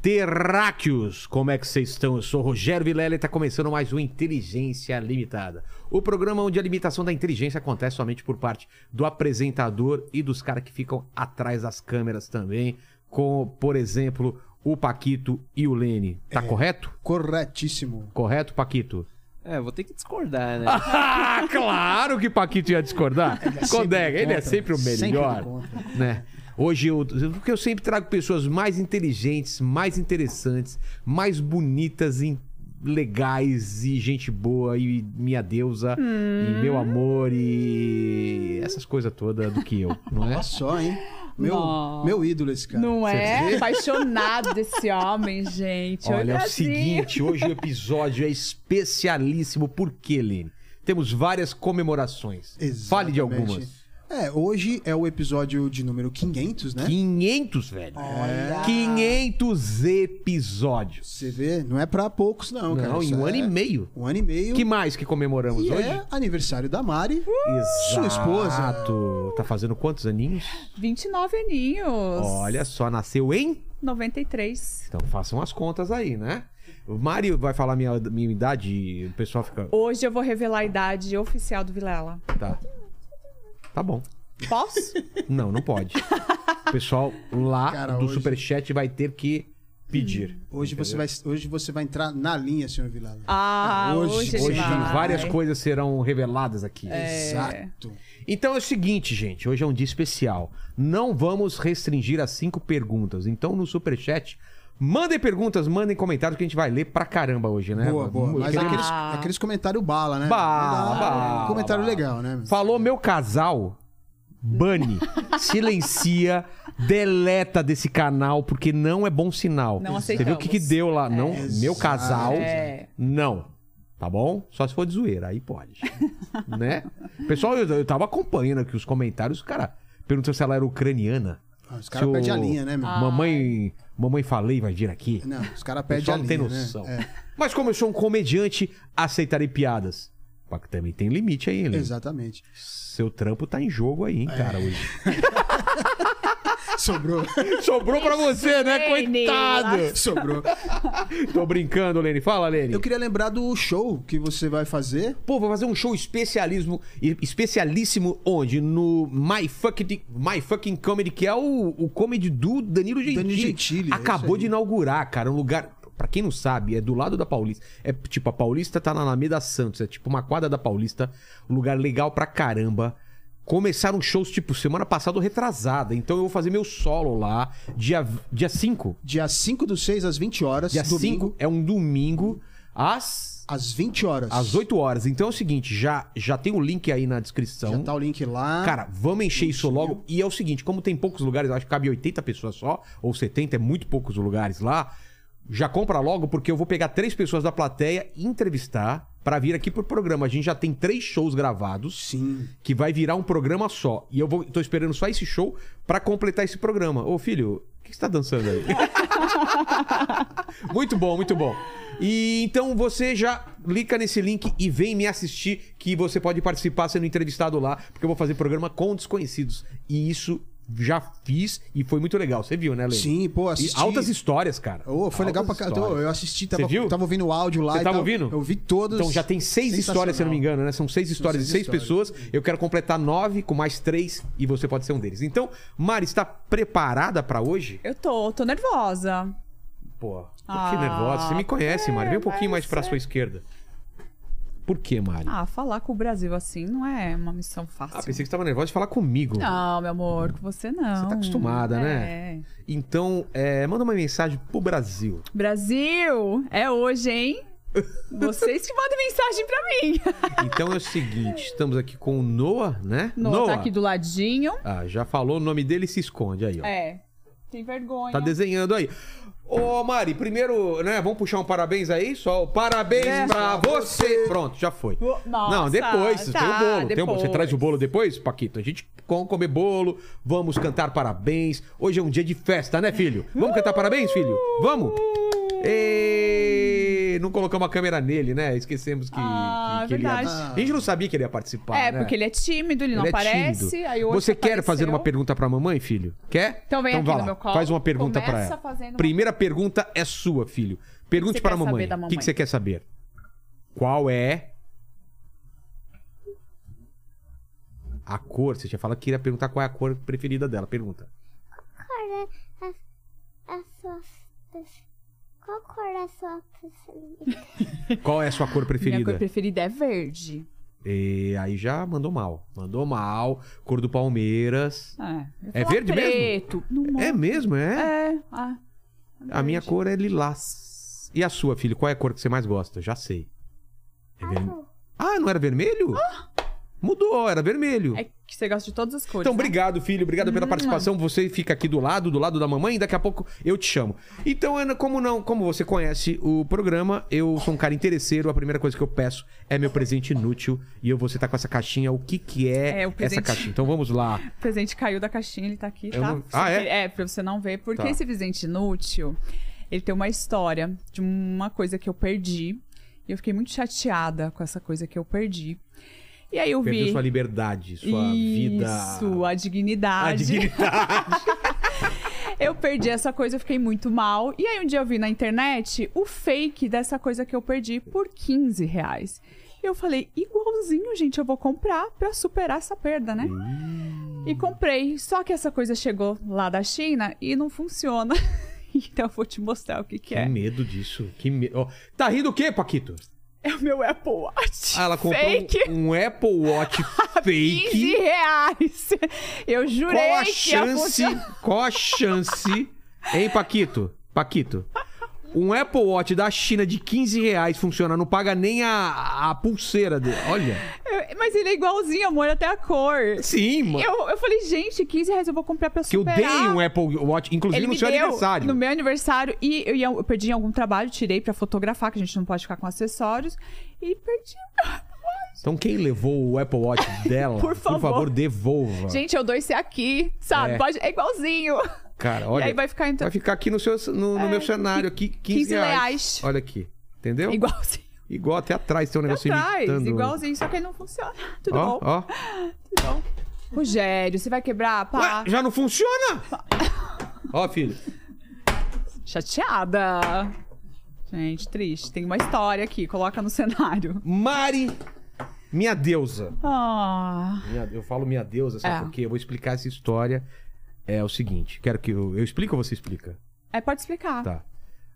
terráqueos! Como é que vocês estão? Eu sou o Rogério Vilela e está começando mais um Inteligência Limitada. O programa onde a limitação da inteligência acontece somente por parte do apresentador e dos caras que ficam atrás das câmeras também, como, por exemplo, o Paquito e o Lene. Tá correto? Corretíssimo. Correto, Paquito? É, vou ter que discordar, né? Ah, claro que Paquito ia discordar. Quando é, ele é contra, sempre o sempre melhor, contra. né? Hoje eu, porque eu sempre trago pessoas mais inteligentes, mais interessantes, mais bonitas e legais e gente boa e minha deusa e meu amor e essas coisas todas do que eu, não é? Olha só, hein? Meu, Não. meu ídolo esse cara. Não é? Apaixonado desse homem, gente. Olha, é o assim. seguinte, hoje o episódio é especialíssimo porque, Lene, temos várias comemorações. Fale de Exatamente. algumas. É, hoje é o episódio de número 500, né? 500, velho. 500 episódios. Você vê, não é pra poucos não, cara. Não, em Isso um é ano e meio. Um ano e meio. Que mais que comemoramos e hoje? Uh! é aniversário da Mari. Exato. Sua esposa. Tá fazendo quantos aninhos? 29 aninhos. Olha só, nasceu em? 93. Então façam as contas aí, né? O Mário vai falar minha, minha idade e o pessoal fica. Hoje eu vou revelar a idade oficial do Vilela. Tá. Tá bom. Posso? Não, não pode. O pessoal lá Cara, do hoje- Hum. Superchat vai ter que pedir. Hoje você, vai, hoje você vai entrar na linha, senhor Vilela. Ah, hoje, Hoje vai. várias coisas serão reveladas aqui. Exato. Então é o seguinte, gente, hoje é um dia especial. Não vamos restringir a cinco perguntas. Então no superchat, mandem perguntas, mandem comentários que a gente vai ler pra caramba hoje, né? Boa, boa. Mas Queremos- aqueles, Ah. aqueles comentários bala, né? Bala, Dá- bala. Comentário legal, né? Falou meu casal, bane, silencia, deleta desse canal porque não é bom sinal. Não Você viu o que, que aceitamos. deu lá? Não, meu Exato. casal, É. não. Tá bom? Só se for de zoeira, aí pode. né? Pessoal, eu, eu tava acompanhando aqui os comentários, cara, perguntou se ela era ucraniana. Ah, Os Se caras o- pedem a linha, né, meu? Ah. Mamãe, mamãe falei, vai vir aqui. Não, os caras O pedem pessoal a não linha, tem né? noção. É. Mas como eu sou um comediante, aceitarei piadas. Mas que também tem limite aí, né? Exatamente. Seu trampo tá em jogo aí, hein, É. cara, hoje. Sobrou. Sobrou pra você, né, Lene, coitado? Sobrou. Tô brincando, Lene. Fala, Lene. Eu queria lembrar do show que você vai fazer. Pô, vou fazer um show especialismo, especialíssimo onde? No My Fucking, My Fucking Comedy, que é o, o comedy do Danilo Gentili. Danilo Gentili, é isso Acabou aí. de inaugurar, cara, um lugar... Pra quem não sabe, é do lado da Paulista. É tipo, a Paulista tá na Alameda Santos. É tipo uma quadra da Paulista. Um lugar legal pra caramba. Começaram shows, tipo, semana passada ou retrasada. Então eu vou fazer meu solo lá. Dia 5 dia cinco Dia 5 do 6 às 20 horas. Dia domingo, 5 é um domingo, às, Às 20 horas. às 8 horas. Então é o seguinte, já, já tem o link aí na descrição. Já tá o link lá. um. Cara, vamos encher isso logo. E é o seguinte, como tem poucos lugares, acho que cabe 80 pessoas só, ou 70, é muito poucos lugares lá. Já compra logo, porque eu vou pegar três pessoas da plateia e entrevistar pra vir aqui pro programa. A gente já tem três shows gravados Sim. que vai virar um programa só. E eu vou, tô esperando só esse show pra completar esse programa. Ô, filho, o que você tá dançando aí? muito bom, muito bom. E então você já clica nesse link e vem me assistir, que você pode participar sendo entrevistado lá, porque eu vou fazer programa com desconhecidos. E isso já fiz e foi muito legal. Você viu, né, Lê? Sim, pô, assisti. E altas histórias, cara. Ô, foi legal pra Altas caramba. histórias. Eu assisti, tava, Você viu? tava ouvindo o áudio lá. Você e tava tal. ouvindo? Eu vi todos. Então já tem seis histórias, se eu não me engano, né? São seis histórias de seis seis histórias. pessoas. Eu quero completar nove com mais três e você pode ser um deles. Então, Mari, está preparada pra hoje? Eu tô, tô nervosa. Pô, que Ah, é, nervosa. Você me conhece, Mari. Vem um pouquinho mais mas pra sua esquerda. Por que, Mari? Ah, Ah, falar com o Brasil assim não é uma missão fácil. pensei que você estava nervosa de falar comigo. Não, meu amor, com você não. Você tá acostumada, É. né? Então, é, manda uma mensagem pro Brasil. Brasil, é hoje, hein? Vocês que mandam mensagem pra mim. Então é o seguinte, estamos aqui com o Noah, né? No, Tá aqui do É, ladinho. Ah, já falou o nome dele e se esconde aí, ó. É. Tem vergonha. Tá desenhando aí. Ô, Ô, Mari, primeiro, né? Vamos puxar um parabéns aí, só. Parabéns É. pra você. Pronto, já foi. Vo- Nossa, Não, depois. tá, tem o bolo. Tem o bolo. Você depois. traz o bolo depois, Paquito? A gente com- comer bolo, vamos cantar parabéns. Hoje é um dia de festa, né, filho? Vamos cantar parabéns, filho? Vamos? E... Não colocamos a câmera nele, né? Esquecemos que, Ah, que- que ele ia- verdade. A gente não sabia que ele ia participar. É, né? porque ele é tímido, ele não Ele é aparece. tímido. Aí hoje Você quer fazer uma apareceu. pergunta pra mamãe, filho? Quer? Então vem aqui vá no lá, meu colo. Faz uma pergunta pra Começa ela. fazendo uma- Primeira pergunta é sua, filho. Pergunte você para a quer mamãe. saber da O que, que mamãe? você quer saber? Qual é a cor? Você tinha falado que iria perguntar qual é a cor preferida dela. Pergunta. cor é a, a sua. Qual cor é a sua preferida? Qual é a sua cor Minha preferida? cor preferida é verde. E aí já mandou mal. Mandou mal. Cor do Palmeiras. É, Eu É ia falar verde mesmo? preto. mesmo? É mesmo, é? É. ah, A minha verde. cor é lilás. E a sua, filho? Qual é a cor que você mais gosta? Já sei. É ver- Azul. Ah, não era vermelho? Mudou, era vermelho. É que você gosta de todas as cores. Então, né? obrigado, filho. Obrigado pela participação. Você fica aqui do lado, do lado da mamãe, e daqui a pouco eu te chamo. Então, Ana, como não, como você conhece o programa, eu sou um cara interesseiro. A primeira coisa que eu peço é meu presente inútil. E eu vou citar com essa caixinha o que, que é, É, o essa presente. caixinha. Então vamos lá. O presente caiu da caixinha, ele tá aqui, Eu tá? não- Ah, é? É, pra você não ver. Porque Tá. esse presente inútil, ele tem uma história de uma coisa que eu perdi. E eu fiquei muito chateada com essa coisa que eu perdi. E aí eu Perdeu vi... sua liberdade, sua vida. Isso, a dignidade. A dignidade. Eu perdi essa coisa, eu fiquei muito mal. E aí um dia eu vi na internet o fake dessa coisa que eu perdi por 15 reais. Eu falei, igualzinho, gente, eu vou comprar pra superar essa perda, né? E comprei. Só que essa coisa chegou lá da China e não funciona. Então eu vou te mostrar o que Que que é. medo disso. Que medo. Ó, Tá rindo o quê, Paquito? É o meu Apple Watch. Ah, ela comprou fake. Um, um Apple Watch 15 fake. reais. Eu jurei Qual a que ia chance? funcionar. Qual a chance? Hein, Paquito? Paquito. Um Apple Watch da China de 15 reais funciona, não paga nem a, a pulseira dele. Olha. Eu- Mas ele é igualzinho, amor, até a cor. Sim, mano. Eu, eu falei, gente, 15 reais eu vou comprar pra Que eu superar. dei um Apple Watch, inclusive Ele no me seu deu aniversário. no meu aniversário e eu, ia- eu perdi em algum trabalho, tirei pra fotografar, que a gente não pode ficar com acessórios, e perdi. Então quem levou o Apple Watch dela, Por favor. devolva. Gente, eu dou esse aqui, sabe? É. É, Pode, é igualzinho. Cara, olha. e aí vai ficar então, vai ficar aqui no, seu, no, no meu cenário aqui, 15, 15 reais. reais. Olha aqui. Entendeu? igualzinho. Igual até atrás tem um negócio Atrás, imitando. igualzinho, só que ele não funciona. Tudo ó, bom? ó. Rogério, você vai quebrar? Pá, Ué, já não funciona? ó, filho. chateada. Gente, triste. Tem uma história aqui, coloca no cenário. Mari, minha deusa. Ah, Minha- eu falo minha deusa, sabe É. por quê? Eu vou explicar essa história. É o seguinte, quero que eu, eu explique ou você explica? é, pode explicar. Tá.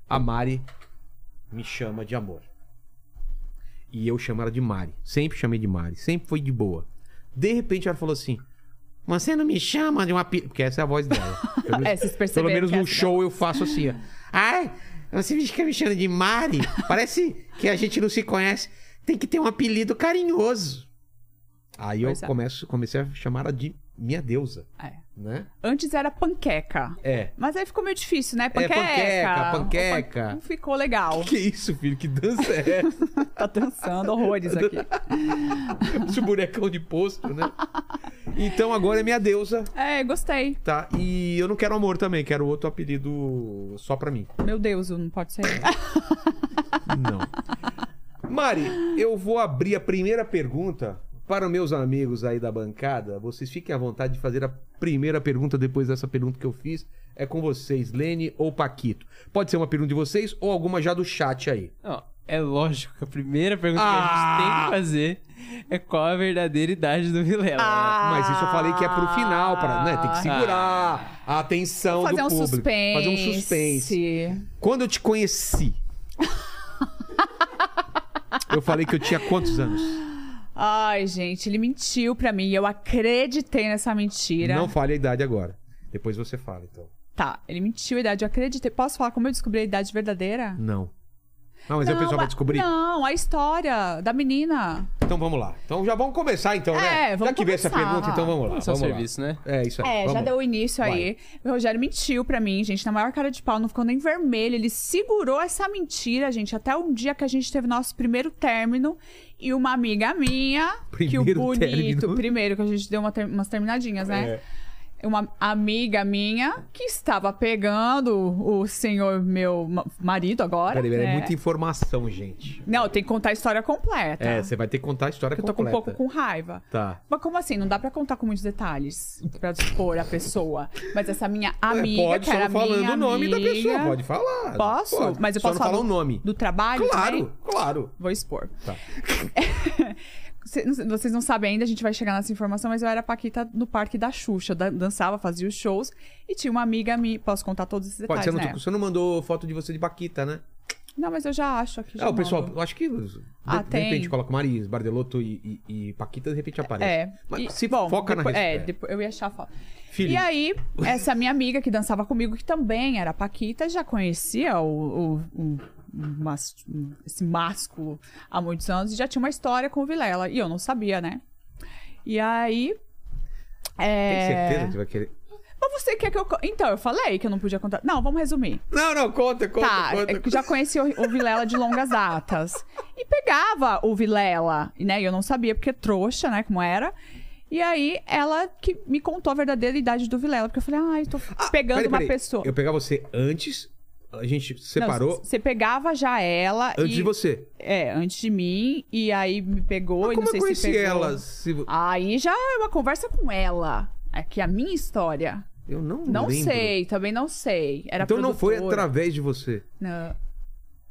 A Mari me chama de amor. E eu chamo ela de Mari. Sempre chamei de Mari. Sempre foi de boa. De repente ela falou assim: Você não me chama de uma. pi-" Porque essa é a voz dela. Pelo- É, vocês perceberam Pelo menos que é no assim. show eu faço assim, ó. Ai, você fica me chamando de Mari? Parece que a gente não se conhece. Tem que ter um apelido carinhoso. Aí eu Pois é. começo, comecei a chamar ela de minha deusa, É. né? Antes era panqueca. É. Mas aí ficou meio difícil, né? panqueca, Panqueca. panqueca. Opa, Não ficou legal. Que isso, filho? Que dança é essa? Tá dançando horrores aqui. Esse bonecão de posto, né? Então agora é minha deusa, É, gostei. tá? E eu não quero amor também, quero outro apelido só pra mim. Meu Deus, não pode ser. Não. Mari, eu vou abrir a primeira pergunta para os meus amigos aí da bancada. Vocês fiquem à vontade de fazer a primeira pergunta depois dessa pergunta que eu fiz. É com vocês, Lene ou Paquito. Pode ser uma pergunta de vocês ou alguma já do chat aí. Não, é lógico que a primeira pergunta Ah. que a gente tem que fazer é qual a verdadeira idade do Vilela. né? Mas isso eu falei que é pro final, pra, né? Ah. Tem que segurar a atenção Fazer do um público. suspense. Fazer um suspense. Quando eu te conheci, eu falei que eu tinha quantos anos? Ai, gente, ele mentiu pra mim. Eu acreditei nessa mentira. Não fale a idade agora. Depois você fala, então. Tá, ele mentiu a idade. Eu acreditei. Posso falar como eu descobri a idade verdadeira? Não. Não, mas aí o Não, pessoal vai mas- descobrir. Não, a história da menina. Então vamos lá. Então já vamos começar, então, né? É, vamos já que veio essa começar. pergunta, então vamos lá. Só vamos lá. serviço, né? É, isso aí. É, já vamos. deu o início aí. O Rogério mentiu pra mim, gente, na maior cara de pau, não ficou nem vermelho. Ele segurou essa mentira, gente, até um dia que a gente teve nosso primeiro término. E uma amiga minha, que o Primeiro bonito, término? É. primeiro, que a gente deu uma ter- umas terminadinhas, né? Uma amiga minha que estava pegando o senhor, meu ma- marido agora. Peraí, peraí, né? é muita informação, gente. Não, tem que contar a história completa. É, você vai ter que contar a história Tá. Eu tô com um completa. pouco com raiva. Tá. Mas como assim? Não dá pra contar com muitos detalhes pra expor a pessoa. Mas essa minha É, amiga, pode, que só era não falando minha o nome da amiga- pessoa, pode falar. Posso? Pode. Mas eu Só posso não falar falar o nome. Do trabalho Claro, também? claro. Vou expor. Tá. Cê- não sei- Vocês não sabem ainda, a gente vai chegar nessa informação, mas eu era Paquita no parque da Xuxa. Eu dan- dançava, fazia os shows. E tinha uma amiga minha. Posso contar todos esses Pode, detalhes, você, não, né? você não mandou foto de você de Paquita, né? Não, mas eu já acho aqui. É, já o pessoal, mando. eu acho que. Ah, de, de tem. repente coloca Maris, Bardelotto e, e- e Paquita, de repente aparece. É. Mas E- se bom, foca depois- na É, resposta. depois eu ia achar a foto. Filho. E aí, essa minha amiga que dançava comigo, que também era Paquita, já conhecia o, o- o- o mas- um, esse másculo há muitos anos e já tinha uma história com o Vilela. E eu não sabia, né? E aí. É... Tem certeza que vai querer. Mas você quer que eu. co- Então, eu falei que eu não podia contar. Não, vamos resumir Não, não, conta, conta, tá, conta. eu já conhecia o, o Vilela de longas datas. E pegava o Vilela, né? E eu não sabia, porque é trouxa, né? Como era. E aí, ela que me contou a verdadeira idade do Vilela. Porque eu falei, ai, tô pegando Ah, Peraí, uma peraí. pessoa. Eu pegar você antes, a gente Não, separou Você pegava já ela. antes e- de você. É, antes de mim. E aí me pegou Mas e como não sei eu se conheci pegou. ela? se vo- Aí já é uma conversa com ela. É que a minha história. Eu não Não lembro. sei, também não sei. Era então não foi produtora. através de você. Não.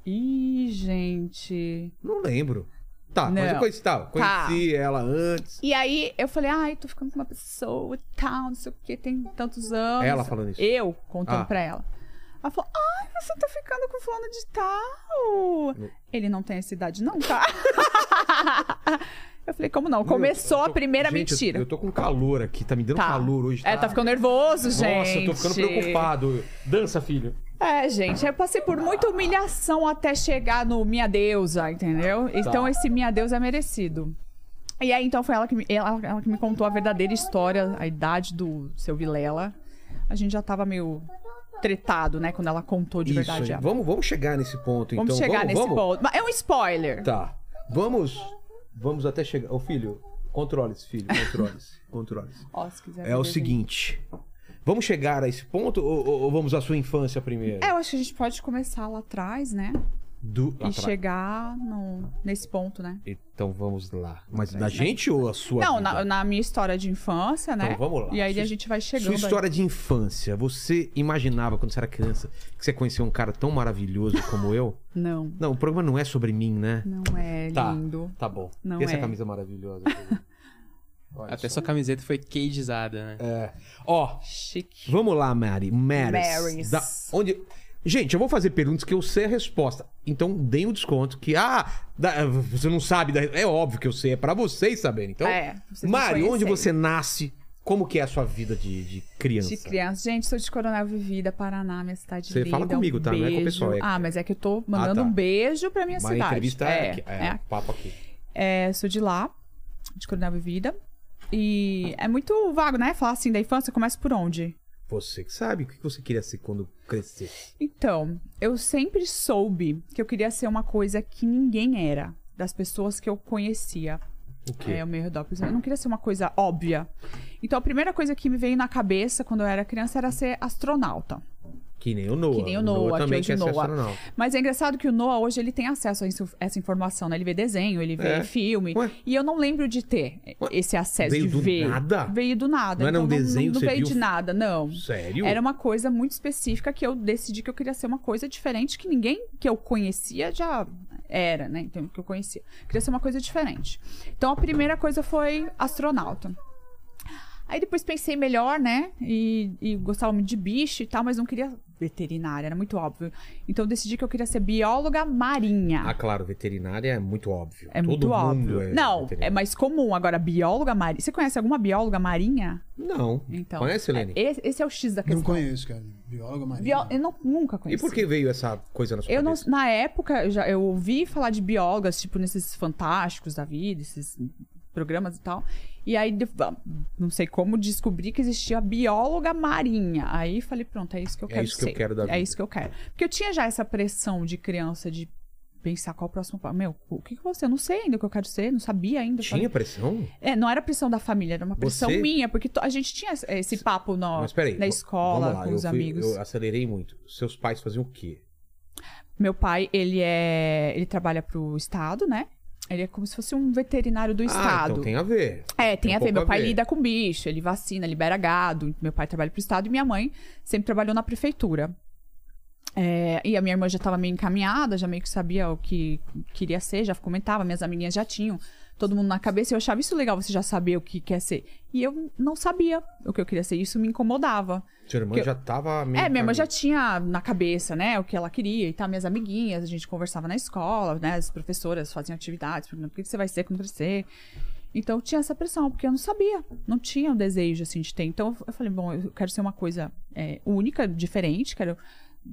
Ih, gente. Não lembro. Tá, mas eu Não. conheci, tá, eu Tá. conheci ela antes. E aí eu falei, ai, tô ficando com uma pessoa e tal, não sei o que, tem tantos anos. Ela falando isso. Eu contando Ah. pra ela. Ela falou, ai, você tá ficando com fulano de tal. Ele não tem essa idade, não, tá? eu falei, como não? Começou Eu tô- a primeira Gente, eu- mentira. Eu tô com calor aqui, tá me dando Tá. calor hoje. É, tá ficando nervoso, gente. Nossa, eu tô ficando preocupado. Dança, filho. É, gente, eu passei por muita humilhação até chegar no Minha Deusa, entendeu? Tá. Então esse Minha Deusa é merecido. E aí, então, foi ela que, me, ela, ela que me contou a verdadeira história, a idade do seu Vilela. A gente já tava meio tretado, né, quando ela contou de Isso, verdade. hein? ela. vamos, vamos chegar nesse ponto, Vamos então. chegar vamos, nesse vamos? ponto. Mas é um spoiler. Tá. Vamos. Vamos até chegar. Ô, filho, controle-se, filho. Controle-se. controle-se. Ó, se quiser É o ver, gente. seguinte. Vamos chegar a esse ponto ou, ou- ou vamos à sua infância primeiro? É, eu acho que a gente pode começar lá atrás, né? Do... E atrás. chegar no- nesse ponto, né? Então vamos lá. Mas da gente ou a sua? Não, vida? na, na minha história de infância, né? Então, vamos lá. E aí Sua- a gente vai chegando. Sua aí. história de infância. Você imaginava quando você era criança que você conhecia um cara tão maravilhoso como eu? Não. Não, o programa não é sobre mim, né? Não é Tá. lindo. Tá bom. Não e essa é. camisa maravilhosa. Olha Até só. sua camiseta foi cageizada, né? Ó, Chique. vamos lá, Mary. Maris. Maris. Da... Onde... Gente, eu vou fazer perguntas que eu sei a resposta. Então, deem o desconto que, ah, da- você não sabe. da- É óbvio que eu sei, é pra vocês saberem. Então, É, vocês me Mari, onde conhecerem. você nasce? Como que é a sua vida de, de criança? De criança. Gente, sou de Coronel Vivida, Paraná, minha cidade Você linda. fala comigo, um tá? Não é com o beijo. pessoal, é- Ah, mas é que eu tô mandando Ah, tá. um beijo pra minha Uma cidade. entrevista é, aqui, é, é aqui. papo aqui. É, sou de lá, de Coronel Vivida. E é muito vago, né? Falar assim da infância, começa por onde? Você que sabe o que você queria ser quando crescer. Então, eu sempre soube que eu queria ser uma coisa que ninguém era. Das pessoas que eu conhecia. O quê? É, o meu redor. Por exemplo, Eu não queria ser uma coisa óbvia. Então, a primeira coisa que me veio na cabeça quando eu era criança era ser astronauta. Que nem o Noah. Que nem o Noah, que também hoje quer ser Noah. astronauta. Mas é engraçado que o Noah hoje ele tem acesso a isso- essa informação, né? Ele vê desenho, ele vê É. filme. Ué. E eu não lembro de ter Ué. esse acesso. Veio de do ver. nada? Veio do nada. Não era Então, um desenho que Não, você não veio viu? de nada, não. Sério? Era uma coisa muito específica que eu decidi que eu queria ser uma coisa diferente que ninguém que eu conhecia já era, né? Então, que eu conhecia. Queria ser uma coisa diferente. Então, a primeira coisa foi astronauta. Aí depois pensei melhor, né? E, e gostava muito de bicho e tal, mas não queria veterinária, era muito óbvio. Então eu decidi que eu queria ser bióloga marinha. Ah, claro, veterinária é muito óbvio. É Todo muito mundo óbvio. É não, é veterinário. mais comum. Agora, bióloga marinha. Você conhece alguma bióloga marinha? Não. Então, Conhece, Helene? é- esse, esse é o X da Não questão. conheço, cara. Bióloga marinha. Bio- Eu não- nunca conheci. E por que veio essa coisa na sua Eu não, cabeça? na época, eu já, eu ouvi falar de biólogas, tipo, nesses fantásticos da vida, esses programas e tal. E aí, de- ah, não sei como, descobri que existia a bióloga marinha. Aí falei, pronto, é isso que eu É quero isso que eu ser. quero da vida. É isso que eu quero. Porque eu tinha já essa pressão de criança de pensar qual o próximo... pa- Meu, o que que eu vou ser? Eu não sei ainda o que eu quero ser, não sabia ainda. Eu Tinha falei- pressão? É, não era pressão da família, era uma pressão Você- minha, porque to- a gente tinha esse- esse papo no, Mas peraí. na v- escola, vamos lá, com eu os fui- amigos. Eu acelerei muito. Seus pais faziam o quê? Meu pai, ele é. Ele trabalha pro Estado, né? Ele é como se fosse um veterinário do Ah, Estado. então tem a ver. É, Tem tem um a ver. pouco Meu a pai ver. lida com bicho, ele vacina, libera gado. Meu pai trabalha pro Estado e minha mãe sempre trabalhou na prefeitura. É, e a minha irmã já estava meio encaminhada, já meio que sabia o que queria ser, já comentava, minhas amiguinhas já tinham todo mundo na cabeça. Eu achava isso legal, você já saber o que quer ser. E eu não sabia o que eu queria ser, isso me incomodava. Sua irmã Que eu- já tava meio. É, minha irmã já tinha. tinha na cabeça, né, o que ela queria e tal. Minhas amiguinhas, a gente conversava na escola, né, as professoras faziam atividades, perguntando o que que você vai ser quando crescer. Então tinha essa pressão, porque eu não sabia, não tinha o desejo, assim, de ter. Então eu falei, bom, eu quero ser uma coisa é, única, diferente, quero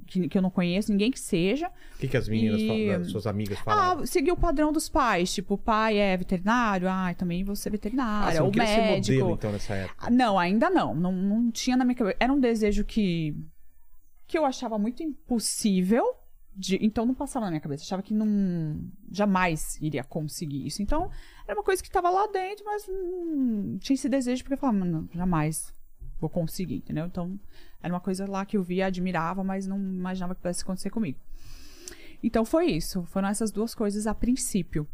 que, que eu não conheço, ninguém que seja. O que, que as meninas, E- falam, das suas amigas falavam? Ah, seguir o padrão dos pais, tipo, o pai é veterinário, ah, também vou ser Ah, você veterinária, não ou queria médico. ser modelo, então, nessa época. Ah, Não, ainda não. não. Não tinha na minha cabeça. Era um desejo que. que eu achava muito impossível. de- então não passava na minha cabeça. Achava que não. jamais iria conseguir isso. Então era uma coisa que tava lá dentro, mas hum, tinha esse desejo porque eu falava, mano, jamais vou conseguir, entendeu? Então era uma coisa lá que eu via, admirava, mas não imaginava que pudesse acontecer comigo. Então foi isso. Foram essas duas coisas a princípio.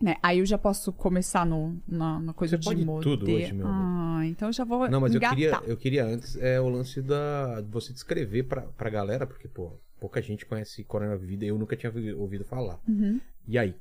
Né? Aí eu já posso começar no, na, na coisa Você de pode modelo. tudo hoje, meu amor. Ah, então eu já vou Não, mas eu engatar. queria, eu queria antes é, o lance da de você descrever pra, pra galera, porque, pô, pouca gente conhece Corona Vida e eu nunca tinha ouvi- ouvido falar. Uhum. E aí?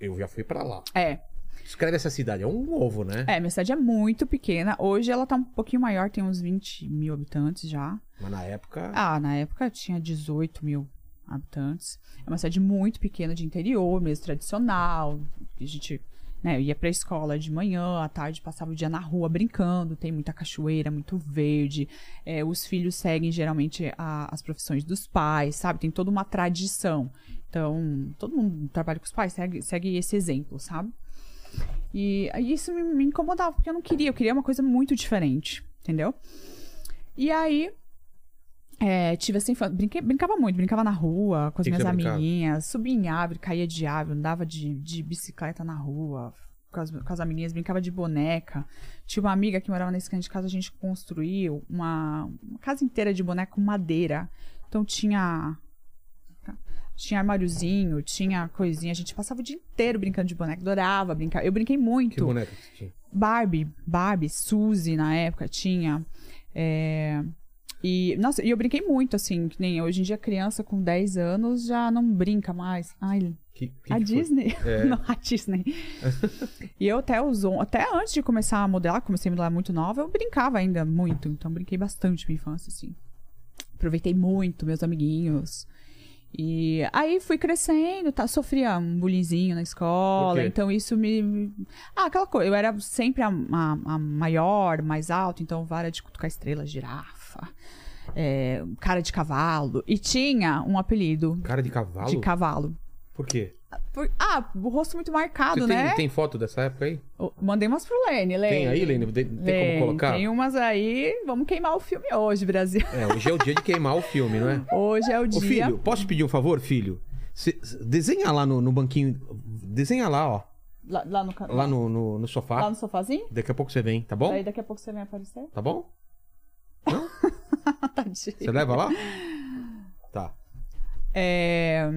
Eu já fui pra lá. É, Descreve essa cidade, é um ovo, né? é, minha cidade é muito pequena. Hoje ela tá um pouquinho maior, tem uns 20 mil habitantes já. Mas na época. Ah, na época tinha 18 mil habitantes. É uma cidade muito pequena de interior, mesmo tradicional. A gente né, ia pra escola de manhã, à tarde passava o dia na rua brincando. Tem muita cachoeira, muito verde. É, os filhos seguem geralmente a- as profissões dos pais, sabe? Tem toda uma tradição. Então, todo mundo trabalha com os pais, segue, segue esse exemplo, sabe? E aí isso me, me incomodava, porque eu não queria, eu queria uma coisa muito diferente, entendeu? E aí, é, tive essa infância. Brinquei- brincava muito, brincava na rua, com as Que que minhas você brincava? amiguinhas, subia em árvore, caía de árvore, andava de, de bicicleta na rua, com as, com as amiguinhas, brincava de boneca. Tinha uma amiga que morava nesse canto de casa, a gente construiu uma, uma casa inteira de boneca com madeira. Então tinha tá, tinha armáriozinho, tinha coisinha. A gente passava o dia inteiro brincando de boneca, adorava brincar. Eu brinquei que muito. boneca que você tinha? Barbie, Barbie, Suzy na época tinha. É, E, nossa, e eu brinquei muito, assim, que nem hoje em dia criança com 10 anos já não brinca mais. Ai, Que- que a que foi? Disney? É. Não, a Disney. e eu até os on- até antes de começar a modelar, comecei a modelar muito nova, eu brincava ainda muito. Então brinquei bastante minha infância, assim. Aproveitei muito meus amiguinhos. E aí fui crescendo, tá? Sofria um bullyingzinho na Por escola. quê? Então isso me. Ah, aquela coisa. Eu era sempre a, a- a maior, mais alta, então vara de cutucar estrela, girafa, é, cara de cavalo. E tinha um apelido Cara de cavalo? de cavalo. Por quê? Por- Ah, o rosto muito marcado, Você tem, né? tem foto dessa época aí? Eu Mandei umas pro Lene, Lene. Tem aí, Lene? Tem, tem Lene, como colocar? Tem um umas aí. Vamos queimar o filme hoje, Brasil. É, hoje é o dia de queimar o filme, não é? Hoje é o Ô, dia. filho, posso te pedir um favor, filho? Cê- cê- desenha lá no, no banquinho. Desenha lá, ó. Lá, lá no, ca- Lá no, no, no sofá. lá no sofazinho? Daqui a pouco você vem, tá bom? Daí daqui a pouco você vem aparecer. Tá bom? Tadinho. Você leva lá? Tá. É...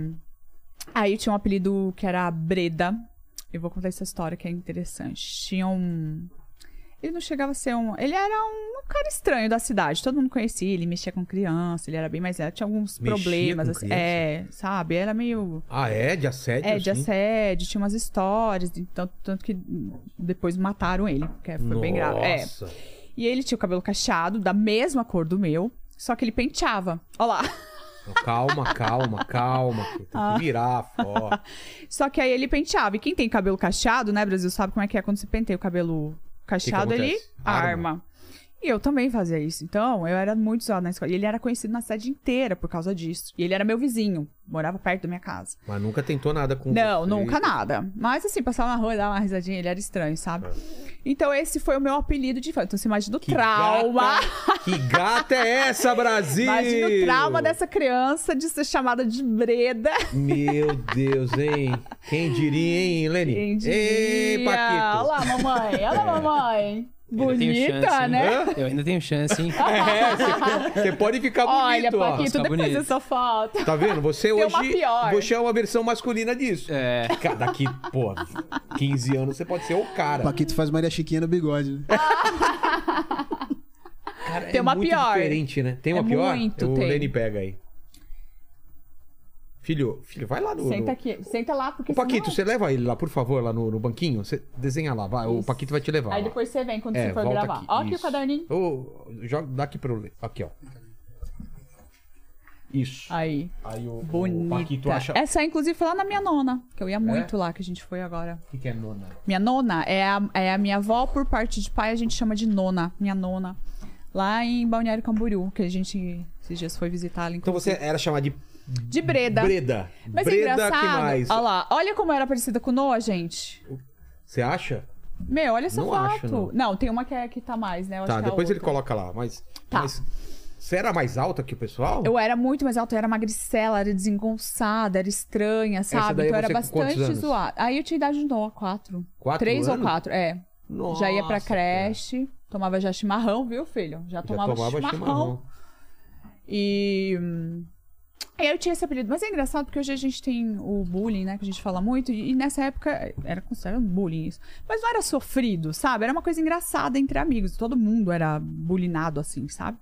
Aí tinha um apelido que era Breda. Eu vou contar essa história que é interessante. Tinha um. Ele não chegava a ser um. Ele era um cara estranho da cidade. Todo mundo conhecia, ele mexia com criança, ele era bem mais velho, tinha alguns Mexia com problemas, assim. É, sabe? Era meio. Ah, é? De assédio? É, de assim? assédio, tinha umas histórias, então, tanto que depois mataram ele, porque foi bem grave. É. Nossa. E ele tinha o cabelo cacheado, da mesma cor do meu, só que ele penteava. Olha lá. Calma, calma, calma. filho. Ah. Tem que virar a foto. Só que aí ele penteava. E quem tem cabelo cacheado, né, Brasil, sabe como é que é quando se penteia o cabelo cacheado, ele acontece? arma. Arma. E eu também fazia isso. Então, eu era muito zoada na escola. E ele era conhecido na cidade inteira por causa disso. E ele era meu vizinho, morava perto da minha casa. Mas nunca tentou nada com Não, você. nunca nada. Mas assim, passava na rua e dava uma risadinha, ele era estranho, sabe? Então, esse foi o meu apelido de infância. Então, você imagina o É. Que trauma. Gata, que gata é essa, Brasil? Imagina o trauma dessa criança de ser chamada de Breda. Meu Deus, hein? Quem diria, hein, Leni? Quem Ei, diria? Olha Paquito. É. lá, mamãe. Olha lá, mamãe. Eu ainda tenho Bonita, chance, hein? né? Eu ainda tenho chance, hein? É, você- você pode ficar Olha, bonito, ó. Paquito, Tá depois bonito. dessa foto. Tá vendo? Você Tem hoje. uma pior. Você é uma versão masculina disso. É. Cara, daqui, pô, 15 anos você pode ser o O cara. Paquito faz Maria Chiquinha no bigode. né? É. cara Tem uma é muito pior. diferente, né? Tem uma É pior? muito, o tem. Leni pega aí. Filho, filho, vai lá no. Senta no- aqui. Senta lá, porque Ô, Paquito, senão- você leva ele lá, por favor, lá no, no banquinho? Você desenha lá, vai. O Isso. Paquito vai te levar. Aí lá. depois você vem quando você for É, volta gravar. Ó aqui o isso. caderninho. Ô, joga, dá aqui pra eu ler. Aqui, ó. Isso. Aí, Aí o, o Paquito bonita. É. acha. Essa, inclusive, foi lá na minha nona, que eu É? ia muito lá, que a gente foi agora. O que, que é nona? Minha nona é a, é a minha avó por parte de pai, a gente chama de nona, minha nona. Lá em Balneário Camboriú, que a gente esses dias foi visitar ela. Então você era chamada de De Breda. Breda. Mas é Breda, engraçado. que mais? Olha lá, olha como eu era parecida com Noah, gente. Você acha? Meu, olha essa Não foto. acho, não. tem uma que, é, que tá mais, né? Eu acho tá, que é a depois ele outra. coloca lá. Mas, Tá. mas você era mais alta que o pessoal? Eu era muito mais alta, eu era magricela, era desengonçada, era estranha, sabe? daí Então você eu era com quantos bastante anos? zoada. Aí eu tinha idade de Noah, quatro. Quatro Três ou anos? quatro, é. já ia pra creche, tomava já chimarrão, viu, filho? Já Já tomava, chimarrão. E. hum, Aí eu tinha esse apelido. Mas é engraçado porque hoje a gente tem o bullying, né? Que a gente fala muito. E e nessa época era considerado um bullying isso. Mas não era sofrido, sabe? Era uma coisa engraçada entre amigos. Todo mundo era bullyinado assim, sabe?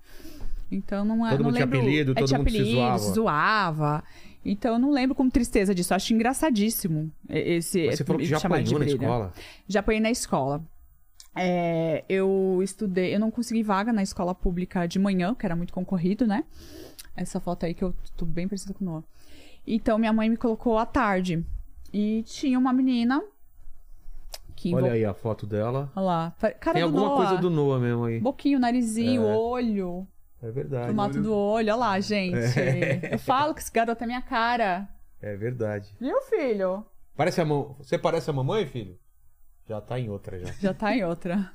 Então não é. Todo não mundo tinha lembro- apelido, é, todo tinha mundo se apelido, zoava. zoava. Então eu não lembro com tristeza disso. Eu acho engraçadíssimo e- esse. Mas você falou que já chamar de apanhou na brilha. escola. Já apanhei na escola. É, eu estudei, eu não consegui vaga na escola pública de manhã, que era muito concorrido, né? Essa foto aí que eu tô bem parecida com o Noah. Então minha mãe me colocou à tarde. E tinha uma menina que Olha envol- aí a foto dela. Olha lá. pa- Cara Tem do alguma Noah. coisa do Noah mesmo aí. Boquinho, narizinho, É. olho, É verdade. o mato do olho, olha lá, gente. Eu falo que esse garoto é minha cara. É verdade. Viu, filho? Parece a mão. Você parece a mamãe, filho? Já tá em outra já. Já tá em outra.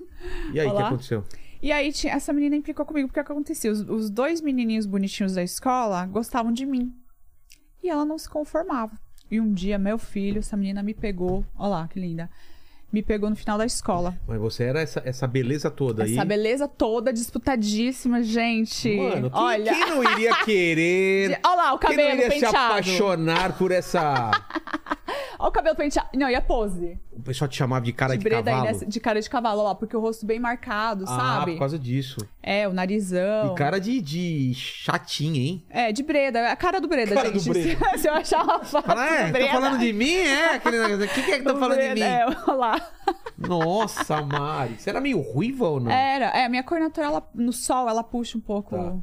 E aí, o que Olá. aconteceu? E aí ti- essa menina implicou comigo, porque o que acontecia? Os, os dois menininhos bonitinhos da escola gostavam de mim. E ela não se conformava. E um dia, meu filho, essa menina me pegou. Olha lá, que linda. Me pegou no final da escola. Mas você era essa, essa beleza toda aí. Essa beleza toda disputadíssima, gente. Mano, quem, Olha. quem não iria querer. Olha lá, o quem não cabelo iria se penteado. apaixonar por essa. Olha o cabelo penteado. Não, e a pose? O pessoal te chamava de cara De de, Breda aí, cavalo. nessa- de cara de cavalo, olha lá, porque o rosto bem marcado, Ah, sabe? por causa disso. É, o narizão. E cara de, de chatinha, hein? É, de Breda. A cara do Breda, Cara do gente. Breda. Se eu achar uma foto Fala, do é, Breda. tá falando de mim? É, aquele negócio. O que, que é que tá do falando de Breda, mim? É, olha lá. Nossa, Mari. Você era meio ruiva ou não? Era, é, minha cor natural, ela- no sol, ela puxa um pouco. Tá.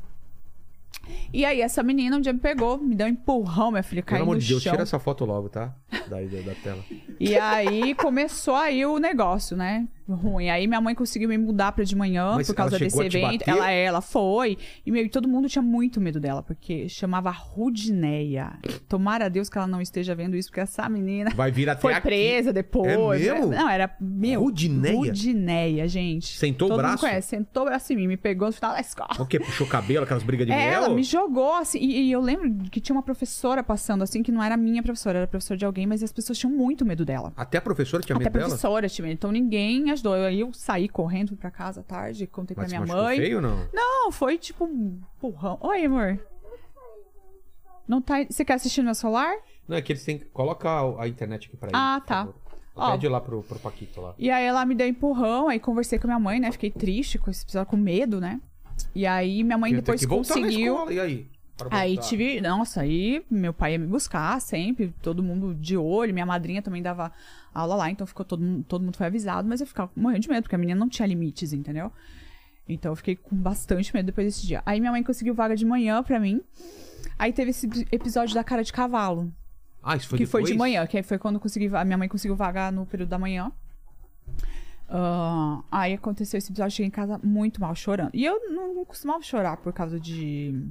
E aí, essa menina um dia me pegou, me deu um empurrão, minha filha, Pelo caiu amor no de Deus, chão. tira essa foto logo, tá? Daí da, da tela. E aí, começou aí o negócio, né? Ruim. Aí, minha mãe conseguiu me mudar pra de manhã Mas por causa ela desse chegou a te evento. bater? Ela, ela foi. E, meu, e todo mundo tinha muito medo dela, porque chamava Rudineia. Tomara a Deus que ela não esteja vendo isso, porque essa menina... Vai vir até Foi aqui. presa depois. né? É mesmo? Não, era meu. Rudineia? Rudineia, gente. Sentou o Todo braço? Mundo conhece. Sentou o braço em mim, me pegou no final da escola. O quê? Puxou cabelo, aquelas brigas de É, mel? ela me jogou assim. E, e eu lembro que tinha uma professora passando assim, que não era minha professora, era professora de alguém, mas as pessoas tinham muito medo dela. Até a professora tinha Até a medo dela? professora tinha medo. Então ninguém ajudou. Aí eu saí correndo fui pra casa à tarde, contei Mas pra se minha machucou mãe. feio ou não? Não, foi tipo um empurrão. Oi, amor. Não tá. Você quer assistir no meu celular? Não, é que eles têm que... Coloca a, a internet aqui pra eles. Ah, por tá. favor. Ó. Pede lá pro, pro Paquito lá. E aí ela me deu empurrão, aí conversei com minha mãe, né? Fiquei triste com esse episódio, com medo, né? E aí minha mãe Ia ter depois que voltar na conseguiu. escola, e aí? Para Aí voltar. tive. Nossa, aí meu pai ia me buscar sempre, todo mundo de olho, minha madrinha também dava aula lá, então ficou todo mundo, todo mundo foi avisado, mas eu ficava morrendo de medo, porque a menina não tinha limites, entendeu? Então eu fiquei com bastante medo depois desse dia. Aí minha mãe conseguiu vaga de manhã pra mim. Aí teve esse episódio da cara de cavalo Ah, isso foi que depois? foi de manhã, que aí foi quando eu consegui, a minha mãe conseguiu vagar no período da manhã. Ah, aí aconteceu esse episódio, eu cheguei em casa muito mal chorando. E eu não, não costumava chorar por causa de.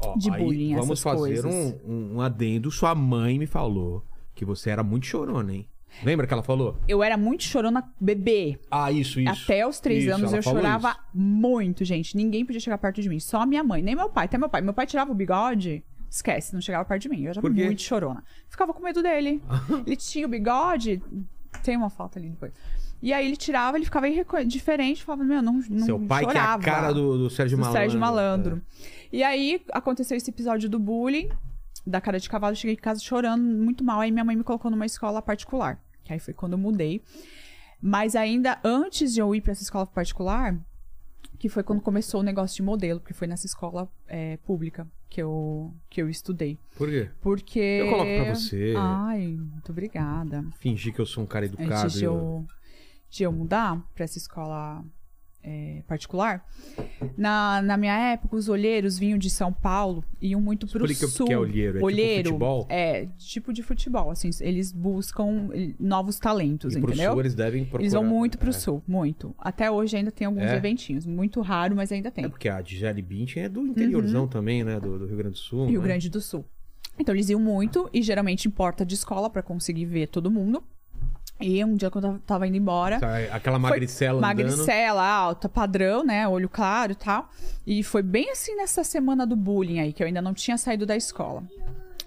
Ó, de aí bullying, essas Vamos fazer coisas. um, um, um adendo. Sua mãe me falou que você era muito chorona, hein? Lembra que ela falou? Eu era muito chorona bebê. Ah, isso, isso. Até os três Isso, anos ela eu falou chorava isso. muito, gente. Ninguém podia chegar perto de mim. Só minha mãe, nem meu pai. Até meu pai. Meu pai tirava o bigode, esquece, não chegava perto de mim. Eu já Por quê? muito chorona. Ficava com medo dele. ele tinha o bigode. Tem uma foto ali depois. E aí ele tirava, ele ficava irreco- diferente, falava, meu, não, não Seu pai chorava. que é a cara do, do Sérgio do Malandro. Sérgio Malandro. E aí aconteceu esse episódio do bullying, da cara de cavalo. Eu Cheguei em casa chorando muito mal. Aí minha mãe me colocou numa escola particular. Que aí foi quando eu mudei. Mas ainda antes de eu ir pra essa escola particular, que foi quando começou o negócio de modelo, porque foi nessa escola eh, pública que eu, que eu estudei. É. Por quê? Porque. Eu coloco pra você. Ai, muito obrigada Fingir que eu sou um cara educado. antes e de eu- eu, de eu mudar pra essa escola é, particular, na, na minha época, os olheiros vinham de São Paulo e iam muito pro Explica o que sul. é olheiro, é tipo futebol? É, tipo de futebol, assim, eles buscam eh, novos talentos, E pro entendeu? sul eles devem procurar. eles vão muito pro é. sul, muito. Até hoje ainda tem alguns É? eventinhos, muito raro, mas ainda tem. É porque a Gisele Bündchen é do interiorzão também, né? Do, do Rio Grande do Sul. Uhum. Rio né? Grande do Sul. Então eles iam muito e geralmente em porta de escola pra conseguir ver todo mundo. E um dia quando eu tava indo embora, Sabe, Aquela né? Foi magricela andando. Magricela, alta, padrão, né? Olho claro e tal. E foi bem assim nessa semana do bullying aí, que eu ainda não tinha saído da escola.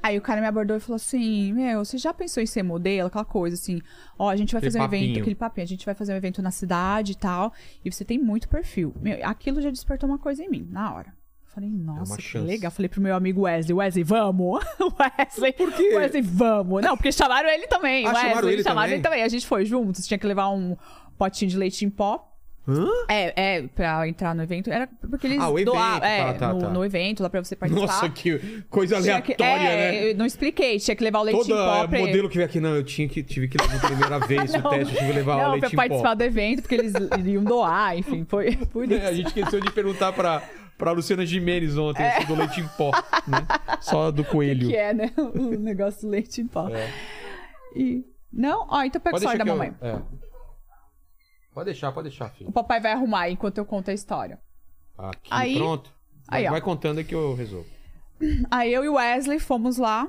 Aí o cara me abordou e falou assim: Meu, você já pensou em ser modelo? Aquela coisa assim. Ó, a gente vai Aquele fazer um evento, papinho. aquele papinho, a gente vai fazer um evento na cidade e tal. E você tem muito perfil. Meu, aquilo já despertou uma coisa em mim, na hora. Eu Falei, nossa, que chance. legal. Falei pro meu amigo Wesley, Wesley, vamos! Wesley, Por quê? Wesley, vamos! Não, porque chamaram ele também. Ah, Wesley, chamaram ele também? também. A gente foi juntos, tinha que levar um potinho de leite em pó. Hã? É, é, pra entrar no evento. Era porque eles Ah, o evento, doavam- tá, é, tá, no, tá. no evento, lá pra você participar. Nossa, que coisa Tinha aleatória, que- é, né? eu não expliquei, tinha que levar o leite em pó Todo pra modelo que veio aqui, não, eu tinha que, tive que levar a primeira vez o Não, teste, eu tive que levar não, o leite pra em participar pó. do evento, porque eles iriam doar, enfim, foi por isso. É. É, a gente esqueceu de perguntar pra, pra Luciana Jimenez ontem, assim, do leite em pó, né? Só do coelho. que é, né? O negócio do leite em pó. E... Não? Ó, então pega o celular da É. que eu- mamãe. é. Pode deixar, pode deixar, filho. O papai vai arrumar enquanto eu conto a história. Aqui, Aí- pronto. aí, vai, ó. vai contando aí que eu resolvo. Aí eu e o Wesley fomos lá,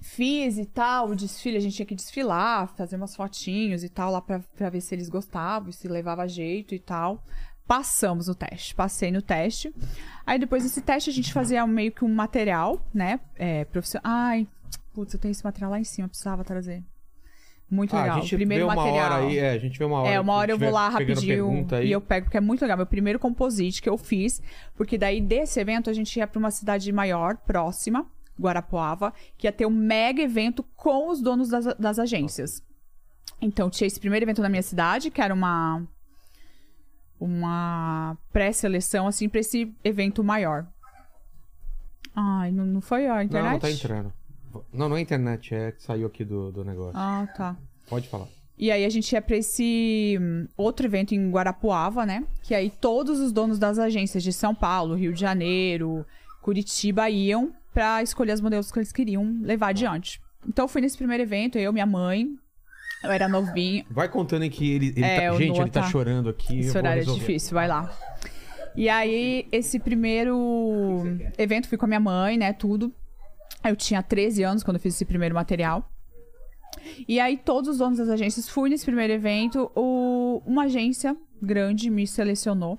fiz e tal, o desfile, a gente tinha que desfilar, fazer umas fotinhos e tal, lá pra, pra ver se eles gostavam, se levava jeito e tal. Passamos o teste, passei no teste. Aí depois desse teste a gente fazia meio que um material, né? É, profissional. Ai, putz, eu tenho esse material lá em cima, eu precisava trazer. Muito Ah, legal. a gente Primeiro vê uma material. hora aí, é, a gente vê uma hora. É, uma que hora eu vou tiver lá pegando rapidinho pergunta aí. e eu pego, porque é muito legal. Meu primeiro composite que eu fiz, porque daí desse evento a gente ia pra uma cidade maior, próxima, Guarapuava, que ia ter um mega evento com os donos das, das agências. Então tinha esse primeiro evento na minha cidade, que era uma uma pré-seleção assim pra esse evento maior. Ai, não, não foi a internet? Não, não tá entrando. Não, não é internet, é que saiu aqui do, do negócio. Ah, tá. Pode falar. E aí a gente ia pra esse hum, outro evento em Guarapuava, né? Que aí todos os donos das agências de São Paulo, Rio de Janeiro, Curitiba iam pra escolher os modelos que eles queriam levar adiante. Então eu fui nesse primeiro evento, eu, minha mãe, eu era novinha. Vai contando aí que ele, ele É, tá... o Gente, Noah ele tá, tá- chorando aqui. eu Esse vou horário é resolver. difícil, vai lá. E aí, esse primeiro evento fui com a minha mãe, né? Tudo. Eu tinha 13 anos quando eu fiz esse primeiro material. E aí, todos os donos das agências fui nesse primeiro evento. O- uma agência grande me selecionou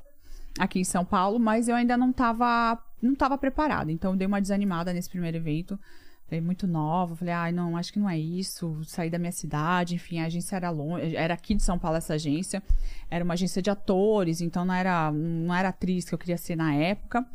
aqui em São Paulo, mas eu ainda não tava, não tava preparada. Então, eu dei uma desanimada nesse primeiro evento. Falei, muito nova. Falei, ai, não, acho que não é isso. Saí da minha cidade. Enfim, a agência era longe. Era aqui de São Paulo essa agência. Era uma agência de atores, então não era, não era atriz que eu queria ser na época.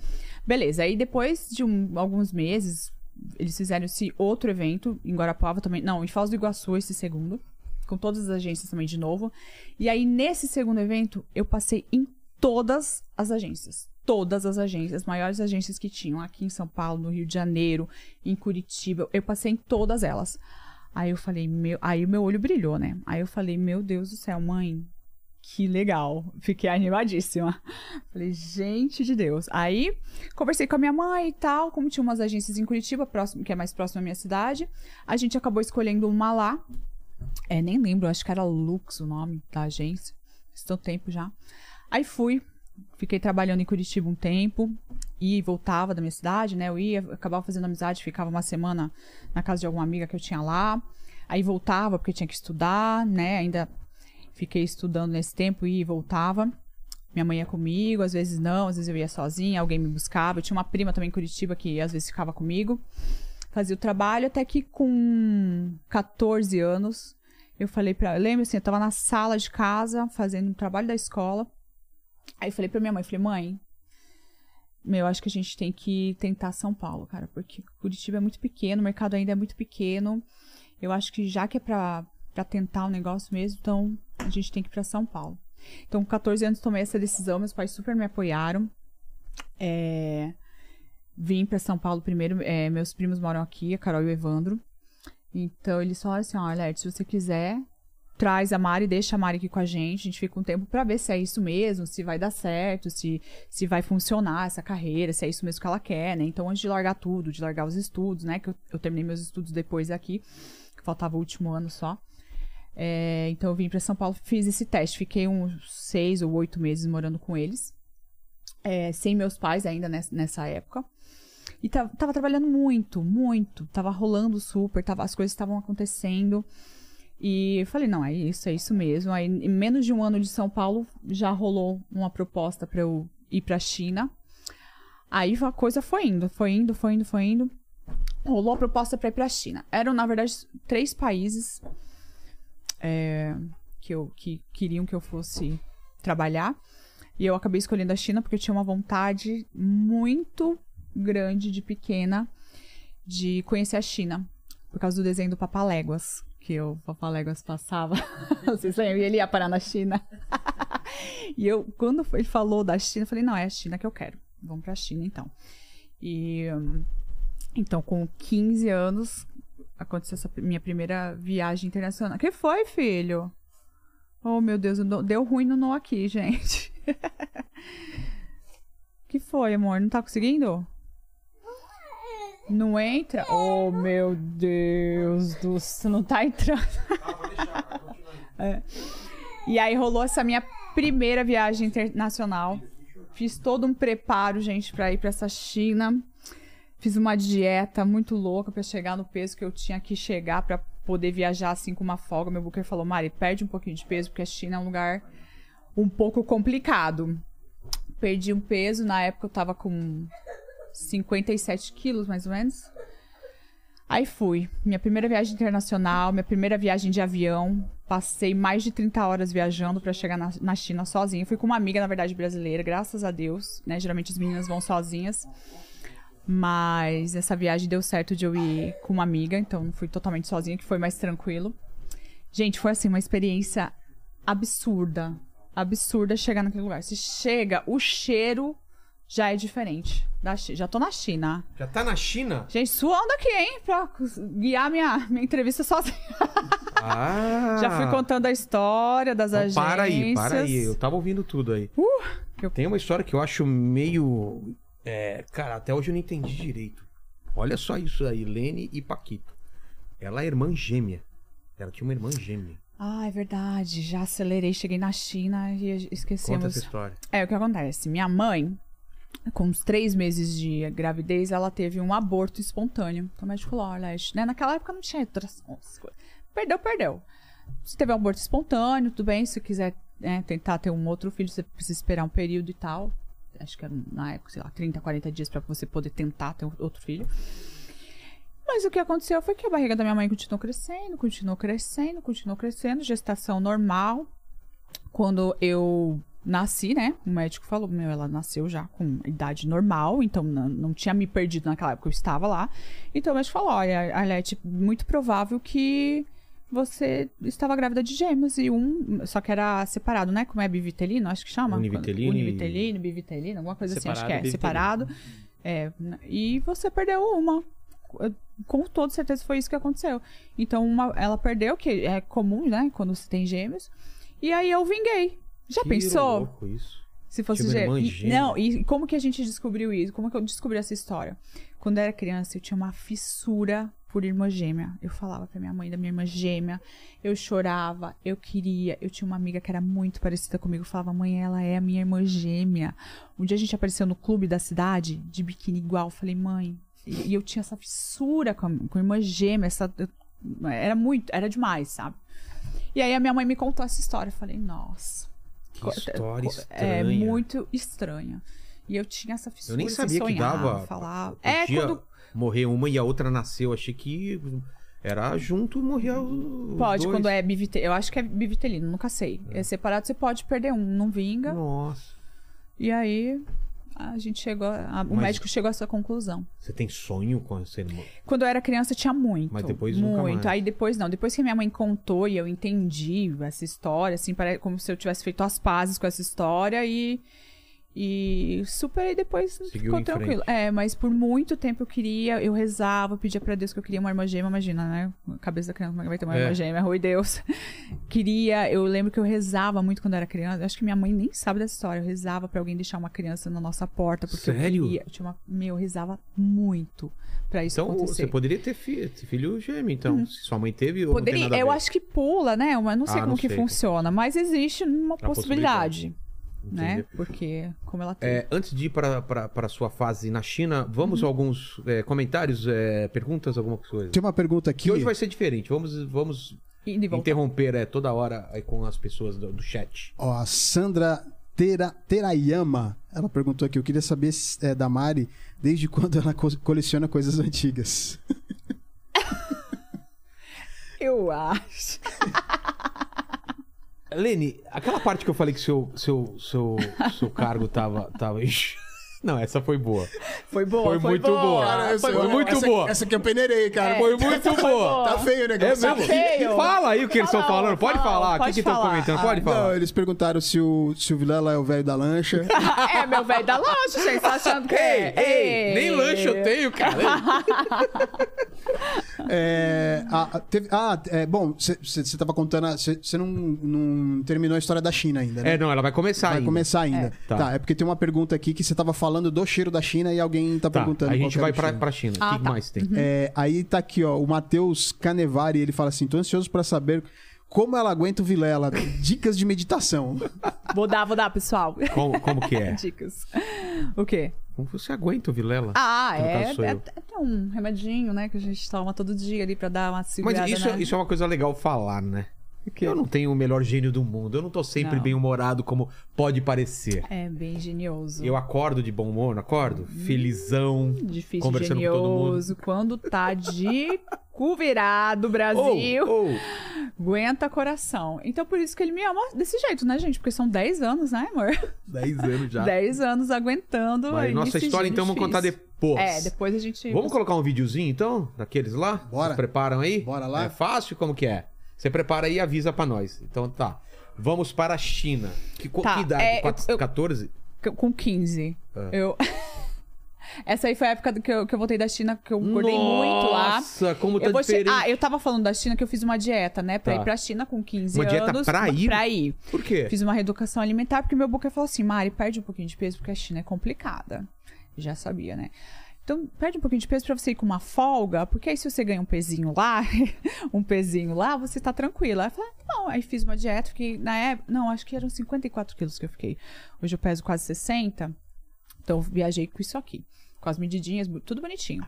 Beleza, aí depois de um- alguns meses, eles fizeram esse outro evento em Guarapuava também. Não, em Foz do Iguaçu, esse segundo. Com todas as agências também de novo. E aí, nesse segundo evento, eu passei em todas as agências. Todas as agências, as maiores agências que tinham aqui em São Paulo, no Rio de Janeiro, em Curitiba. Eu passei em todas elas. Aí eu falei, meu. Aí o meu olho brilhou, né? Aí eu falei, meu Deus do céu, mãe, que legal. Fiquei animadíssima. Falei, gente de Deus. Aí conversei com a minha mãe e tal, como tinha umas agências em Curitiba, próximo, que é mais próximo à minha cidade. A gente acabou escolhendo uma lá. É, nem lembro, acho que era Lux o nome da agência. Faz tanto tempo já. Aí fui, fiquei trabalhando em Curitiba um tempo e voltava da minha cidade, né? Eu ia, acabava fazendo amizade, ficava uma semana na casa de alguma amiga que eu tinha lá. Aí voltava porque tinha que estudar, né? Ainda fiquei estudando nesse tempo ia e voltava. Minha mãe ia comigo, às vezes não, às vezes eu ia sozinha, alguém me buscava. Eu tinha uma prima também em Curitiba que às vezes ficava comigo. Fazia o trabalho até que com 14 anos eu falei pra. Eu lembro assim, eu tava na sala de casa fazendo um trabalho da escola. Aí eu falei pra minha mãe, falei, mãe, meu, acho que a gente tem que tentar São Paulo, cara, porque Curitiba é muito pequeno, o mercado ainda é muito pequeno. Eu acho que já que é pra, pra tentar o negócio mesmo, então a gente tem que ir pra São Paulo. Então, com 14 anos tomei essa decisão, meus pais super me apoiaram. É, vim pra São Paulo primeiro, é, meus primos moram aqui, a Carol e o Evandro. Então eles falaram assim, olha, Ed, se você quiser, traz a Mari, deixa a Mari aqui com a gente, a gente fica um tempo pra ver se é isso mesmo, se vai dar certo, se, se vai funcionar essa carreira, se é isso mesmo que ela quer, né? Então, antes de largar tudo, de largar os estudos, né? Que eu, eu terminei meus estudos depois aqui, que faltava o último ano só. É, então, eu vim pra São Paulo, fiz esse teste, fiquei uns seis ou oito meses morando com eles, é, sem meus pais ainda nes- nessa época. E ta- tava, trabalhando muito, muito. Tava rolando super, tava, as coisas estavam acontecendo. E eu falei, não, é isso, é isso mesmo. Aí, em menos de um ano de São Paulo, já rolou uma proposta para eu ir pra China. Aí a coisa foi indo, foi indo, foi indo, foi indo. Rolou a proposta para ir pra China. Eram, na verdade, três países é, que, eu, que queriam que eu fosse trabalhar. E eu acabei escolhendo a China porque eu tinha uma vontade muito grande de pequena de conhecer a China por causa do desenho do Papaléguas que o Papaléguas passava. Vocês lembram? E ele ia parar na China. e eu, quando ele falou da China, eu falei, não, é a China que eu quero. Vamos pra China, então. E, hum, então, com 15 anos, aconteceu essa minha primeira viagem internacional. Que foi, filho? Oh, meu Deus, eu dou- deu ruim no nó aqui, gente. que foi, amor? Não tá conseguindo? Não entra? Oh, meu Deus do céu, não tá entrando. É. E aí rolou essa minha primeira viagem internacional. Fiz todo um preparo, gente, pra ir pra essa China. Fiz uma dieta muito louca pra chegar no peso que eu tinha que chegar pra poder viajar assim com uma folga. Meu booker falou: "Mari, perde um pouquinho de peso porque a China é um lugar um pouco complicado". Perdi um peso, na época eu tava com 57 quilos, mais ou menos. Aí fui. Minha primeira viagem internacional, minha primeira viagem de avião. Passei mais de 30 horas viajando pra chegar na, na China sozinha. Fui com uma amiga, na verdade, brasileira, graças a Deus. Né? Geralmente as meninas vão sozinhas. Mas essa viagem deu certo de eu ir com uma amiga, então fui totalmente sozinha, que foi mais tranquilo. Gente, foi assim, uma experiência absurda. Absurda chegar naquele lugar. Se chega, o cheiro já é diferente. Da Chi- já tô na China. Já tá na China? Gente, suando aqui, hein? Pra guiar minha, minha entrevista sozinha. Ah! Já fui contando a história das Uh! Não, agências. Para aí, para aí. Eu tava ouvindo tudo aí. eu- Tem uma história que eu acho meio. é, cara, até hoje eu não entendi direito. Olha só isso aí, Lene e Paquito. Ela é irmã gêmea. Ela tinha uma irmã gêmea. Ah, é verdade. Já acelerei, cheguei na China e Conta essa esquecemos. história. É, o que acontece? Minha mãe, com uns três meses de gravidez, ela teve um aborto espontâneo. Então o médico falou, olha, isso, né? naquela época não tinha ultrassom, essas coisas. Perdeu, perdeu. Se teve um aborto espontâneo, tudo bem. Se quiser né, tentar ter um outro filho, você precisa esperar um período e tal. Acho que era na época, sei lá, 30, 40 dias pra você poder tentar ter outro filho. Mas o que aconteceu foi que a barriga da minha mãe continuou crescendo, continuou crescendo, continuou crescendo, gestação normal. Quando eu nasci, né? O médico falou: Meu, ela nasceu já com idade normal, então não, não tinha me perdido naquela época, eu estava lá. Então o médico falou: Olha, Arlete, muito provável que você estava grávida de gêmeos e um, só que era separado, né? Como é bivitelino, acho que chama? Univitelino e- Univitelino, bivitelino, alguma coisa assim, acho Separado, que é, bivitelino. separado. É, e você perdeu uma. Eu- Com toda certeza foi isso que aconteceu. Então uma, ela perdeu, que é comum, né? Quando você tem gêmeos. E aí eu vinguei. Já Que pensou? louco isso. Se fosse Tinha uma irmã gêmeo. E- gêmea. Não, e como que a gente descobriu isso? Como que eu descobri essa história? Quando eu era criança, eu tinha uma fissura por irmã gêmea. Eu falava pra minha mãe da minha irmã gêmea. Eu chorava, eu queria. Eu tinha uma amiga que era muito parecida comigo. Eu falava, mãe, ela é a minha irmã gêmea. Um dia a gente apareceu no clube da cidade, de biquíni igual. Eu falei, mãe. E e eu tinha essa fissura com a, com a irmã gêmea. Essa, eu- né, era muito, era demais, sabe? E aí a minha mãe me contou essa história. Eu falei, nossa. Que Co- história co- estranha. É muito estranha. E eu tinha essa fissura. Eu nem assim, sabia que sonhava, dava. Falava. É, Podia quando morrer Um uma e a outra nasceu. Achei que era junto e morria os Pode, dois. quando é bivitelino. Eu acho que é bivitelino, nunca sei. É. separado, você pode perder um, não vinga. Nossa. E aí a gente chegou. a- o Mas- médico chegou a essa conclusão. Você tem sonho com esse animal? Quando eu era criança, tinha muito. Mas depois muito. nunca mais. Aí depois não. Depois que minha mãe contou e eu entendi essa história, assim, parece como se eu tivesse feito as pazes com essa história e. E superei depois Seguiu ficou em tranquilo. É, mas por muito tempo eu queria, eu rezava, pedia pra Deus que eu queria uma irmã gêmea, imagina, né? Cabeça da criança, como é que vai ter uma É. irmã gêmea? Oi, Deus. queria, eu lembro que eu rezava muito quando eu era criança. Eu acho que minha mãe nem sabe dessa história. Eu rezava pra alguém deixar uma criança na nossa porta, porque Sério? eu queria. Eu tinha uma, meu, eu rezava muito pra isso Então acontecer. você poderia ter filho, filho gêmeo, então. Se sua mãe teve, ou não tem Poderia, nada a eu ver? acho que pula, né? Mas não sei Ah, como não que sei. É funciona, mas existe uma possibilidade, possibilidade, né? Entendi. Porque como ela tem. É, antes de ir para sua fase na China, vamos Uhum. a alguns é, comentários, é, perguntas, alguma coisa. Tem uma pergunta aqui. Que hoje vai ser diferente. Vamos, vamos Indo e voltando. interromper é, toda hora aí com as pessoas do, do chat. Ó, a Sandra Tera, Terayama, ela perguntou aqui, eu queria saber se- é, da Mari desde quando ela co- coleciona coisas antigas. Eu acho. Lene, aquela parte que eu falei que seu, seu, seu, seu cargo tava, tava. enche- Não, essa foi boa. Foi boa, Foi muito boa. Cara, Foi essa- boa. Ah, Foi muito essa- boa. Essa que eu peneirei, cara. É. Foi muito boa. Tá feio o É negócio. mesmo? feio. Fala aí o que eles estão Fala, falando. Pode fala, falar. O que pode que estão falar. comentando? Ah, Pode Não, falar. eles perguntaram se o, se o Vilela é o velho da lancha. É, meu velho da lanche, gente. Tá achando que Ei, é. ei, nem lanche eu tenho, cara. É, a- a- teve- ah, é, bom, você estava contando. Você não, não terminou a história da China ainda, né? É, não, ela vai começar Vai ainda. começar ainda. Tá. Tá. é porque tem uma pergunta aqui que você estava falando do cheiro da China e alguém tá, Tá, perguntando. a qual gente que é vai do pra, cheiro. pra China. O Ah, que tá. mais tem? É, aí tá aqui, ó, o Matheus Canevari, ele fala assim: tô ansioso pra saber como ela aguenta o Vilela. Dicas de meditação. Vou dar, vou dar, pessoal. Como, como que é? Dicas. O quê? Como você aguenta o Vilela? Ah, No é, caso sou é, eu. é um remedinho, né? Que a gente toma todo dia ali pra dar uma segurada. Mas isso, né? isso é uma coisa legal falar, né? Porque eu não tenho o melhor gênio do mundo. Eu não tô sempre Não. bem-humorado como pode parecer. é bem genioso. Eu acordo de bom humor, não acordo? Hum. Felizão. Difícil, Conversando com todo mundo. genioso. Quando tá de cu virado, Ou, Brasil. ou, Aguenta coração. Então por isso que ele me ama desse jeito, né, gente? Porque são 10 anos, né, amor? 10 anos já. 10 anos aguentando. Mas aí, nossa esse história, giro então, vamos contar difícil. depois. É, depois a gente. Vamos colocar um videozinho, então, daqueles lá? Bora. Vocês preparam aí? Bora lá. É fácil? Como que é? Você prepara aí e avisa pra nós. Então tá. Vamos para a China. Que, co- Tá, que idade? é, eu- Quatro- eu- 14? C- Com 15. É. Eu. Essa aí foi a época do que eu, que eu voltei da China, que eu engordei muito lá. Nossa, como tá Eu vou che- diferente. Ah, eu tava falando da China que eu fiz uma dieta, né? Pra Tá. ir pra China com 15 Uma dieta anos. pra ir? Pra ir. Por quê? Fiz uma reeducação alimentar, porque meu boca falou assim: Mari, perde um pouquinho de peso, porque a China é complicada. Já sabia, né? Então, perde um pouquinho de peso pra você ir com uma folga, porque aí se você ganha um pezinho lá, um pezinho lá, você tá tranquila. Aí eu falei, ah, tá bom. Aí fiz uma dieta, fiquei na época. Não, acho que eram 54 quilos que eu fiquei. Hoje eu peso quase 60. Então, eu viajei com isso aqui. Com as medidinhas, bu- tudo bonitinho.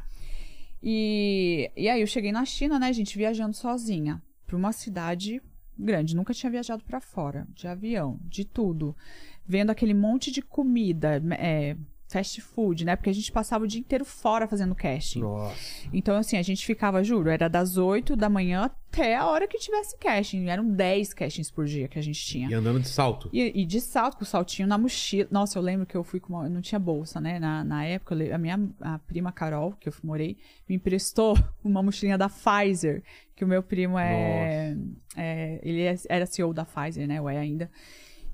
E, e aí eu cheguei na China, né, gente, viajando sozinha pra uma cidade grande. Nunca tinha viajado pra fora, de avião, de tudo. Vendo aquele monte de comida, é, fast food, né? Porque a gente passava o dia inteiro fora fazendo casting. Nossa. Então, assim, a gente ficava, juro, era das 8 da manhã até a hora que tivesse casting. Eram 10 castings por dia que a gente tinha. E andando de salto. E, e de salto, com o saltinho na mochila. Nossa, eu lembro que eu fui com uma, eu não tinha bolsa, né? Na, na época, eu le- a minha a prima Carol, que eu morei, me emprestou uma mochilinha da Pfizer, que o meu primo é. é, ele é- era CEO da Pfizer, né? Ou é ainda.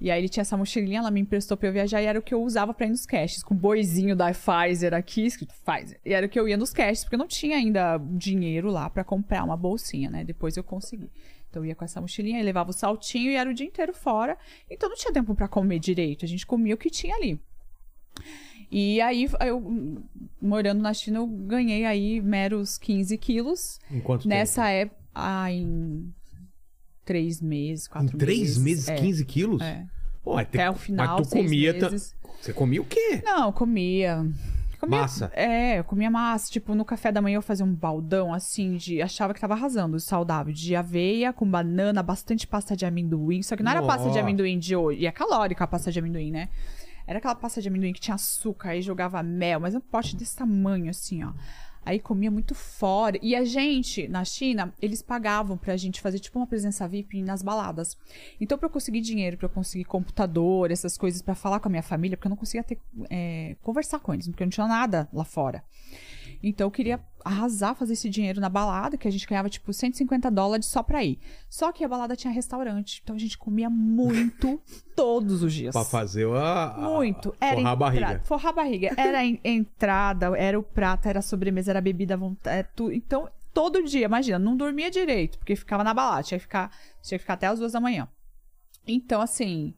E aí ele tinha essa mochilinha, ela me emprestou pra eu viajar e era o que eu usava pra ir nos caches, com o boizinho da Pfizer aqui, escrito Pfizer. E era o que eu ia nos caches, porque eu não tinha ainda dinheiro lá pra comprar uma bolsinha, né? Depois eu consegui. Então eu ia com essa mochilinha, e levava o saltinho e era o dia inteiro fora. Então não tinha tempo pra comer direito, a gente comia o que tinha ali. E aí, eu hum, morando na China, eu ganhei aí meros 15 quilos. Enquanto Nessa época, ah, em três meses, Em quatro três meses, é. 15 15 quilos? É. Pô, mas tem- Até o final, Mas tu seis comia. ta- meses. Você comia o quê? Não, eu comia. comia- Massa. É, eu comia massa. Tipo, no café da manhã eu fazia um baldão, assim, de... Achava que tava arrasando, saudável. De aveia, com banana, bastante pasta de amendoim. Só que não era pasta de Nossa. amendoim de hoje. E é calórica a pasta de amendoim, né? Era aquela pasta de amendoim que tinha açúcar e jogava mel. Mas um pote desse tamanho, assim, ó. Aí comia muito fora. E a gente, na China, eles pagavam pra gente fazer tipo uma presença VIP nas baladas. Então, pra eu conseguir dinheiro, pra eu conseguir computador, essas coisas, pra falar com a minha família, porque eu não conseguia ter, é, conversar com eles, porque eu não tinha nada lá fora. Então, eu queria arrasar, fazer esse dinheiro na balada, que a gente ganhava tipo 150 dólares só pra ir. Só que a balada tinha restaurante, então a gente comia muito todos os dias. Pra fazer a. a- Muito. Era Ah, Forrar a barriga. entrada- Forrar a barriga. Era a en- entrada, era o prato, era a sobremesa, era a bebida à vontade. é tudo. Então, todo dia, imagina, não dormia direito, porque ficava na balada, tinha que ficar, tinha que ficar até as duas da manhã. Então, assim,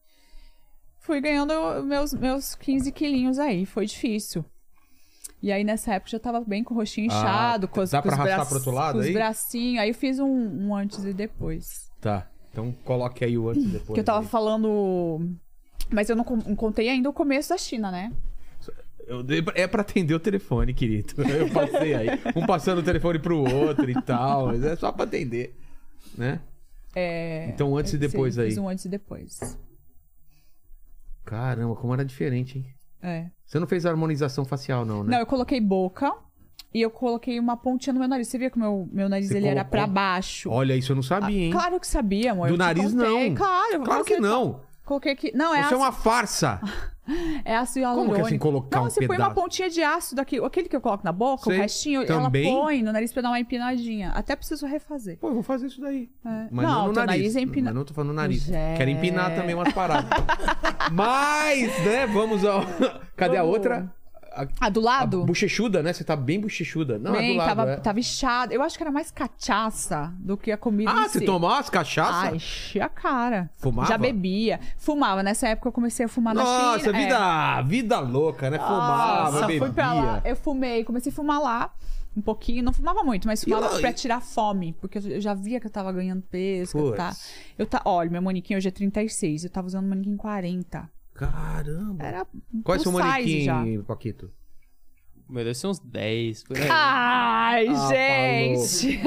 fui ganhando meus, meus 15 quilinhos aí, foi difícil. E aí, nessa época, eu já tava bem com o rostinho Ah, inchado, com, os- dá com pra os arrastar braços- pro outro lado com os aí? bracinhos. Aí eu fiz um, um antes e depois. Tá. Então coloque aí o antes e depois. que eu tava aí. falando... Mas eu não con- não contei ainda o começo da China, né? Eu dei pra- É pra atender o telefone, querido. Eu passei aí. Um passando o telefone pro outro e tal. Mas é só pra atender. Né? É, Então, antes e depois sim, aí. Fiz um antes e depois. Caramba, como era diferente, hein? É. Você não fez harmonização facial, não, né? Não, eu coloquei boca e eu coloquei uma pontinha no meu nariz. Você via que o meu, meu nariz Você ele era colocou? pra baixo. Ah, Olha, isso eu não sabia, hein? Claro que sabia, amor. Do eu te nariz, contei. não. Claro. Claro você- que não. Coloquei aqui. Não, é Você é ácido, uma farsa. é ácido hialurônico. Como que é assim, colocar Não, um você põe uma pedaço? pontinha de ácido aqui. Aquele que eu coloco na boca, Sei. o restinho, Também? ela põe no nariz pra dar uma empinadinha. Até preciso refazer. Pô, eu vou fazer isso daí. É. Mas Não, não, no teu nariz. nariz é empina- Mas não tô falando no nariz. Zé. Quero empinar também umas paradas. Mas, né, vamos ao. Cadê a Vamos. outra? A, Ah, do a lado? bochechuda, né? Você tá bem bochechuda. Não, é Bem, do lado. tava, é. tava inchado. Eu acho que era mais cachaça do que a comida em Ah, si. você tomou umas Ah, cachaças? enchia a cara. Fumava? Já bebia. Fumava. Nessa época eu comecei a fumar na Nossa, China. é. vida, vida louca, né? Fumava, Nossa, bebia. fui pra lá. É Eu fumei, comecei a fumar lá. Um pouquinho, não fumava muito, mas fumava lá- pra tirar fome, porque eu já via que eu tava ganhando peso. que eu, Puts. tá, eu tá. Olha, meu manequim hoje é 36, eu tava usando manequim 40. Caramba. Era. Qual é plus seu um size manequim, já. Paquito? Meu, deve ser uns 10 por aí. Ai, É. Ah, gente!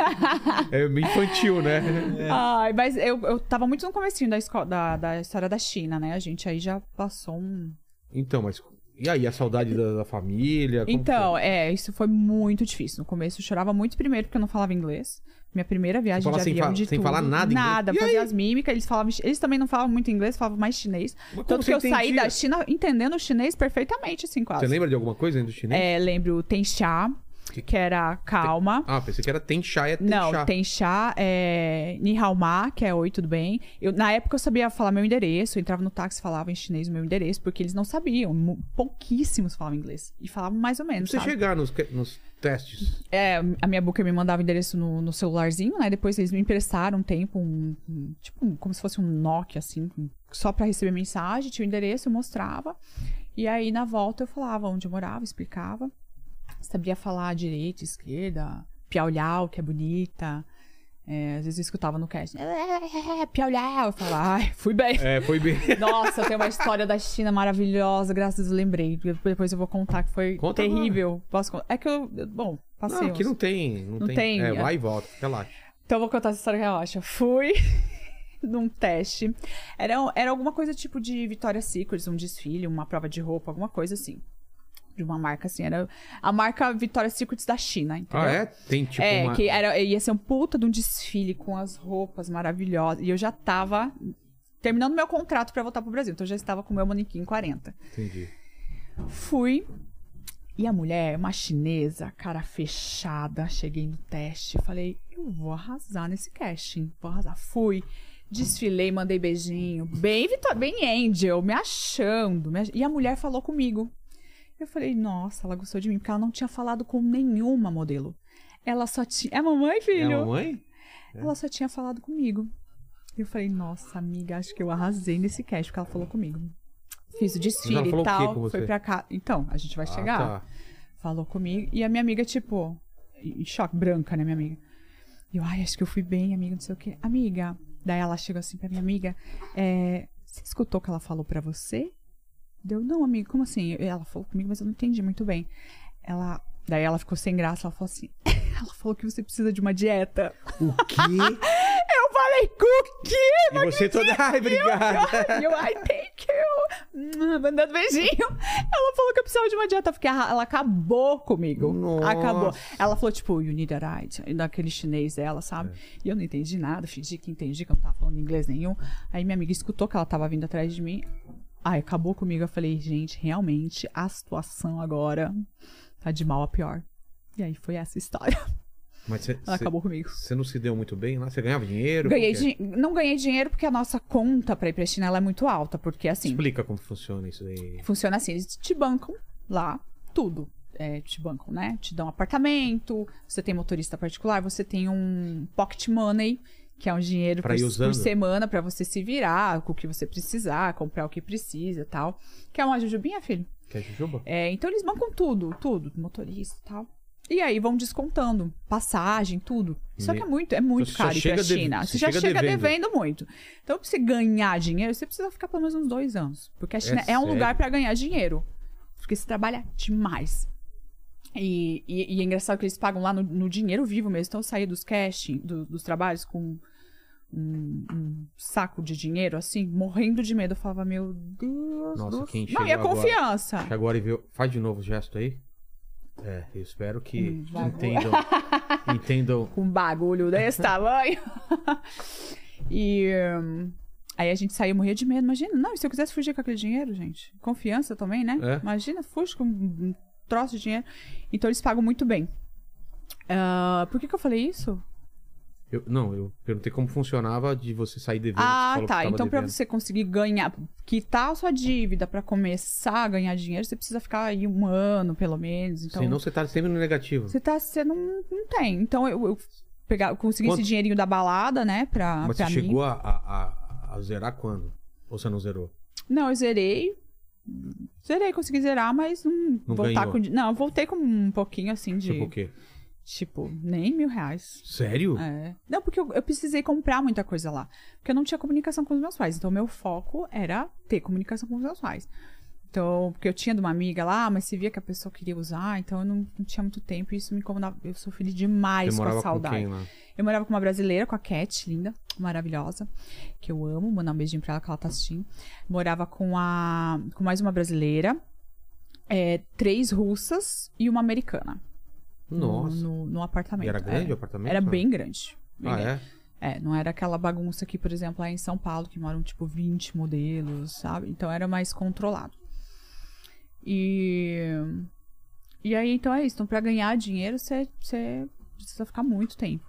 É infantil, né? Ai, mas eu, eu tava muito no comecinho da, esco- da, da história da China, né? A gente aí já passou um, Então, mas. E aí, a saudade da, da família? Como Então, é, isso foi muito difícil. No começo eu chorava muito primeiro porque eu não falava inglês. Minha primeira viagem Você fala de sem avião fa- de sem tudo. falar nada em inglês? Nada, E fazia as mímicas, eles falavam, eles também não falavam muito inglês, falavam mais chinês. Mas como Tanto você que eu saí entendia? da China entendendo o chinês perfeitamente, assim, foi? quase. Você lembra né? de alguma coisa ainda do chinês? É, lembro tem chá, que era calma. Ah, pensei que era tem chá, é tem Não, chá. tem chá, é, ni hao ma, que é oi, tudo bem. Eu, na época eu sabia falar meu endereço, eu entrava no táxi e falava em chinês o meu endereço, porque eles não sabiam, mu- pouquíssimos falavam inglês. E falavam mais ou menos, Você sabe? chegar nos, que- nos testes. É, a minha booker me mandava o endereço no, no celularzinho, né? Depois eles me emprestaram um tempo, um, um- tipo, um- como se fosse um Nokia, assim, um- só pra receber mensagem, tinha o endereço, eu mostrava. E aí, na volta, eu falava onde eu morava, explicava. Sabia falar direita, esquerda, piauliau, que é bonita. É, às vezes eu escutava no cast, é, piauliau. Eu falava, ai, fui bem. É, foi bem. Nossa, tem uma história da China maravilhosa, graças a Deus eu lembrei. Depois eu vou contar que foi Conta terrível. Posso contar? É que eu, eu- bom, passei. Não, aqui uns- não tem. Não, Não tem. tem, É, é. vai e volta, relaxa. Então eu vou contar essa história que eu acho. Eu Fui num teste. Era, era alguma coisa tipo de Victoria's Secrets, um desfile, uma prova de roupa, alguma coisa assim. De uma marca assim, era a marca Victoria's Secrets da China, entendeu? Ah, é? Tem tipo é, uma. que era, ia ser um puta de um desfile com as roupas maravilhosas. E eu já tava terminando meu contrato pra voltar pro Brasil. Então eu já estava com o meu manequim 40. Entendi. Fui. E a mulher, uma chinesa, cara fechada, cheguei no teste, falei, eu vou arrasar nesse casting, vou arrasar. Fui, desfilei, mandei beijinho, bem Vitor, bem Angel, me achando. me ach- E a mulher falou comigo. Eu falei, nossa, ela gostou de mim, porque ela não tinha falado com nenhuma modelo. Ela só tinha. É mamãe, É filho? a mamãe? É. Ela só tinha falado comigo. Eu falei, nossa, amiga, acho que eu arrasei nesse cast, porque ela falou comigo. Fiz Mas o ela desfile falou e o quê tal. com você? Foi pra cá. Então, a gente vai Ah, chegar. tá. Falou comigo. E a minha amiga, tipo, em choque, branca, né, minha amiga? E eu, ai, acho que eu fui bem, amiga, não sei o quê. Amiga. Daí ela chegou assim pra minha amiga: é, Você escutou o que ela falou pra você? Deu, não, amiga, como assim? Ela falou comigo, mas eu não entendi muito bem. Ela. Daí ela ficou sem graça, ela falou assim. Ela falou que você precisa de uma dieta. O quê? Eu falei, com o quê? e você toda. Ai, obrigada. E eu, ai, thank you. Hum, Mandando beijinho. Ela falou que eu precisava de uma dieta, porque a- ela acabou comigo. Nossa. Acabou. Ela falou, tipo, you need a ride, daquele chinês dela, sabe? E eu não entendi nada, fingi que entendi, que eu não tava falando inglês nenhum. Aí minha amiga escutou que ela tava vindo atrás de mim. Ai, acabou comigo. Eu falei, gente, realmente, a situação agora tá de mal a pior. E aí foi essa história. Mas você- Ela você- Ah, acabou comigo. você não se deu muito bem lá? Você ganhava dinheiro? Ganhei Como que é? din- Não ganhei dinheiro porque a nossa conta pra ir pra China ela é muito alta, porque assim. Explica como funciona isso aí. Funciona assim, eles te bancam lá tudo. É, te bancam, né? Te dão apartamento, você tem motorista particular, você tem um pocket money, que é um dinheiro Pra por, ir usando. por semana pra você se virar com o que você precisar, comprar o que precisa e tal. Quer uma jujubinha, filho? Quer jujuba? É, então eles bancam tudo, tudo, motorista e tal. E aí vão descontando passagem, tudo. Só Me- que é muito, é muito Você só caro ir chega pra dev- China. você Você, já chega chega, devendo. devendo. muito. Então, pra você ganhar dinheiro, você precisa ficar pelo menos uns dois anos. Porque a China é, um sério? lugar pra ganhar dinheiro. Porque você trabalha demais. E, e- e é engraçado que eles pagam lá no, no dinheiro vivo mesmo. Então eu saía dos casting, do- dos trabalhos com um, um saco de dinheiro, assim, morrendo de medo. Eu falava, meu Deus. Nossa, do quem céu." Não, e a chegou agora- confiança. Que agora viu. Faz de novo o gesto aí. É, eu espero que Hum, vai. entendam. entendam. com um bagulho desse tamanho. e hum, aí a gente saiu morria de medo. Imagina, não, e se eu quisesse fugir com aquele dinheiro, gente? Confiança também, né? É. Imagina, fuge com um troço de dinheiro. Então eles pagam muito bem. Ah, por que, que eu falei isso? Eu- não, eu perguntei como funcionava de você sair devendo. você ah, falou que tá. tava Então, pra devendo. você conseguir ganhar, quitar a sua dívida pra começar a ganhar dinheiro, você precisa ficar aí um ano, pelo menos. Então, Senão você tá sempre no negativo. Você tá. Você não, não tem. Então, eu, eu pegar, eu consegui Quanto- esse dinheirinho da balada, né? Pra, Mas pra você mim. chegou a, a- a- a zerar quando? Ou você não zerou? Não, eu zerei. Zerei, consegui zerar, mas hum, Não voltar ganhou. com. di- Não, eu voltei com um pouquinho assim de. Tipo o quê? Tipo, nem mil reais. Sério? É. Não, porque eu, eu precisei comprar muita coisa lá. Porque eu não tinha comunicação com os meus pais. Então, meu foco era ter comunicação com os meus pais. Então, porque eu tinha de uma amiga lá, mas se via que a pessoa queria usar, então eu não, não tinha muito tempo e isso me incomodava. Eu sofri demais você Ah, com a morava com saudade. quem lá? Eu morava com uma brasileira, com a Cat, linda, maravilhosa, que eu amo. Mandar um beijinho pra ela que ela tá assistindo. Morava com a. com mais uma brasileira, é, três russas e uma americana. no- Nossa. No, no apartamento. E era grande é. o apartamento? Era Não? bem grande. bem Ah, grande. é? É, não era aquela bagunça que, por exemplo, lá em São Paulo, que moram tipo 20 modelos, sabe? Então era mais controlado. E. E aí, então é isso. Então, pra ganhar dinheiro, você você precisa ficar muito tempo.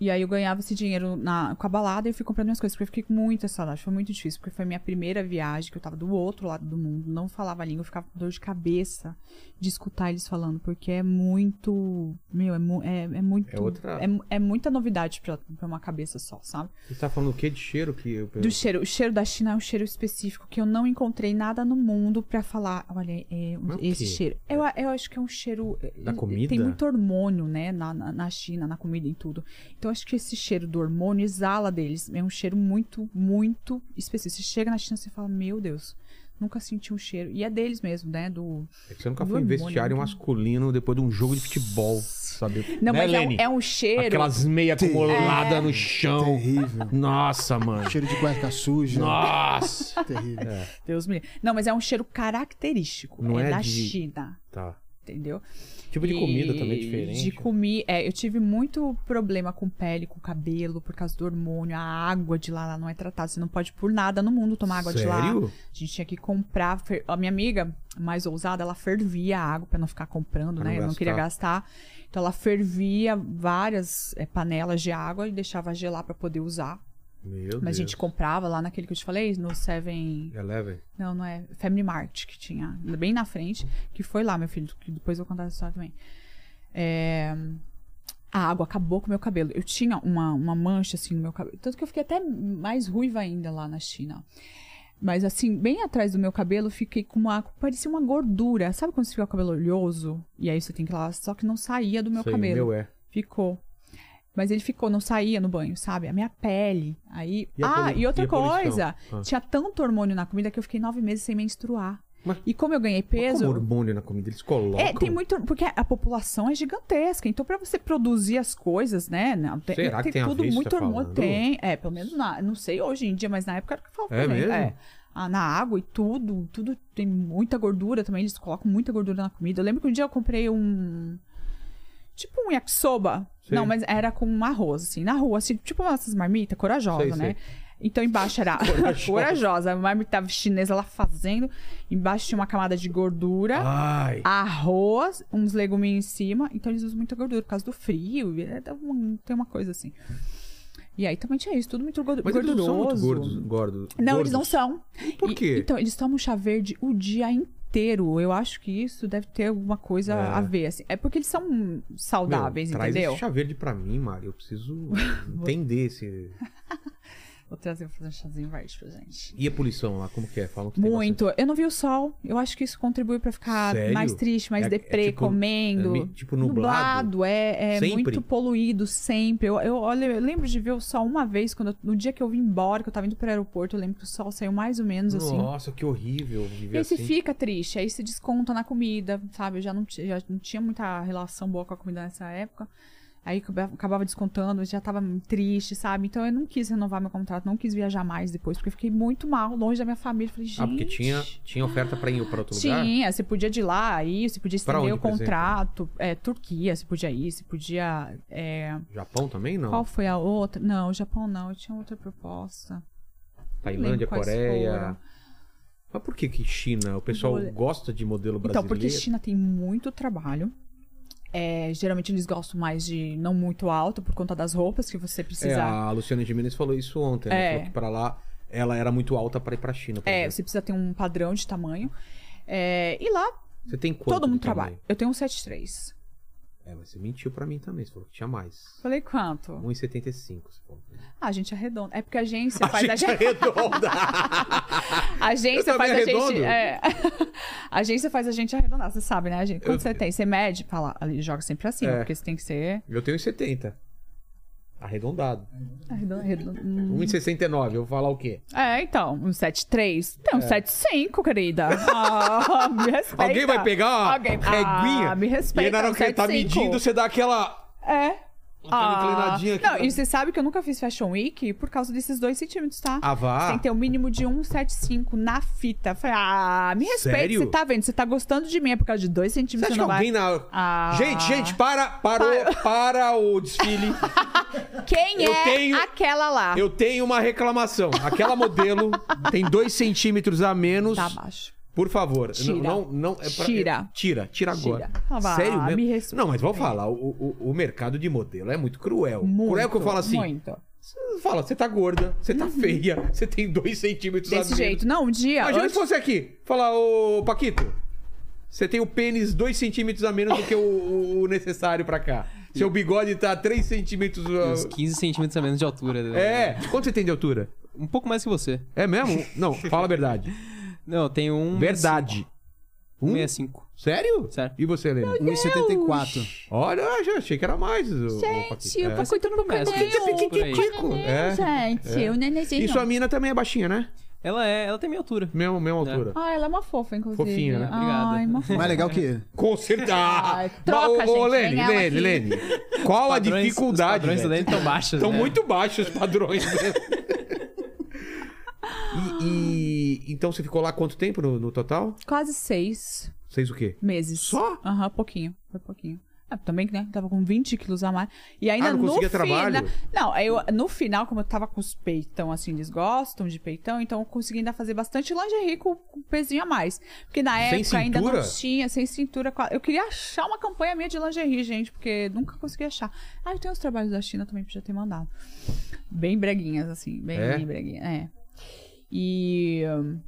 E aí eu ganhava esse dinheiro na, com a balada e eu fui comprando minhas coisas, porque eu fiquei com muita saudade. Foi muito difícil, porque foi minha primeira viagem, que eu tava do outro lado do mundo, não falava a língua, eu ficava com dor de cabeça de escutar eles falando, porque é muito. Meu, é, mu- é, é muito. É outra- é mu- é muita novidade pra, pra uma cabeça só, sabe? Você tá falando o quê de cheiro que eu Do cheiro. O cheiro da China é um cheiro específico que eu não encontrei nada no mundo pra falar. Olha, é um- Mas o esse quê? cheiro. Eu, a- eu acho que é um cheiro. eh, Da comida? Tem muito hormônio, né? Na, na, na China, na comida, em tudo. Então acho que esse cheiro do hormônio exala deles. É um cheiro muito, muito específico. Você chega na China e fala, meu Deus. Nunca senti um cheiro. E é deles mesmo, né? Do. É que você nunca Do foi em hormônio, vestiário né? masculino depois de um jogo de futebol, sabe? Né, Não, mas é um, Lene? é um cheiro. É. Aquelas meias acumuladas no chão. Terrível. Nossa, mano. Cheiro de cueca suja. Nossa. Terrível. Deus me livre. Não, mas é um cheiro característico. Não é da de- China. Tá. Entendeu? Tipo de E comida também é diferente. De comi... é, eu tive muito problema com pele, com cabelo, por causa do hormônio. A água de lá, lá não é tratada. Você não pode por nada no mundo tomar água de lá. Sério? A gente tinha que comprar. fer- A minha amiga, mais ousada, ela fervia a água pra não ficar comprando, Pra né? não Eu não queria gastar. Então ela fervia várias é, panelas de água e deixava gelar pra poder usar. Meu Mas Deus. a gente comprava lá naquele que eu te falei, no Seven. Eleven. Não, não é. Family Mart que tinha. Bem na frente. Que foi lá, meu filho. Que depois eu vou contar essa história também. É, A água acabou com o meu cabelo. Eu tinha uma, uma mancha assim no meu cabelo. Tanto que eu fiquei até mais ruiva ainda lá na China. Mas assim, bem atrás do meu cabelo, fiquei com uma. Parecia uma gordura. Sabe quando você fica com o cabelo oleoso? E aí você tem que ir lá. Só que não saía do meu Sei, cabelo. Meu é. Ficou. Mas ele ficou, não saía no banho, sabe? A minha pele. Aí. E a ah, polu- e outra e a poluição? coisa. Ah. Tinha tanto hormônio na comida que eu fiquei nove meses sem menstruar. Mas- E como eu ganhei Como peso. hormônio na comida, eles colocam. É, tem muito. Porque a população é gigantesca. Então, pra você produzir as coisas, né? Não, tem, Será que tem tem a tudo ver isso que muito tá hormônio. falando? Tem. É, pelo menos na. Não sei hoje em dia, mas na época era o que falava. É pra gente. mesmo? Ah, na água e tudo, tudo tem muita gordura também, eles colocam muita gordura na comida. Eu lembro que um dia eu comprei um. Tipo um yakisoba. Sei. Não, mas era com arroz, assim, na rua, assim, tipo essas marmitas, corajosa, Sei, sei. né? Então embaixo era Corajosa. corajosa, a marmita chinesa lá fazendo. Embaixo tinha uma camada de Ah, gordura Ai. arroz, uns leguminhos em cima. Então eles usam muita gordura por causa do frio. e é, dá um- tem uma coisa assim. E aí também tinha isso, tudo muito gordu- Mas eles gorduroso. não são muito gordos. gordos Não, eles não gordos. são. Por E- quê? então, eles tomam chá verde o dia inteiro. Eu acho que isso deve ter alguma coisa É. a ver, assim. É porque eles são Meu, saudáveis, traz entendeu? esse chá verde pra mim, Mari. Eu preciso entender esse... Vou trazer, vou fazer um chazinho verde pra gente. E a poluição lá, como que é? Falam que tem bastante- Muito. Eu não vi o sol. Eu acho que isso contribui pra ficar Sério? mais triste, mais É- é deprê, tipo- comendo. é meio- tipo nublado. é, é Sempre? muito poluído sempre. Eu, eu, olha, eu lembro de ver o sol uma vez, quando eu- no dia que eu vim embora, que eu tava indo pro aeroporto, eu lembro que o sol saiu mais ou menos assim. Nossa, que horrível E viver aí você assim. fica triste, aí se desconta na comida, sabe? Eu já não, ti- já não tinha muita relação boa com a comida nessa época. Aí acabe- acabava descontando, eu já tava triste, sabe? Então eu não quis renovar meu contrato, não quis viajar mais depois, porque eu fiquei muito mal, longe da minha família. Falei, gente. Ah, porque tinha, tinha oferta pra ir pra outro lugar? Tinha, é, você podia de lá aí, você podia Pra estender onde, o por exemplo? contrato. É, Turquia, você podia ir, você podia. é, Japão também não? Qual foi a outra? Não, Japão não, eu tinha outra proposta. Tailândia, lembro quais Coreia. foram. Mas por que que China? O pessoal Vou ler. gosta de modelo brasileiro? Então, porque China tem muito trabalho. É, geralmente eles gostam mais de não muito alto por conta das roupas que você É, precisa. a Luciana Gimenez falou isso ontem. né? É. Falou que pra lá ela era muito alta pra ir pra China. por É, exemplo. você precisa ter um padrão de tamanho. É, e lá Você tem quanto? todo mundo de tamanho? trabalha. Eu tenho um 73. É, mas você mentiu pra mim também. Você falou que tinha mais. Falei quanto? 1,75. Você falou. Ah, a gente arredonda. É porque a gente arredonda! agência faz a gente. A agência Eu faz a também gente. arredondo. é. a agência faz a gente arredondar, você sabe, né, a gente? Quando Eu- você tem, você mede, fala, ali, joga sempre pra cima, É. porque você tem que ser Eu tenho 1,70. Arredondado. arredondo. arredondo- hum. 1,69. Eu vou falar o quê? É, então, um 73. Tem um 75, querida. Ah, me respeita. É. Alguém vai pegar uma Alguém- reguinha? Ah, me respeita. e aí na hora que um ele tá 75. medindo, você dá aquela... É. Aquela inclinadinha aqui. Não, e você sabe que eu nunca fiz Fashion Week por causa desses dois centímetros, tá? Ah, vá. Você tem que ter o mínimo de 1,75 na fita. Falei, ah, me respeita. Sério? Você tá vendo? Você tá gostando de mim é por causa de dois Você centímetros. acha que não vai- alguém na. Ah. Gente, gente, para! Parou! Para o desfile! Quem Eu é tenho- aquela lá? Eu tenho uma reclamação. Aquela modelo tem dois centímetros a menos. Tá abaixo. Por favor. Tira. Não, não, não, é pra- Tira. Tira, tira agora. Tira. Ah, vá, Sério me mesmo? respeita. Não, mas vou falar, o, o, o mercado de modelo é muito cruel. Muito. cruel que eu falo assim. Muito. Você fala, você tá gorda, você tá feia, você tem dois centímetros a Uhum. Desse menos. jeito. Não, um dia. Imagina antes- se fosse aqui. Falar, ô Paquito, você tem o pênis 2 centímetros a menos do que o- o, o necessário pra cá. Seu bigode tá 3 centímetros. ah, Uns 15 centímetros a menos de altura. né? É. Quanto você tem de altura? Um pouco mais que você. É mesmo? Não, fala a verdade. Não, eu tenho um... Verdade. Um? 65. Sério? Sério. E você, É. Helena? 1,74. Olha, eu já achei que era mais. o- o Paquito. Gente, É. o Paquito não começa. começa. Por aí. É. Gente, o nenenzinho. E sua mina também é baixinha, né? Ela é, ela tem minha altura. Mesmo, mesma É. altura. Ah, ela é uma fofa, inclusive. Fofinha, né? Obrigado. Ai, uma fofa. Mais legal que ele. Com certeza. Ai, Mas, troca, ô, ô, gente, Lene, vem ela Lene, aqui. Lene. Qual a Padrões- Os dificuldade? padrões velho? dele estão baixos, Estão né? muito baixos os padrões. né? e, e- então você ficou lá quanto tempo no, no total? Quase seis Vocês o quê? meses. Só? Aham, pouquinho. Foi pouquinho. Ah, também, né? Tava com 20 quilos a mais. E ainda Ah, não no conseguia fina- trabalho? Não, aí eu, no final, como eu tava com os peitão, assim, eles gostam de peitão, então eu consegui ainda fazer bastante lingerie com, com pezinho a mais. Porque na Sem época ainda não cintura? tinha, sem cintura. qua- Eu queria achar uma campanha minha de lingerie, gente, porque nunca consegui achar. Ah, eu tenho os trabalhos da China também, podia ter mandado. Bem breguinhas, assim, bem É? breguinhas, é. E... hum,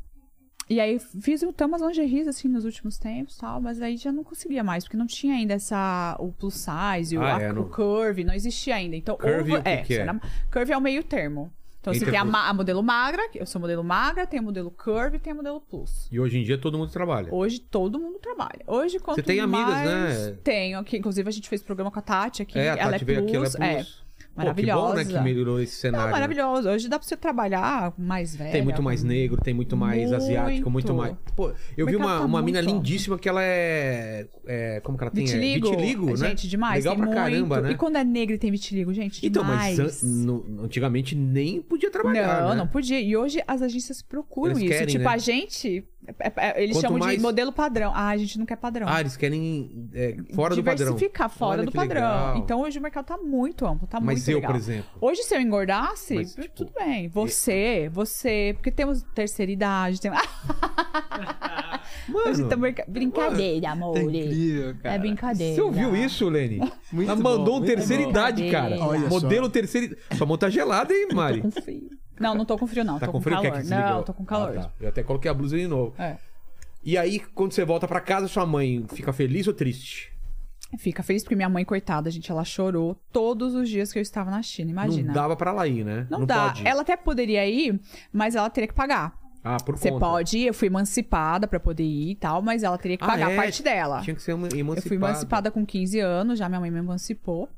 E aí fiz até umas lingeries, assim, nos últimos tempos tal, mas aí já não conseguia mais, porque não tinha ainda essa... O plus size, o, Ah, a- é, o não- curve, não existia ainda. Então, Curve, ou vo- o que é, que é? será- curve é o meio termo. Então você Entre tem a, os- ma- a modelo magra, que eu sou modelo magra, tem a modelo curve e tem a modelo plus. E hoje em dia todo mundo trabalha. Hoje todo mundo trabalha. Hoje, quanto Você tem amigas, mais- né? Tenho. Aqui, inclusive, a gente fez programa com a Tati aqui. é, a Tati ela, é veio plus, aqui, ela é plus. é. Pô, que bom, né, maravilhosa. que melhorou esse Não, cenário. né? maravilhosa. Hoje dá pra você trabalhar mais velha. Tem muito mais negro, tem muito mais Muito. asiático, muito mais. Pô, eu vi mercado uma, tá uma mina muito, ó. lindíssima que ela é, é. Como que ela tem? Vitiligo. é, vitiligo né? Gente, demais. Legal tem pra muito. caramba, né? E quando é negra e tem vitiligo, gente, Então, demais. mas an- no- antigamente nem podia trabalhar. Não, né? não podia. E hoje as agências procuram Eles isso. querem, tipo, né? a gente. é- é- Eles Quanto chamam mais- de modelo padrão. Ah, a gente não quer padrão. Ah, eles querem é, fora do padrão. Diversificar fora Olha do que padrão. legal. Então hoje o mercado tá muito amplo, tá Mas muito eu, legal. por exemplo. Hoje, se eu engordasse, Mas, tipo, tudo bem. Você, você. Porque temos terceira idade, tem. Mano, Hoje tá brinca- Brincadeira, amor. Tá incrível, cara. É brincadeira. Você ouviu isso, Leni? Muito Ela bom, mandou um muito terceira bom. idade, cara. Olha Modelo terceira idade. Sua mão tá gelada, hein, Mari? Com frio. Não, não tô com frio, não. Tá tô com frio? Quer calor. que desligue? não, tô com calor. Ah, tá. Eu até coloquei a blusa de novo. É. E aí, quando você volta pra casa, sua mãe fica feliz ou triste? Fica feliz porque minha mãe, coitada, gente, ela chorou todos os dias que eu estava na China, imagina. Não dava pra ela ir, né? Não dá. pode ir. Ela até poderia ir, mas ela teria que pagar. Ah, por Você conta. pode ir, eu fui emancipada pra poder ir e tal, mas ela teria que Ah, pagar é? a parte dela. Tinha que ser eman- emancipada. Eu fui emancipada com 15 anos, já minha mãe me emancipou.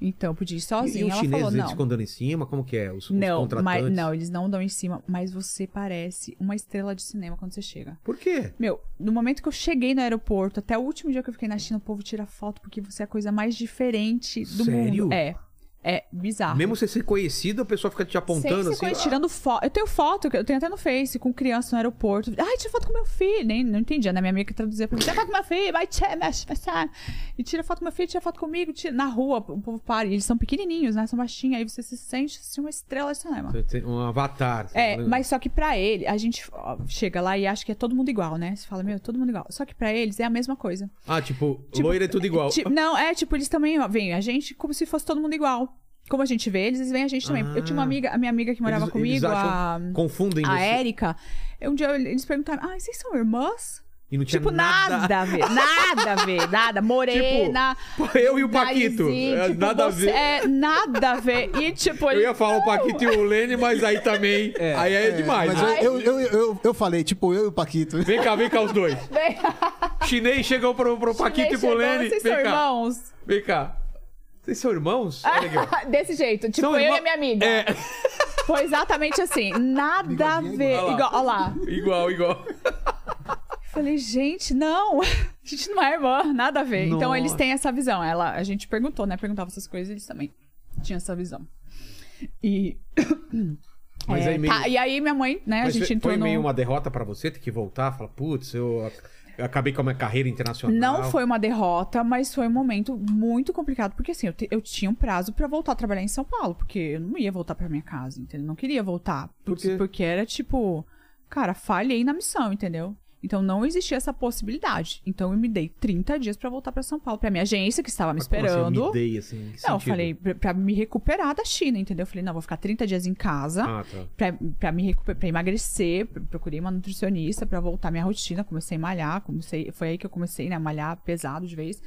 Então eu podia ir E, e sozinha. os ela chineses, falou, eles não. ficam dando em cima? Como que é? Os, os Não, contratantes? mas, não, eles não dão em cima, mas você parece uma estrela de cinema quando você chega. Por quê? Meu, no momento que eu cheguei no aeroporto, até o último dia que eu fiquei na China, o povo tira foto porque você é a coisa mais diferente do Sério? mundo. É. É bizarro. Mesmo você ser conhecido, a pessoa fica te Sempre apontando você assim. conhece, "Ah, tirando foto. Eu tenho foto, que eu tenho até no Face, com criança no aeroporto. Ai, tira foto com meu filho. Nem, não entendia, né? Minha amiga que traduzia pra mim. Tira foto com meu filho, vai, tira, mexe, mexe, mexe." E tira foto com meu filho, tira foto comigo. tira- Na rua, o povo para. E eles são pequenininhos, né? São baixinhos. Aí você se sente assim, uma estrela de cinema. você tem Um avatar. você É, fala, mas só que pra ele, a gente ó, chega lá e acha que é todo mundo igual, né? Você fala, meu, todo mundo igual. Só que pra eles é a mesma coisa. Ah, tipo, Tipo, loira é tudo igual. Ti- não, é, tipo, eles também ó, veem a gente como se fosse todo mundo igual. Como a gente vê eles, eles veem a gente também. Ah. Eu tinha uma amiga, a minha amiga que morava Eles- comigo, eles acham- a, confundem a você. Érica. Um dia eu- eles perguntaram, ah, vocês são irmãs? E não tinha tipo, nada. a ver, nada a ver, nada. Morena. Pô, eu e o Tipo, Paquito. narizinho, é, tipo, nada a você- ver. É, nada a ver. E, tipo, Eu eles- ia falar o Paquito e o Lene, mas aí também. aí é, demais. né? Ai. Mas eu, eu, eu, eu, eu falei, tipo, eu e o Paquito. Vem cá, vem cá os dois. Vem- Chinês chegou pro, pro Paquito e pro chegou, Lene. Vocês Vem são cá. irmãos? Vem cá. Vocês são irmãos? Olha aqui, ó. Desse jeito, tipo, São eu irmã- e a minha amiga. É, Foi exatamente assim. Nada a ver. igual. Igual, ó lá. igual, igual. Falei, gente, não, a gente não é irmã, nada a ver. Então Nossa. eles têm essa visão. Ela, a gente perguntou, né? Perguntava essas coisas, eles também tinham essa visão. E, Mas é, aí meio- tá, e aí minha mãe, né? a Mas gente entrou foi no... meio uma derrota pra você ter que voltar, falar, putz, eu ac- acabei com a minha carreira internacional. Não foi uma derrota, mas foi um momento muito complicado, porque assim, eu, te- eu tinha um prazo pra voltar a trabalhar em São Paulo, porque eu não ia voltar pra minha casa, entendeu? Não queria voltar. Por porque- quê? Porque era tipo, cara, falhei na missão, entendeu? Então não existia essa possibilidade. Então eu me dei 30 dias pra voltar pra São Paulo, pra minha agência que estava me Mas como assim, eu esperando. me dei, assim, em que Não, eu sentido? falei pra, pra me recuperar da China, entendeu? Eu falei, não, vou ficar 30 dias em casa Ah, tá. pra, pra me recuperar, pra emagrecer. pr- Procurei uma nutricionista pra voltar à minha rotina. Comecei a malhar, comecei, foi aí que eu comecei, né, a malhar pesado de vez.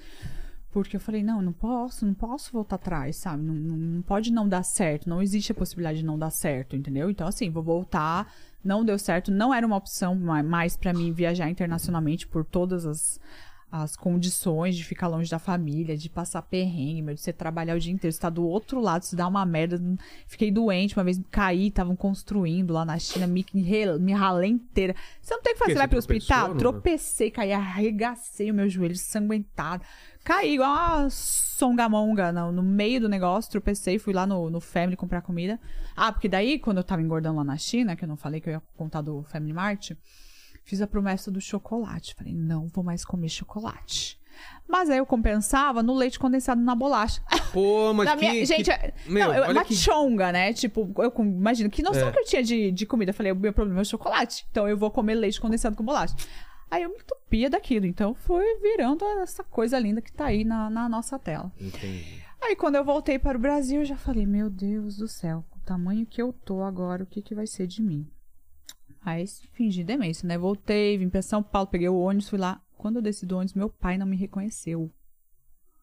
Porque eu falei, não, não posso, não posso voltar atrás, sabe? Não, não, não pode não dar certo, não existe a possibilidade de não dar certo, entendeu? Então, assim, vou voltar, não deu certo, não era uma opção ma- mais pra mim viajar internacionalmente por todas as, as condições de ficar longe da família, de passar perrengue, meu, de você trabalhar o dia inteiro, você tá do outro lado, se dá uma merda. Fiquei doente, uma vez caí, estavam construindo lá na China, me, re- me ralei inteira. Você não tem o que fazer, Porque você vai você pro hospital, tropeçou, não? é? tropecei, caí, arregacei o meu joelho sanguentado. Caí igual uma songamonga no, no meio do negócio, tropecei, fui lá no, no Family comprar comida. Ah, porque daí, quando eu tava engordando lá na China, que eu não falei que eu ia contar do Family Mart, fiz a promessa do chocolate. Falei, não vou mais comer chocolate. Mas aí eu compensava no leite condensado na bolacha. Pô, mas Na que, minha- gente, que- é- Meu, não, eu, olha uma que... chonga, né? Tipo, eu com- imagino, que noção É. que eu tinha de, de comida. Eu falei, o meu problema é o chocolate, então eu vou comer leite condensado com bolacha. Aí eu me entupia daquilo, então foi virando essa coisa linda que tá aí na, na nossa tela. Entendi. Aí quando eu voltei para o Brasil, eu já falei, meu Deus do céu, o tamanho que eu tô agora, o que, que vai ser de mim? Aí fingi demência, né? Voltei, vim pra São Paulo, peguei o ônibus, fui lá. Quando eu desci do ônibus, meu pai não me reconheceu.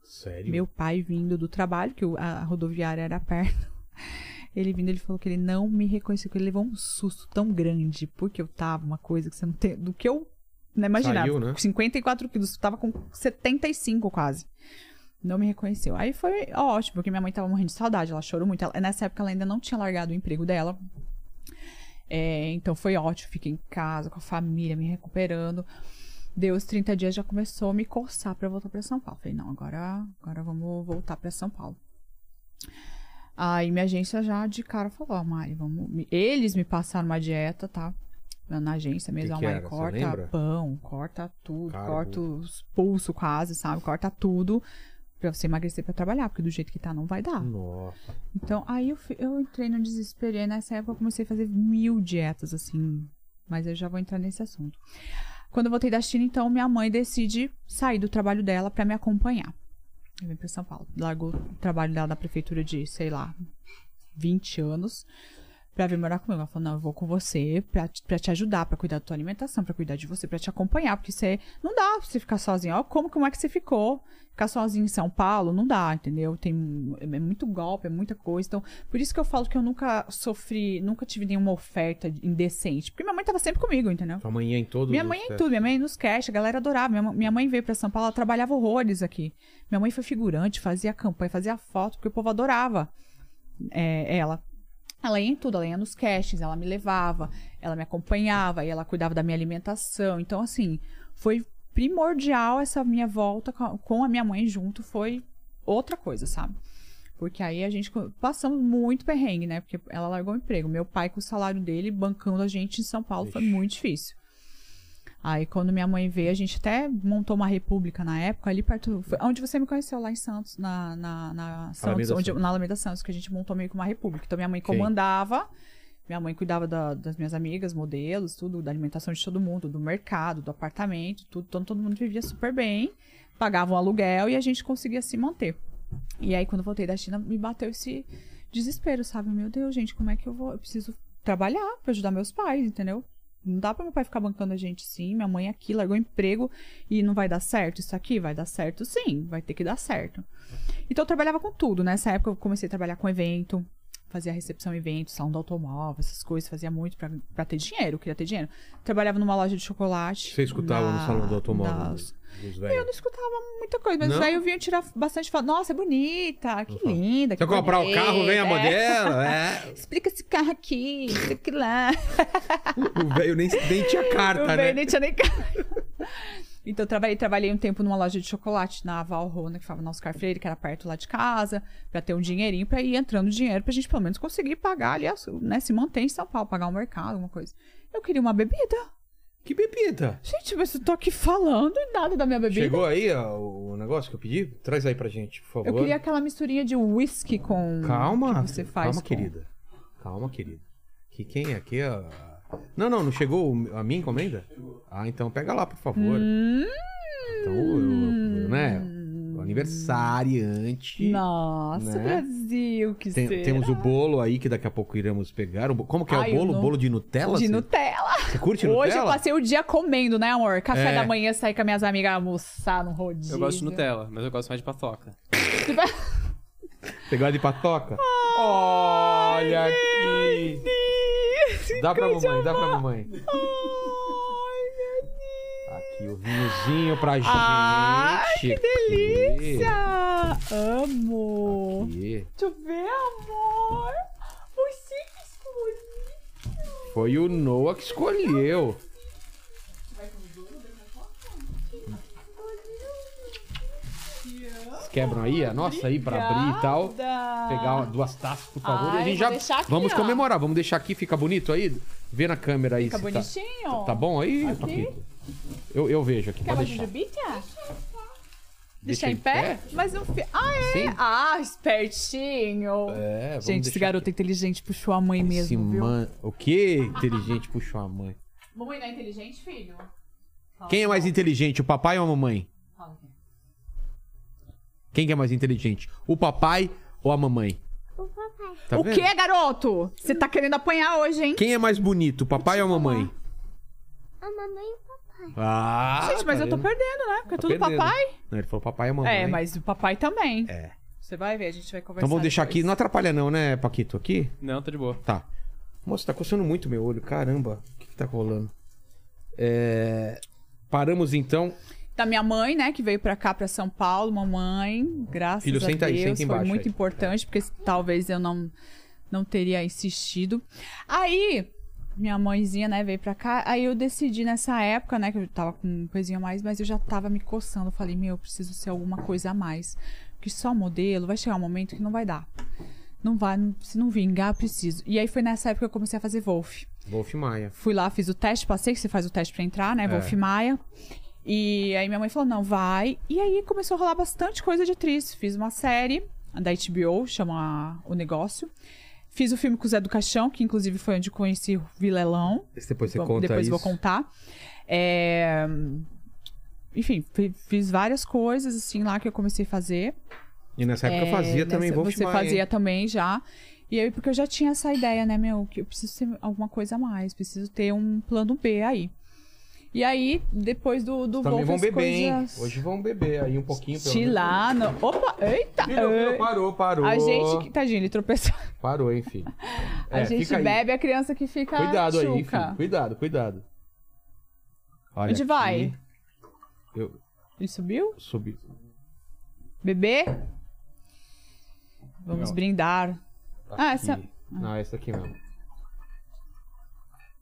Sério? Meu pai vindo do trabalho, que o- a rodoviária era perto. Ele vindo, ele falou que ele não me reconheceu, que ele levou um susto tão grande, porque eu tava uma coisa que você não tem. Do que eu não imaginava. Saiu, né? Com 54 quilos, tava com 75 quase. Não me reconheceu. Aí foi ótimo, porque minha mãe tava morrendo de saudade, ela chorou muito. Ela- nessa época ela ainda não tinha largado o emprego dela. É, então foi ótimo, fiquei em casa com a família, me recuperando. Deu os 30 dias, já começou a me coçar pra voltar pra São Paulo. Falei, não, agora, agora vamos voltar pra São Paulo. Aí minha agência já de cara falou, ó, Mari, vamos. me- Eles me passaram uma dieta, tá? Na na agência mesmo, Que a que Mari era? Você lembra? corta pão, corta tudo, Carbo. corta os pulso quase, sabe? Corta tudo pra você emagrecer pra trabalhar, porque do jeito que tá não vai Hum. dar. Nossa. Então, aí eu, fi- eu entrei no desespero. E aí nessa época eu comecei a fazer mil dietas, assim. Mas eu já vou entrar nesse assunto. Quando eu voltei da China, então, minha mãe decide sair do trabalho dela pra me acompanhar. Eu vim pra São Paulo. Largou o trabalho dela na prefeitura de, sei lá, 20 anos. Pra vir morar comigo. Ela falou: Não, eu vou com você pra, te- pra te ajudar, pra cuidar da tua alimentação, pra cuidar de você, pra te acompanhar. Porque você não dá pra você ficar sozinha. Ó, como, como é que você ficou? Ficar sozinha em São Paulo não dá, entendeu? Tem, é muito golpe, é muita coisa. Então, por isso que eu falo que eu nunca sofri, nunca tive nenhuma oferta indecente. Porque minha mãe tava sempre comigo, entendeu? Sua mãe ia em todos Minha os mãe é em testes. tudo, minha mãe é nos cash, a galera adorava. Minha, ma- minha mãe veio pra São Paulo, ela trabalhava horrores aqui. Minha mãe foi figurante, fazia campanha, fazia foto, porque o povo adorava é, ela. Ela ia em tudo, ela ia nos castings, ela me levava, ela me acompanhava, e ela cuidava da minha alimentação. Então, assim, foi primordial essa minha volta com a, com a minha mãe junto, foi outra coisa, sabe? Porque aí a gente co- passamos muito perrengue, né? Porque ela largou o emprego. Meu pai, com o salário dele, bancando a gente em São Paulo, foi Ixi. muito difícil. Aí, quando minha mãe veio, a gente até montou uma república na época, ali perto. Foi onde você me conheceu, lá em Santos, na, na, na Santos, Alameda onde, Santos. na Alameda Santos, que a gente montou meio que uma república. Então, minha mãe Ok. comandava, minha mãe cuidava da- das minhas amigas, modelos, tudo, da alimentação de todo mundo, do mercado, do apartamento, tudo. Então, todo mundo vivia super bem, pagava um aluguel e a gente conseguia se manter. E aí, quando eu voltei da China, me bateu esse desespero, sabe? Meu Deus, gente, como é que eu vou? Eu preciso trabalhar pra ajudar meus pais, entendeu? Não dá pra meu pai ficar bancando a gente sim, minha mãe aqui largou o emprego e não vai dar certo isso aqui? Vai dar certo sim, vai ter que dar certo. Então eu trabalhava com tudo. Nessa época eu comecei a trabalhar com evento, fazia recepção evento, salão do automóvel, essas coisas, fazia muito pra, pra ter dinheiro, eu queria ter dinheiro. Trabalhava numa loja de chocolate. Você escutava na- no salão do automóvel na- dos, dos eu velhos. não escutava muita coisa, mas Não? daí eu vinha tirar bastante foto. Nossa, é bonita, que linda. Quer que comprar o bonita, carro, vem a é. modelo? É. Explica esse carro aqui, isso aqui lá. O velho nem, nem tinha Não carta, veio né? nem tinha nem carro. Então, eu trabalhei, trabalhei um tempo numa loja de chocolate na Valrona, que ficava na Oscar Freire, que era perto lá de casa, pra ter um dinheirinho, pra ir entrando dinheiro, pra gente pelo menos conseguir pagar ali, as- né, se manter em São Paulo, pagar um mercado, alguma coisa. Eu queria uma bebida. Que bebida. Gente, mas eu tô aqui falando e nada da minha bebida. Chegou aí ó, o negócio que eu pedi? Traz aí pra gente, por favor. Eu queria aquela misturinha de whisky com. Calma, que você faz calma, com- querida. Calma, querida. Que quem aqui é a... Não, não, não chegou o- a minha encomenda? Ah, então pega lá, por favor. Hum. Então, eu, eu- né? o Aniversariante. Nossa, né? Brasil, que Tem- será? temos o bolo aí que daqui a pouco iremos pegar. O bo- Como que é Ai, o eu bolo? não- Bolo de Nutella? de Você- Nutella. Você curte Hoje eu Nutella? passei o dia comendo, né, amor? Café É. da manhã, sair com as minhas amigas almoçar no rodízio. Eu gosto de Nutella, mas eu gosto mais de paçoca. Pegou a de patoca? Olha aqui! Dá pra mamãe, dá pra mamãe. Ai, meu Deus. Aqui o vinhozinho pra gente. Ai, que delícia! Amo! Aqui. Deixa eu ver, amor. Você que escolhe. Foi o Noah que escolheu. Vocês Quebram aí a nossa aí pra abrir e tal. Pegar uma- duas taças, por favor. Ai, e a gente vou já deixar aqui, vamos ó. comemorar, vamos deixar aqui, fica bonito aí. Vê na câmera aí Fica se bonitinho. Tá, tá bom aí, Aqui. Paquito? Eu, eu vejo aqui, Quer pode uma deixar. jujubinha? Deixa Deixar em em pé? pé? Mas não. Fi... Ah, é? Sim. Ah, espertinho. É, vamos Gente, esse deixar garoto inteligente puxou a mãe aqui. Esse mesmo, viu? man... O que inteligente puxou a mãe? Mamãe não é inteligente, filho? Quem é mais inteligente, o papai ou a mamãe? Fala é. aqui. Quem que é mais inteligente? O papai ou a mamãe? O papai. Tá o vendo? que, garoto? Você tá querendo apanhar hoje, hein? Quem é mais bonito, o papai ou a mamãe? A mamãe e o papai. Ah, Gente, mas tá eu tô vendo? perdendo, né? Porque é Tá tudo perdendo. papai. Não, ele falou papai e a mamãe. É, mas o papai também. É. Você vai ver, a gente vai conversar. Então vamos deixar depois. aqui. Não atrapalha, não, né, Paquito? Aqui? Não, tá de boa. Tá. Moça, tá coçando muito meu olho. Caramba, o que, que tá rolando? É, Paramos então. Da minha mãe, né, que veio pra cá, pra São Paulo, mamãe, graças Filho, a senta aí, Deus, senta foi embaixo muito aí. importante, porque se- talvez eu não, não teria insistido. Aí, minha mãezinha, né, veio pra cá, aí eu decidi nessa época, né, que eu tava com coisinha a mais, mas eu já tava me coçando, eu falei, meu, eu preciso ser alguma coisa a mais, porque só modelo, vai chegar um momento que não vai dar. Não vai, não- se não vingar, eu preciso. E aí foi nessa época que eu comecei a fazer Wolf. Wolf Maia. Fui lá, fiz o teste, passei, que você faz o teste pra entrar, né? É. Wolf Maia. E aí minha mãe falou, não, vai. E aí começou a rolar bastante coisa de atriz. Fiz uma série da HBO, chama O Negócio. Fiz o filme com o Zé do Caixão, que inclusive foi onde eu conheci o Vilelão. Esse Depois você Vam- conta Depois isso. vou contar. É, Enfim, fi- fiz várias coisas assim lá que eu comecei a fazer. E nessa época eu É, fazia também nessa- Wolf Você Maia. fazia hein? também já. E aí, porque eu já tinha essa ideia, né, meu, que eu preciso ter alguma coisa a mais, preciso ter um plano B aí. E aí, depois do, do Também Wolf, vão as beber, hein? coisas... Hoje vão beber aí um pouquinho. pelo menos. Chilano. Opa, eita! Filho, filho, Ei. parou, parou. A gente, que- tadinho, ele tropeçou. Parou, hein, filho. a É, gente fica aí. bebe, a criança que fica Cuidado aí, chuca. filho. Cuidado, cuidado. Olha Onde aqui. vai? Eu Ele subiu? subi. Bebê? Vamos Não. brindar. Ah, essa- Aqui. Não, essa aqui mesmo.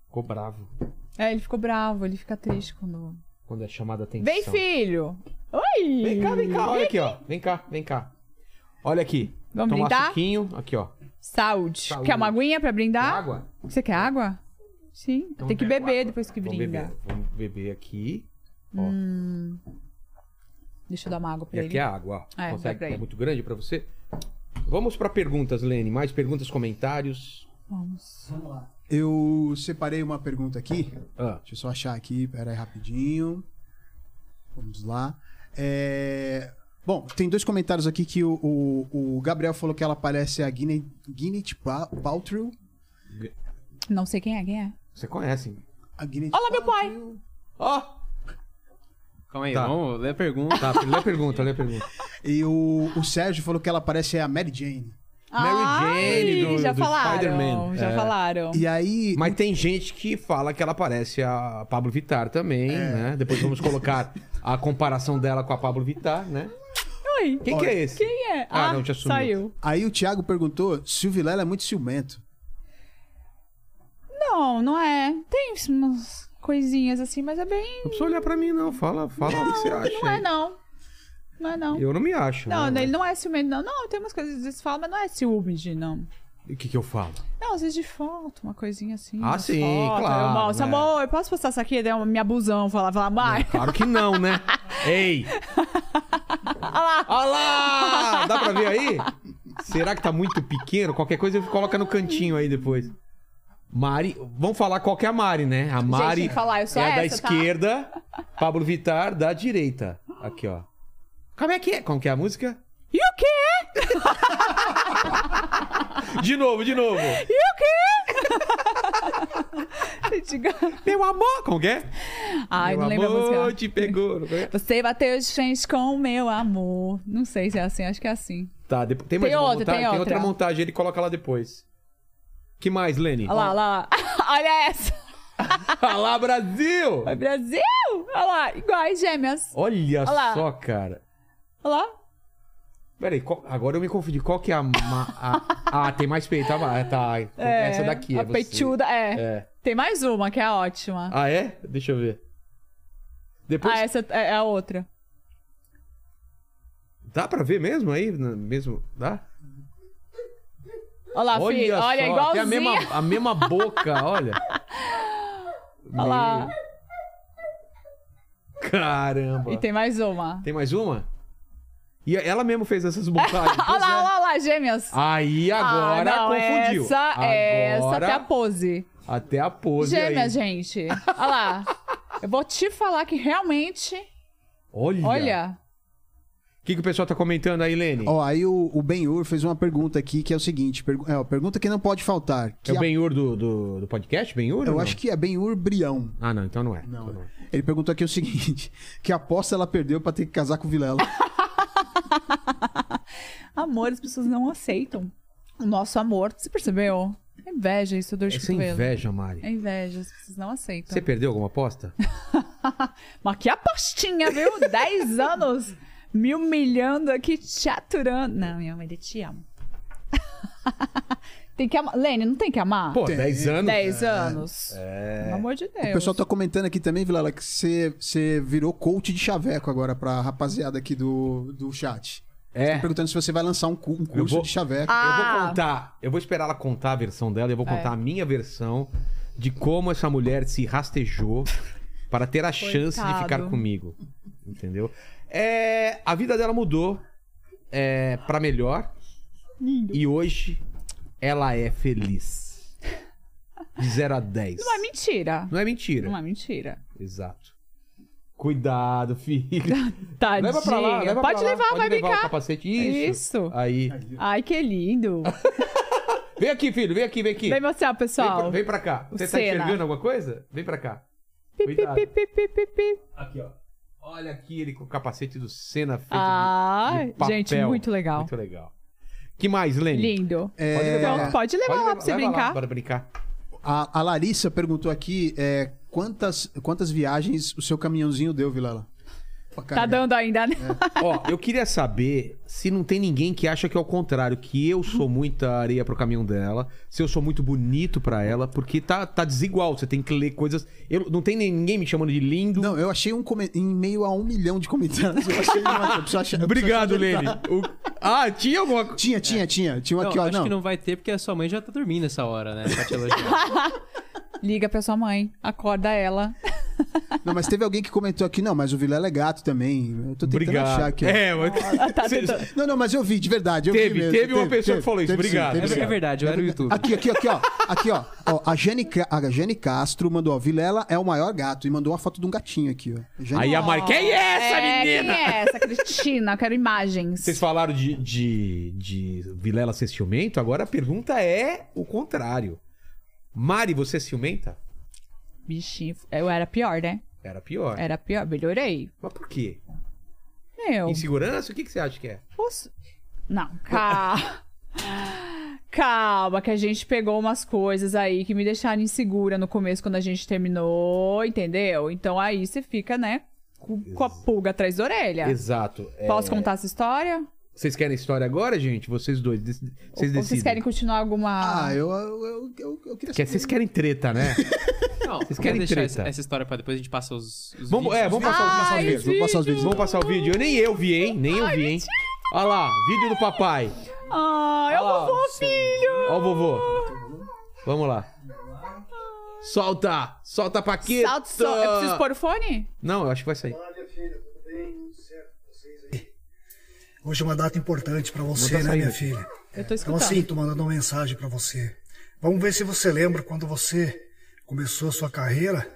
Ficou bravo É, ele ficou bravo, ele fica triste quando... quando é chamada a atenção. Vem, filho! Oi! Vem cá, vem cá. Olha aqui, ó. Vem cá, vem cá. Olha aqui. Vamos Tá? Tomar brindar? suquinho. Aqui, ó. Saúde. Saúde. Quer uma aguinha pra brindar? Água. Você quer água? Sim. Então Tem que bebe beber água. depois que Vamos brinda. beber. Vamos beber aqui. Ó. Deixa eu dar uma água pra E ele. aqui é água, ó. É, dá Consegue? pra ele. É muito grande pra você. Vamos pra perguntas, Lene. Mais perguntas, comentários. Vamos. Vamos lá. Eu separei uma pergunta aqui. Ah, Deixa eu só achar aqui, pera aí rapidinho. Vamos lá. É, Bom, tem dois comentários aqui que o, o- o Gabriel falou que ela parece a Guinness, Guinness Pa- Paltrow. Não sei quem é, quem é. você conhece. A Guinness Olha lá, meu pai! Paltrow. Ó! Calma aí, Tá. vamos ler a pergunta. Tá, lê a pergunta, lê a pergunta. E o, o Sérgio falou que ela parece a Mary Jane. Mary Jane Ai, do- já do falaram. Spider-Man. Já É. falaram. E aí, Mas tem gente que fala que ela parece a Pablo Vittar também, É. né? Depois vamos colocar a comparação dela com a Pablo Vittar, né? Oi, Quem que é esse? quem é? Ah, não, já sumiu. saiu. aí o Thiago perguntou se o Vilela é muito ciumento. Não, não é. Tem umas coisinhas assim, mas é bem... Não precisa olhar pra mim, não. Fala, fala o que você acha. Não é aí. não. Não é não. Eu não me acho. Não, né? ele não é ciumento, não. Não, tem umas coisas que vocês falam, mas não é ciúme de, não. O que, que eu falo? Não, É, às vezes de foto, uma coisinha assim. Ah, uma sim, foto, claro, eu mostro, né? amor, eu posso postar isso aqui? Daí eu me abusão, falar, falar, mãe. Claro que não, né? Ei! Olha lá! Dá pra ver aí? Será que tá muito pequeno? Qualquer coisa coloca no cantinho aí depois. Mari, vamos falar qual que é a Mari, né? A Mari tem que falar, eu sou é a da essa, tá? esquerda, Pablo Vittar da direita. Aqui, ó. Como é que é? Como que é a música? E o quê? De novo, de novo. Diga- Meu amor, como que é? Ai, Meu não lembro amor a música. te pegou. não é? Você bateu de frente com o meu amor. Não sei se é assim, acho que é assim. Tá, depois- tem mais Tem uma outra, montagem? tem Tem outra outra. montagem, ele coloca lá depois. Que mais, Lene? Olha lá, olha lá. Olha essa. Olha lá, Brasil! Vai, Brasil! Olha lá, iguais gêmeas. Olha Olha lá. só, cara. Olha lá. Peraí, qual- agora eu me confundi. Qual que é a. ma- a- ah, tem mais peito. Ah, vai, tá. É, Essa daqui é A você. peituda, é. É. Tem mais uma que é ótima. Ah, é? Deixa eu ver. Depois. Ah, essa é é a outra. Dá pra ver mesmo aí? Na- Mesmo. Dá? Olha lá, olha Ah, filho. só, Olha, Tem igualzinha. a mesma, a mesma boca, olha. Olha lá. Meu- Caramba. E Tem... tem mais uma. mais uma? E ela mesmo fez essas montagens. Olha pois lá, é. olha lá, olha lá, gêmeas. Aí agora ah, não, confundiu. Essa, é, agora, essa até a pose. até a pose Gêmea, aí. gente. Olha lá. Eu vou te falar que realmente. Olha. Olha. O que, que o pessoal tá comentando aí, Lene? Ó, aí o, o Ben-Hur fez uma pergunta aqui que é o seguinte: pergu- é, ó, pergunta que não pode faltar. Que é o a- Benhur do, do, do podcast? Benhur? eu acho que é Ben-Hur Brião. Ah, não, então não é. Não, Então não é. Ele perguntou aqui o seguinte: que aposta ela perdeu pra ter que casar com o Vilela? Amor, as pessoas não aceitam o nosso amor. Você percebeu? É inveja isso, dor de Essa cotovelo. inveja, Mari. É inveja, as pessoas não aceitam. Você perdeu alguma aposta? Mas que apostinha, viu? 10 anos me humilhando aqui, te aturando. Não, minha mãe, eu te amo. tem que amar. Lene, não tem que amar? Pô, é, Tem. 10 anos. 10 anos. Pelo amor de Deus. O pessoal tá comentando aqui também, Vilela, que você você virou coach de chaveco agora pra rapaziada aqui do, do chat. É. Tão Perguntando se você vai lançar um, cu- um curso vou- de chaveco. Ah, Eu vou contar. Eu vou esperar ela contar a versão dela. Eu vou contar É. a minha versão de como essa mulher se rastejou para ter a chance de ficar Coitado. comigo. Entendeu? É, a vida dela mudou é, para melhor. E hoje ela é feliz. De 0 a 10. Não é mentira. Não é mentira. Não é mentira. Exato. Cuidado, filho. Tadinha. Leva pra lá. Leva Pode pra lá, levar, pode levar o vai brincar. É capacete. Isso. Isso. Aí. Ai, que lindo. Vem aqui, filho. Vem aqui, vem aqui. Vem mostrar, Vem pra, pessoal. vem pra cá. Você tá Cena. enxergando alguma coisa? Vem pra cá. Pi, pi, Cuidado. pi, pi, pi, pi, pi. Aqui, ó. Olha aqui ele com o capacete do Senna feito de- Ah, de papel. gente, muito legal. Muito legal. que mais, Lenny? Lindo. É, Pode levar Pronto, pode levar lá pra você leva lá, brincar. bora brincar. a, a Larissa perguntou aqui é, quantas, quantas viagens o seu caminhãozinho deu, Vilela? Pra Tá carregar. dando ainda, né? Ó, eu queria saber se não tem ninguém que acha que é o contrário, que eu sou muita areia pro caminhão dela, se eu sou muito bonito pra ela, porque tá, tá desigual, você tem que ler coisas... Eu, não tem ninguém me chamando de lindo. Não, eu achei um come- em meio a um milhão de comentários. Eu achei uma... eu preciso achar- eu preciso Obrigado, É. achar- Lenny. O- Ah, tinha alguma coisa... Tinha, tinha, tinha. Tinha um aqui, não, ó. acho Não. que não vai ter porque a sua mãe já tá dormindo essa hora, né? Pra te elogiar. Liga pra sua mãe, acorda ela. Não, mas teve alguém que comentou aqui, não, mas o Vilela é gato também. Eu tô tentando Obrigado. achar aqui. ó. É, mas... Cê- Não, não, mas eu vi, de verdade. Eu Teve, vi mesmo. teve uma pessoa que falou isso, sim, obrigado. é, ver- é sim. verdade, eu era o YouTube. Aqui, aqui, aqui, ó. Aqui, ó. Ó, a, Jane, Ca- a Jane Castro mandou, ó, Vilela é o maior gato. E mandou uma foto de um gatinho aqui, ó. Jane- Aí a Mari, quem é essa é, menina? Quem é essa, Cristina? Eu quero imagens. Vocês falaram de, de, de Vilela ser ciumento, agora a pergunta é o contrário. Mari, você é ciumenta? Bichinho. Eu era pior, né? Era pior. Era pior. Melhorei. Mas por quê? Meu. Insegurança? O que, que você acha que é? posso- Não, calma. Calma, que a gente pegou umas coisas aí que me deixaram insegura no começo quando a gente terminou, entendeu? Então aí você fica, né? Com, com a pulga atrás da orelha. Exato. é- Posso contar essa história? Vocês querem a história agora, gente? Vocês dois. dec- Vocês Ou- decidem. ou vocês querem continuar alguma. Ah, eu, eu, eu, eu, eu queria Quer- Vocês querem treta, né? Não, Vocês vocês querem querem deixar treta? essa, essa história pra depois a gente passar os, os Vamos, vídeos. é, vamos passar, os- passar os Ai, vídeos. Vou passar os vídeos. Vamos passar o vídeo. Eu nem eu vi, hein? Nem eu vi, hein? Olha lá, vídeo do papai. Ah, eu Olha lá, vou, filho! Ó o vovô. Vamos lá. Solta! Solta, Paquito! Salto, sol. Eu preciso pôr o fone? Não, eu acho que vai sair. Olá, minha filha, tudo bem? Tudo certo com vocês aí? Hoje é uma data importante pra você, Não tá né, minha saindo. filha? Eu tô Então, escutando. assim, tô mandando uma mensagem pra você. Vamos ver se você lembra quando você começou a sua carreira,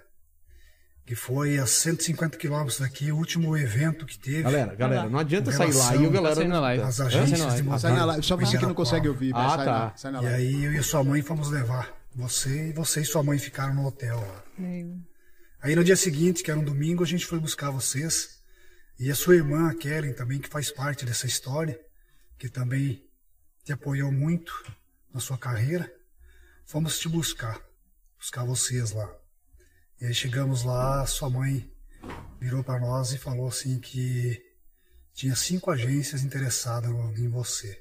que foi a 150 quilômetros daqui, o último evento que teve. Galera, galera, não adianta Com sair lá relação- e o galera. Tá saindo na live. As Hã? agências Tá saindo na de live. Sai na live. Só você que não Araraquara. consegue ouvir. Ah, sai tá. na- sai na E live. aí eu e sua mãe fomos levar. Você, e você e sua mãe ficaram no hotel lá. Aí no dia seguinte, que era um domingo, a gente foi buscar vocês. E a sua irmã, a Kellen, também, que faz parte dessa história, que também te apoiou muito na sua carreira. Fomos te buscar, buscar vocês lá. E aí chegamos lá, sua mãe virou para nós e falou assim que tinha cinco agências interessadas em você.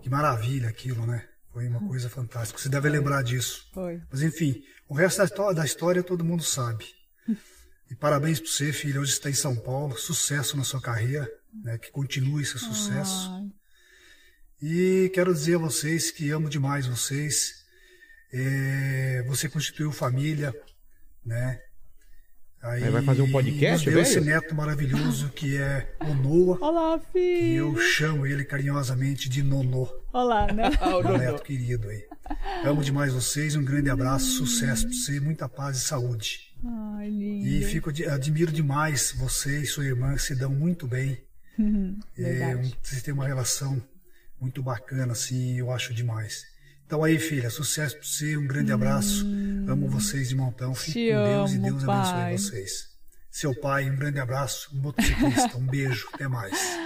Que maravilha aquilo, né? Foi uma coisa fantástica. Você deve lembrar disso. Foi. Mas enfim, o resto da história, da história todo mundo sabe. E parabéns para você, filho. Hoje está em São Paulo. Sucesso na sua carreira. Né? Que continue esse sucesso. Ah. E quero dizer a vocês que amo demais vocês. É, você constituiu família, né? Aí vai fazer um podcast, nos deu velho? esse neto maravilhoso que é o Noah. Olá, E filho. eu chamo ele carinhosamente de Nonô. Olá, né? Meu neto querido aí. Amo demais vocês, um grande abraço, sucesso pra você, muita paz e saúde. Ai, lindo. E fico de- admiro demais você e sua irmã que se dão muito bem. É, um, Verdade. vocês têm uma relação muito bacana, assim, eu acho demais. Então aí, filha, sucesso pra você, um grande abraço. Amo vocês de montão. Fique Te com Deus amo, e Deus pai. abençoe vocês. Seu pai, um grande abraço, um motociclista, um beijo, até mais.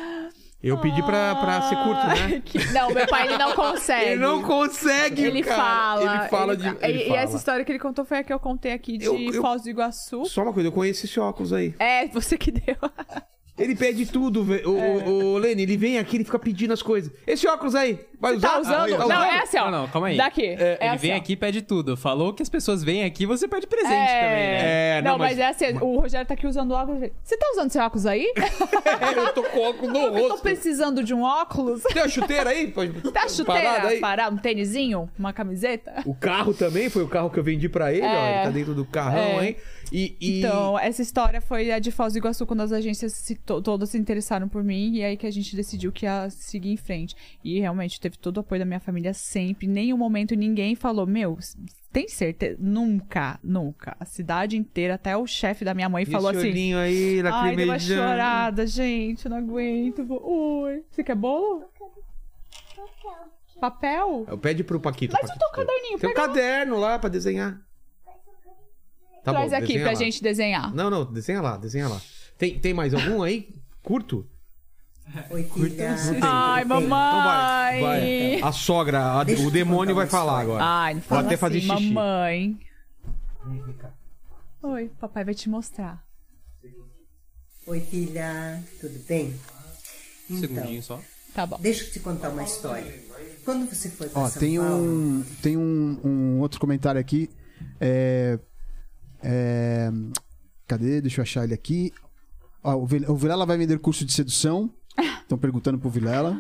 Eu pedi pra, pra ser curto, né? Ai, que- Não, meu pai ele não consegue. Ele não consegue, Ele cara. fala. Ele fala ele- de. e- ele e, fala. essa história que ele contou foi a que eu contei aqui de Eu- eu- Foz do Iguaçu. Só uma coisa, eu conheço esse óculos aí. É, você que deu. Ele pede tudo, velho. É. Ô, ô, ô, Lene, ele vem aqui, ele fica pedindo as coisas. Esse óculos aí, vai usar? Tá usando? Ah, tá não, usando? é assim, ó. Não, não, calma aí. Daqui. É, Ele assim, vem ó. aqui e pede tudo. Falou que as pessoas vêm aqui, você pede presente É. também, né? É, não, não, mas- mas... é assim, o Rogério tá aqui usando o óculos. ele, Você tá usando seu óculos aí? É, eu tô com o óculos no Eu tô rosto. precisando de um óculos. Tem a chuteira aí? Tá Parada chuteira? aí? Parar um tênisinho? Uma camiseta? O carro também foi o carro que eu vendi pra ele, ó. Ele tá dentro do carrão, É. hein? E, e- Então, essa história foi a de Foz do Iguaçu, quando as agências se to- todas se interessaram por mim, e aí que a gente decidiu que ia seguir em frente. E realmente teve todo o apoio da minha família sempre. Em nenhum momento ninguém falou, meu, s- tem certeza? Nunca, nunca. A cidade inteira, até o chefe da minha mãe E falou esse assim. olhinho aí, Ai, deu uma lacrimejando. chorada, gente, eu não aguento. Vou... Ui, você quer bolo? Papel? Eu pede pro Paquito. Mas eu Paquito. tô com o caderninho, Tem um pega lá. caderno lá pra desenhar. Tá Traz bom, aqui desenha pra lá. gente desenhar. Não, não, desenha lá, desenha lá. Tem, tem mais algum aí? Curto? Oi, filha. Ai, mamãe! então Vai. A sogra, a- o demônio vai falar agora. Ai, não fala até assim, fazer xixi. mamãe. Oi, papai vai te mostrar. Oi, filha. Tudo bem? Um Então, segundinho só. Tá bom. deixa eu te contar uma história. Quando você foi para Ó, São tem Paulo... um, tem um, um outro comentário aqui. É, é, cadê? Deixa eu achar ele aqui. Ó, o Vil- o Vilela vai vender curso de sedução. Estão perguntando pro Vilela.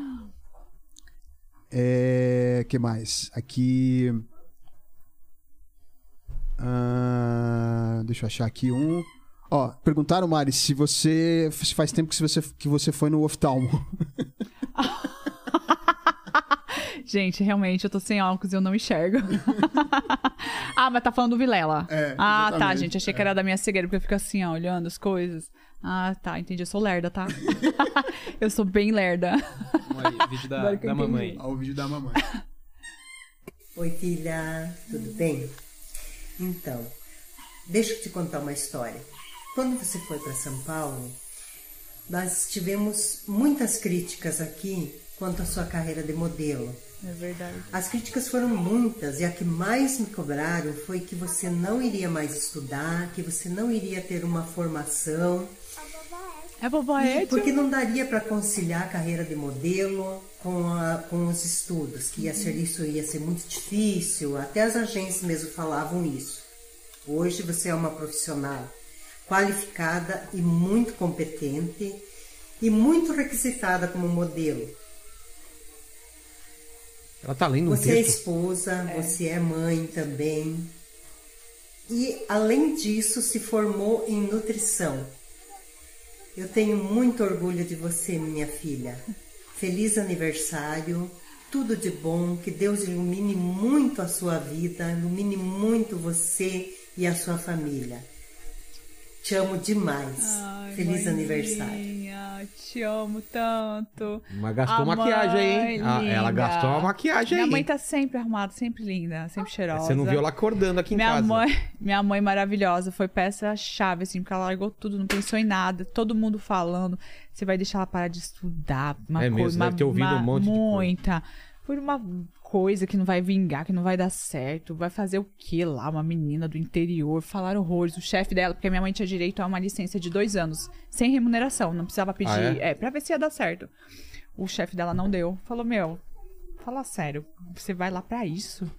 É, que mais? Aqui. Ah, deixa eu achar aqui um. Ó, perguntaram, Mari, se você. Se faz tempo que você, que você foi no oftalmo. Gente, realmente, eu tô sem óculos e eu não enxergo. ah, mas tá falando do Vilela. É, ah, tá, exatamente. gente. Achei que era da minha cegueira, porque eu fico assim, ó, olhando as coisas. Ah, tá, entendi. Eu sou lerda, tá? eu sou bem lerda. Vamos aí, vídeo da, Agora que eu da entendi. mamãe. Ao vídeo da mamãe. Oi, filha. Tudo bem? Então, deixa eu te contar uma história. Quando você foi para São Paulo, nós tivemos muitas críticas aqui quanto à sua carreira de modelo. É verdade. As críticas foram muitas e a que mais me cobraram foi que você não iria mais estudar, que você não iria ter uma formação, É boboete? porque não daria para conciliar a carreira de modelo com, a- com os estudos, que ia ser isso ia ser muito difícil. Até as agências mesmo falavam isso. Hoje você é uma profissional qualificada e muito competente e muito requisitada como modelo. Ela tá lendo um Você é texto. esposa, você é mãe também. E além disso, se formou em nutrição. Eu tenho muito orgulho de você, minha filha. Feliz aniversário, tudo de bom, que Deus ilumine muito a sua vida, ilumine muito você e a sua família. Te amo demais. Ai, Feliz mãezinha, aniversário. Te amo tanto. Mas gastou A maquiagem, hein? mãe, Ah, ela linda. gastou uma maquiagem Minha aí. mãe hein? tá sempre arrumada, sempre linda, sempre é cheirosa. Você não viu ela acordando aqui em minha casa. Mãe, minha mãe maravilhosa, foi peça-chave, assim, porque ela largou tudo, não pensou em nada, todo mundo falando. Você vai deixar ela parar de estudar, uma É mesmo, coisa, uma, deve ter ouvido uma- um monte de coisa. Muita. Por uma coisa que não vai vingar, que não vai dar certo. Vai fazer o que lá? Uma menina do interior, falar horrores. O chefe dela, porque minha mãe tinha direito a uma licença de dois anos, sem remuneração, não precisava pedir. Ah, é? pra ver se ia dar certo. O chefe dela não deu. Falou, meu, fala sério, você vai lá pra isso?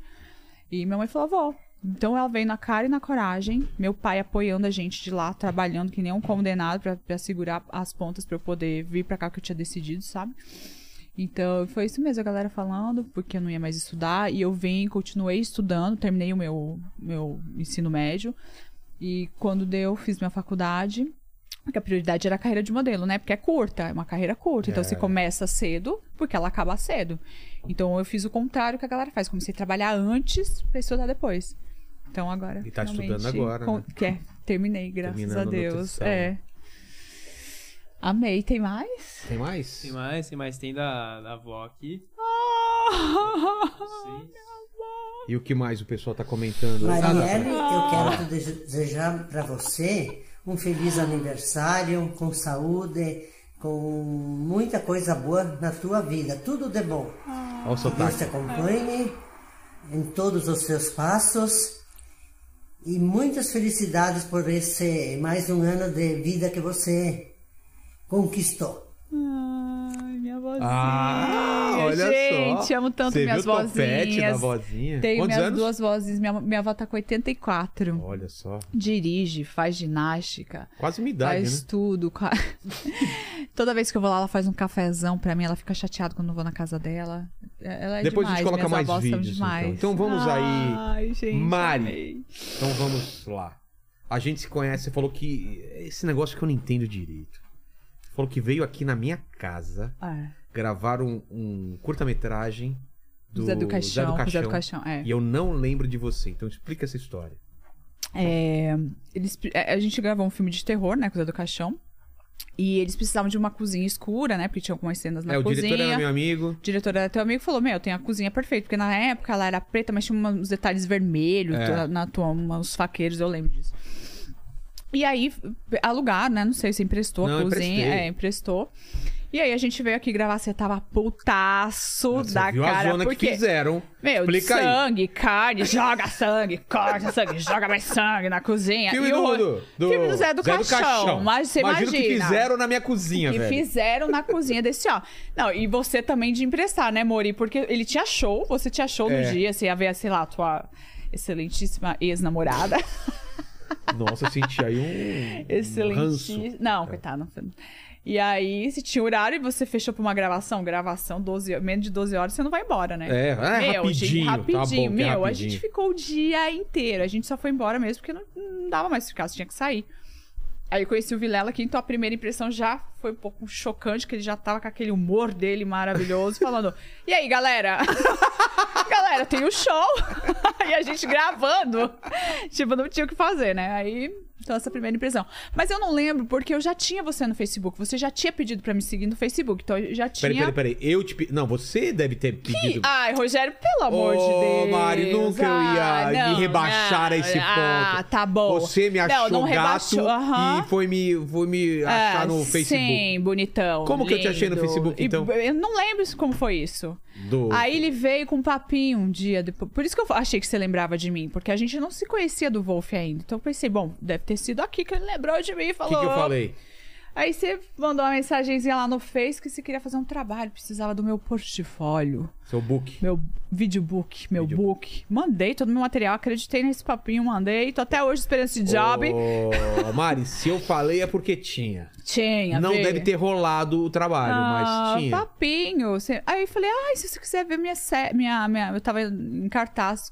E minha mãe falou, vou. Então ela veio na cara e na coragem. Meu pai apoiando a gente de lá, trabalhando que nem um condenado pra, pra segurar as pontas pra eu poder vir pra cá que eu tinha decidido, sabe? Então foi isso mesmo, a galera falando, porque eu não ia mais estudar. E eu vim, continuei estudando, terminei o meu, meu ensino médio. E quando deu, fiz minha faculdade. Porque a prioridade era a carreira de modelo, né? Porque é curta, é uma carreira curta. Então você começa cedo, porque ela acaba cedo. Então eu fiz o contrário que a galera faz. Comecei a trabalhar antes pra estudar depois. Então agora. E tá finalmente, estudando agora, né? Que é, terminei, graças Terminando a Deus. nutrição. É. Amei. Tem mais? Tem mais? Tem mais, tem mais. Tem da, da avó aqui. Ah! Vocês. E o que mais o pessoal tá comentando? Marielle, eu quero te desejar para você um feliz aniversário, com saúde, com muita coisa boa na sua vida. Tudo de bom. Olha o Que Deus te sotaque. acompanhe em todos os seus passos. E muitas felicidades por esse mais um ano de vida que você conquistou. Ai, minha é vozinha. Ah, olha Gente, só. amo tanto Você minhas viu o topete da vozinhas. vozinha? Tenho Quantos minhas anos? duas vozes. Minha, minha avó tá com 84. Olha só. Dirige, faz ginástica. Quase minha idade, faz né? tudo. ca- Toda vez que eu vou lá, ela faz um cafezão pra mim. Ela fica chateada quando eu vou na casa dela. Ela é Depois a gente demais. coloca minhas mais avós são vídeos, então. demais. Então vamos aí, Ai, gente, Mari. amei. Então vamos lá. A gente se conhece, você falou que. Esse negócio que eu não entendo direito. Você Falou que veio aqui na minha casa É, gravar um, um curta-metragem do Zé do Caixão. com o Zé do Caixão, é. E eu não lembro de você, então explica essa história. É, eles, pre- é, a gente gravou um filme de terror, né? Coisa do Caixão. E eles precisavam de uma cozinha escura, né? Porque tinha algumas cenas na é, o cozinha. diretor era meu amigo. O diretor era teu amigo e falou: Meu, tem a cozinha perfeita. Porque na época ela era preta, mas tinha uma- uns detalhes vermelhos, É. na- na tua, uns faqueiros, eu lembro disso. E aí, p- alugaram, né? Não sei se emprestou Não, a cozinha. emprestei. É, emprestou. E aí a gente veio aqui gravar, você tava putaço Você da viu cara. a zona porque... que fizeram. Meu, Explica aí. sangue, carne, joga sangue, corta sangue, joga mais sangue na cozinha. Filme E o- do, do, do, filme do Zé do Caixão. Mas você imagina. o que imagina. fizeram na minha cozinha, que velho. fizeram na cozinha desse ó. Não, e você também de emprestar, né, Mori? Porque ele te achou, você te achou É. no dia, você ia ver, sei lá, a tua excelentíssima ex-namorada. Nossa, eu senti aí um. ranço. É. Excelente. Não, coitado, não foi. E aí, se tinha horário e você fechou pra uma gravação, gravação 12, menos de 12 horas, você não vai embora, né? É, ah, é Meu, gente, rapidinho, tá bom que é rapidinho. Meu, a rapidinho. gente ficou o dia inteiro. A gente só foi embora mesmo porque não, não dava mais ficar, você tinha que sair. Aí eu conheci o Vilela aqui, então a primeira impressão já foi um pouco chocante, que ele já tava com aquele humor dele maravilhoso, falando: E aí, galera? galera, tem o show! e a gente gravando. Tipo, não tinha o que fazer, né? Aí, então essa é a primeira impressão. Mas eu não lembro, porque eu já tinha você no Facebook. Você já tinha pedido pra me seguir no Facebook, então eu já tinha. Peraí, peraí, peraí. Eu te pe- Não, você deve ter pedido. Ai, Rogério, pelo amor de Ô, Deus. Mari, nunca eu ia Ah, me não, rebaixar não. a esse Ah, ponto. tá bom. Você me achou não, não gato rebaixou, aham. e foi me, foi me achar Ah, no Facebook. Sim, bonitão. Como que eu te achei no lindo. Facebook, E então? b- eu não lembro isso- como foi isso. Do... Aí ele veio com um papinho um dia depois. Por isso que eu achei que você lembrava de mim, porque a gente não se conhecia do Wolf ainda. Então eu pensei, bom, deve ter sido aqui que ele lembrou de mim e O falou. que, que eu falei? Aí você mandou uma mensagenzinha lá no Face que você queria fazer um trabalho, precisava do meu portfólio Seu book. meu videobook, meu book. Mandei todo o meu material, acreditei nesse papinho, mandei. Tô até hoje esperando esse job. Oh. Ô, Mari, se eu falei é porque tinha. Tinha, Não vê. deve ter rolado o trabalho, Ah, mas tinha. papinho. Você- Aí eu falei, ai, se você quiser ver minha sé- minha, minha... Eu tava em cartaz.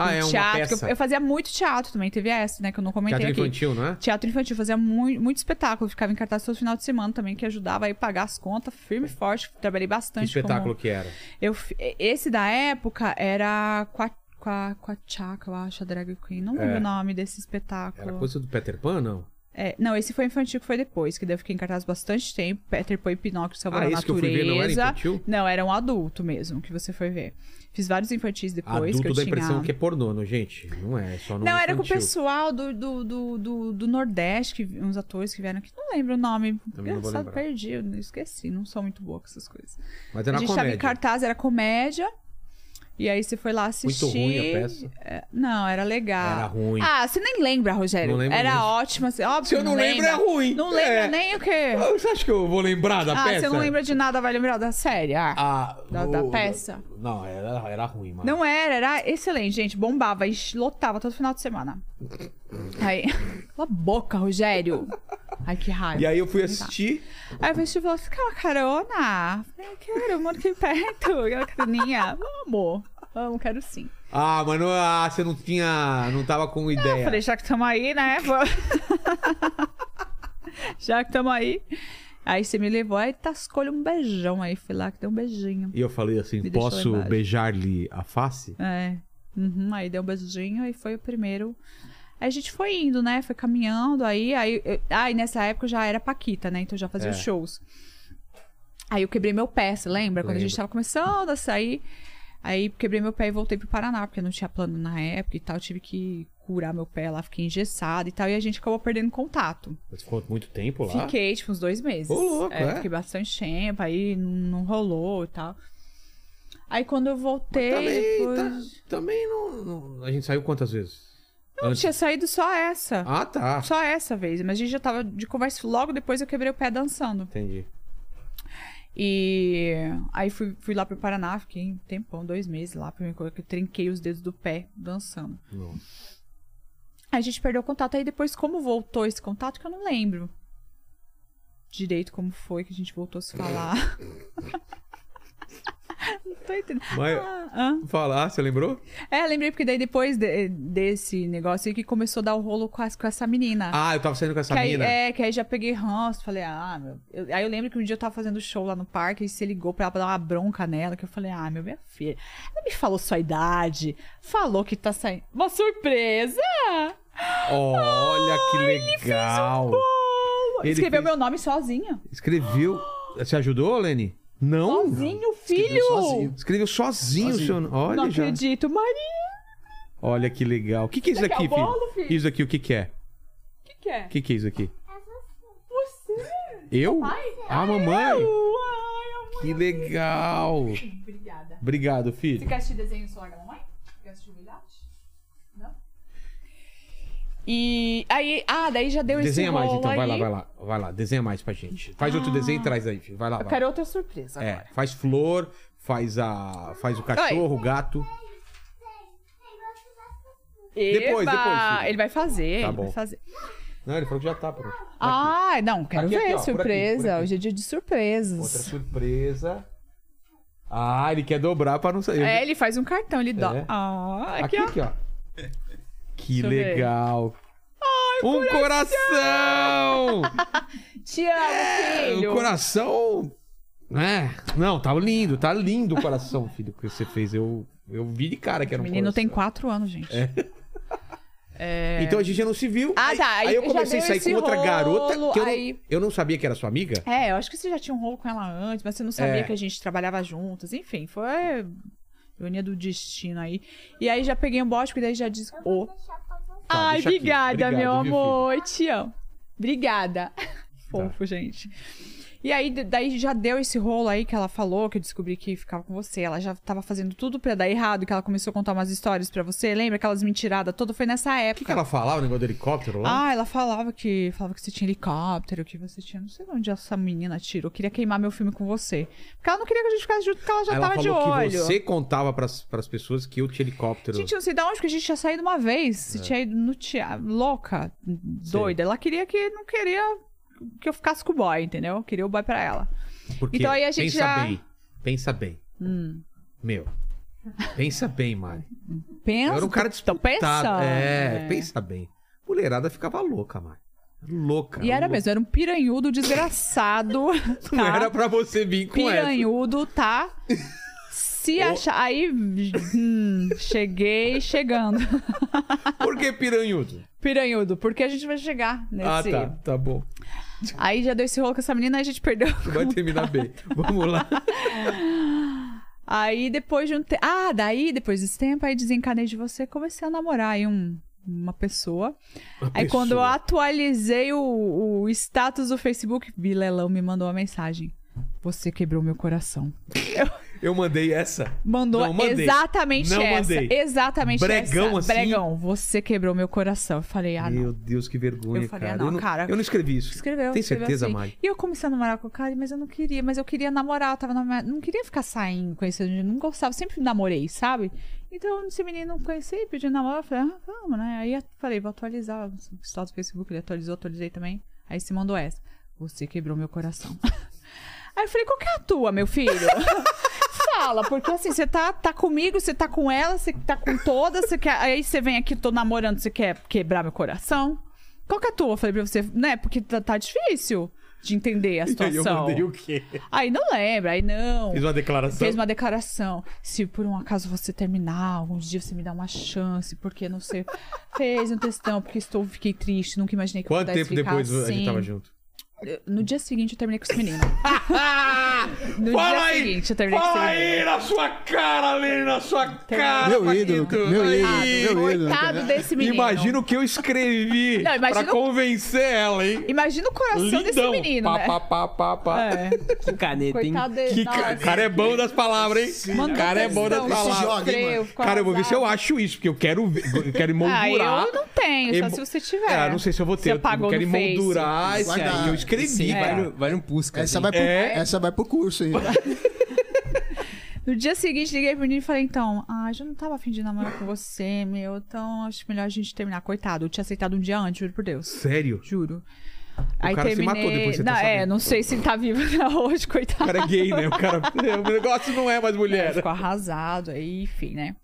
Ah, com é uma teatro, que eu- peça. Eu fazia muito teatro também, teve essa, né? Que eu não comentei Teatro aqui. infantil, não é? Teatro infantil, fazia muito, muito espetáculo. Ficava em cartaz todo final de semana também, que ajudava aí pagar as contas, firme e forte. Trabalhei Que bastante espetáculo como... que era. Eu, fi- esse da época era com a, com a, com a Chaka, eu acho, a drag queen. Não lembro É. o nome desse espetáculo. Era coisa do Peter Pan, não? É, não, esse foi infantil que foi depois, que daí eu fiquei em cartaz bastante tempo. Peter Pan e Pinóquio Salvador ah, a esse que eu fui ver não era Natureza. infantil? Não, era um adulto mesmo que você foi ver. Fiz vários infantis depois que Adulto eu dá a tinha. impressão que é pornô, não, gente? Não é, é só no Não, era com o infantil. pessoal do, do, do, do, do Nordeste, que, uns atores que vieram aqui. Não lembro o nome. Também não vou Engraçado, lembrar. perdi, eu esqueci. Não sou muito boa com essas coisas. Mas era uma a gente comédia. tava em cartaz, era comédia. E aí você foi lá assistir. Muito ruim a peça. É, Não, era legal. Era ruim. Ah, você nem lembra, Rogério. Não lembro era mesmo. ótima. Você, óbvio Se eu que não lembro, lembra. é ruim. Não lembra É. nem o quê? Ah, Você acha que eu vou lembrar da ah, peça? você não lembra de nada, vai lembrar da série. Ah, Ah, da, da peça. Não, era, era ruim, mano. Não é. era, era excelente, gente. Bombava, enche- lotava todo final de semana. Aí. Cala a boca, Rogério. Ai, que raiva. E aí eu fui assistir. Aí o vestido falou assim: quer uma carona? Eu falei, quero, eu moro aqui perto. Aquela caroninha. Vamos, amor. Vamos, quero sim. Ah, mano, ah, você não tinha. Não tava com Ah, Eu ideia. falei, já que estamos aí, né? vamos." já que estamos aí. Aí você me levou, aí tascou-lhe um beijão. Aí fui lá que deu um beijinho. E eu falei assim: Me deixou lá posso embaixo. beijar-lhe a face? É. Uhum, aí deu um beijinho, aí foi o primeiro. Aí a gente foi indo, né? Foi caminhando, aí. aí eu- ah, e nessa época eu já era Paquita, né? Então eu já É. fazia os shows. Aí eu quebrei meu pé, você lembra? Quando a gente Lembro. tava começando a sair. Aí quebrei meu pé e voltei pro Paraná, porque eu não tinha plano na época e tal. Eu tive que curar meu pé lá, fiquei engessada e tal, e a gente acabou perdendo contato. Você ficou muito tempo lá? Fiquei, tipo, uns dois meses. Ô, louco, é, é? Fiquei bastante tempo, aí não, não rolou e tal. Aí quando eu voltei, Também, depois... tá- também não, não- A gente saiu quantas vezes? Não, Antes- tinha saído só essa. Ah, tá. Só essa vez, mas a gente já tava de conversa. Logo depois eu quebrei o pé dançando. Entendi. E aí fui, fui lá pro Paraná, fiquei um tempão, dois meses lá, primeira coisa que eu trinquei os dedos do pé dançando. Nossa. Aí a gente perdeu o contato. Aí depois, como voltou esse contato, que eu não lembro direito como foi que a gente voltou a se falar. não tô entendendo. É. Mas- Ah, hã? Fala, ah, você lembrou? É, lembrei porque daí depois de- desse negócio aí que começou a dar o rolo com, as- com essa menina. Ah, eu tava saindo com essa que aí, mina. É, que aí já peguei ranço, falei, ah, meu. eu- aí eu lembro que um dia eu tava fazendo show lá no parque e você ligou pra ela pra dar uma bronca nela, que eu falei, ah, meu, minha filha, ela me falou sua idade, falou que tá saindo. Uma surpresa! Olha que um legal. Bom, Ele Escreveu fez- meu nome sozinha. Escreveu. Você ajudou, Lene? Não. Sozinho, filho! sozinho. Escreveu sozinho o Sozinho. seu nome. Olha Não já. acredito, Maria! Olha que legal. O que, que é isso Isso aqui aqui, é o filho? bolo, filho? Isso aqui, o que, que é? O que, que é? O que, que é isso aqui? Você! Eu? Ai, A Ah, mamãe? Ai, amor! Que legal. Obrigada. Obrigado, Você filho. quer assistir desenho solar da mamãe? Quer assistir o Vilhate? Não? E aí, ah, daí já deu Desenha esse mais rolo então, vai lá, aí. Ah. vai lá, vai lá, desenha mais pra gente. Faz outro desenho e traz aí, filho. Vai lá, Eu vai. quero lá. outra surpresa É, agora. faz flor, faz a, faz o cachorro, o gato. Depois, Eba! depois, filha. Ele vai fazer, Tá ele bom. vai fazer. Não, ele falou que já tá pronto. Aqui. Ah, não, quero Aqui, ver, aqui, ó, por aqui, surpresa. por aqui. Hoje é dia de Outra surpresas. surpresa. Ah, ele quer dobrar pra não sair. É, ele faz um cartão, ele dá. É. Ah, aqui, aqui, ó. aqui, ó. Que Deixa eu ver. legal. um coração! Te amo, filho. É, o coração. né? Não, tá lindo, tá lindo o coração, filho, que você fez. Eu, eu vi de cara que era O um menino tem coração. quatro anos, gente. É. Então a gente já não se viu. Ah, aí, tá, aí Aí eu já comecei a deu sair esse com outra rolo, garota que eu, não- aí- eu não sabia que era sua amiga. É, eu acho que você já tinha um rolo com ela antes, mas você não sabia É. que a gente trabalhava juntas. Enfim, foi ironia do destino aí. E aí já peguei um bote, porque daí já disse. Ô. Tá, Ai, deixa aqui. obrigada, Obrigado, meu viu, Tá. amor. Eu Te amo. Obrigada. Fofo, gente. E aí, d- daí já deu esse rolo aí que ela falou, que eu descobri que ficava com você. Ela já tava fazendo tudo pra dar errado, que ela começou a contar umas histórias pra você. Lembra aquelas mentiradas? Toda foi nessa O época. que, que ela falava, o negócio do helicóptero lá? Ah, ela falava que falava que você tinha helicóptero, que você tinha. Não sei de onde essa menina tirou. Queria queimar meu filme com você. Porque ela não queria que a gente ficasse junto, porque ela já ela tava de falou olho. que você contava pras, pras pessoas que eu tinha helicóptero. Gente, eu não sei de onde, porque a gente tinha saído uma vez. É. Você tinha ido no teatro. Louca, doida. Ela queria que. Não queria que eu ficasse com o boy, entendeu? Queria o boy pra ela. Porque Então aí a gente pensa já- Hum. bem, pensa bem. Meu, pensa bem, Mari. Pensa. Eu era um cara Então disputado. pensa. É, pensa bem. Mulherada ficava louca, Mari. Louca. E era louca. mesmo, era um piranhudo desgraçado. Não tá? era pra você vir com essa. piranhudo, tá? Se achar. Aí. hum, cheguei chegando. Por que piranhudo? Piranhudo, porque a gente vai chegar nesse. Ah, tá. Tá bom. Aí já deu esse rolo com essa menina, aí a gente perdeu. Vai terminar bem. Vamos lá. Aí depois de um tempo. Ah, daí depois desse tempo, aí desencanei de você, comecei a namorar aí um- uma pessoa. aí pessoa. quando eu atualizei o, o status do Facebook, Bilelão me mandou uma mensagem. Você quebrou meu coração. Eu mandei essa. Mandou Não, mandei. exatamente Não essa. mandei. Exatamente Bregão essa. assim? Bregão, você quebrou meu coração. Eu falei, ah, não. Meu Deus, que vergonha, Eu falei, ah, cara. não, eu não, cara. Eu não escrevi isso. Escreveu. Tem escreveu certeza, assim. Mari? E eu comecei a namorar com o cara, mas eu não queria, mas eu queria namorar, eu tava namorando, não queria ficar saindo, conhecendo gente, não gostava, sempre namorei, sabe? Então esse menino não conhecia, pediu namoro, eu falei, ah, vamos, né? Aí eu falei, vou atualizar o status do Facebook, ele atualizou, atualizei também. Aí se mandou essa. Você quebrou meu coração. Aí eu falei, qual que é a tua, meu filho? Fala, porque assim, você tá, tá comigo, você tá com ela, você tá com todas, você quer. Aí você vem aqui, tô namorando, você quer quebrar meu coração? Qual que é a tua? Eu falei pra você, né? Porque tá, tá difícil de entender Aí a eu situação. mandei o quê? Aí não lembra, aí não. Fiz uma declaração. Fez uma declaração. Se por um acaso você terminar, alguns dias você me dá uma chance, porque não sei. Fez um textão, porque estou, fiquei triste, nunca imaginei que eu Quanto tempo pudesse ficar depois a assim. gente tava junto? eu- No dia seguinte eu terminei com esse menino. no Fala dia aí! seguinte eu terminei com Fala esse menino. aí na sua cara, Lene, na sua cara. Meu ídolo, Paquito. meu ídolo, Ai, meu ídolo. Coitado desse menino. Imagina o que eu escrevi Não, pra imagina o- convencer ela, hein? Imagina o coração desse Lindão. menino, pá, né? pá, pá, pá, pá. É. Que caneta, hein? Coitado dele. Que nossa. um ca... cara é bom das palavras, hein? Mandou cara é bom das textão, palavras. joga, hein, sofreu, mano? ficou Cara, eu vou ver se eu arrasado. acho isso, porque eu quero, ver- eu quero Ah, emoldurar. eu não tenho, só Emo- se você tiver. Ah, não sei se eu vou ter. Você Eu apagou quero no Face. emoldurar isso Guardar. aí que eu escrevi, Sim, É. vai, cara. no, vai no Pusca. Essa assim. vai, pro, É. essa vai pro curso, hein? No dia seguinte, liguei pro menino e falei, então, ah, já não tava afim de namorar com você, meu, então acho melhor a gente terminar. Coitado, eu tinha aceitado um dia antes, juro por Deus. Sério? Juro. Aí cara se terminei. matou depois, você tá não, é, sabendo. não sei se ele tá vivo até hoje, O coitado. cara é gay, né? O cara. O negócio não é mais Ele mulher. Ficou arrasado, aí, enfim, né?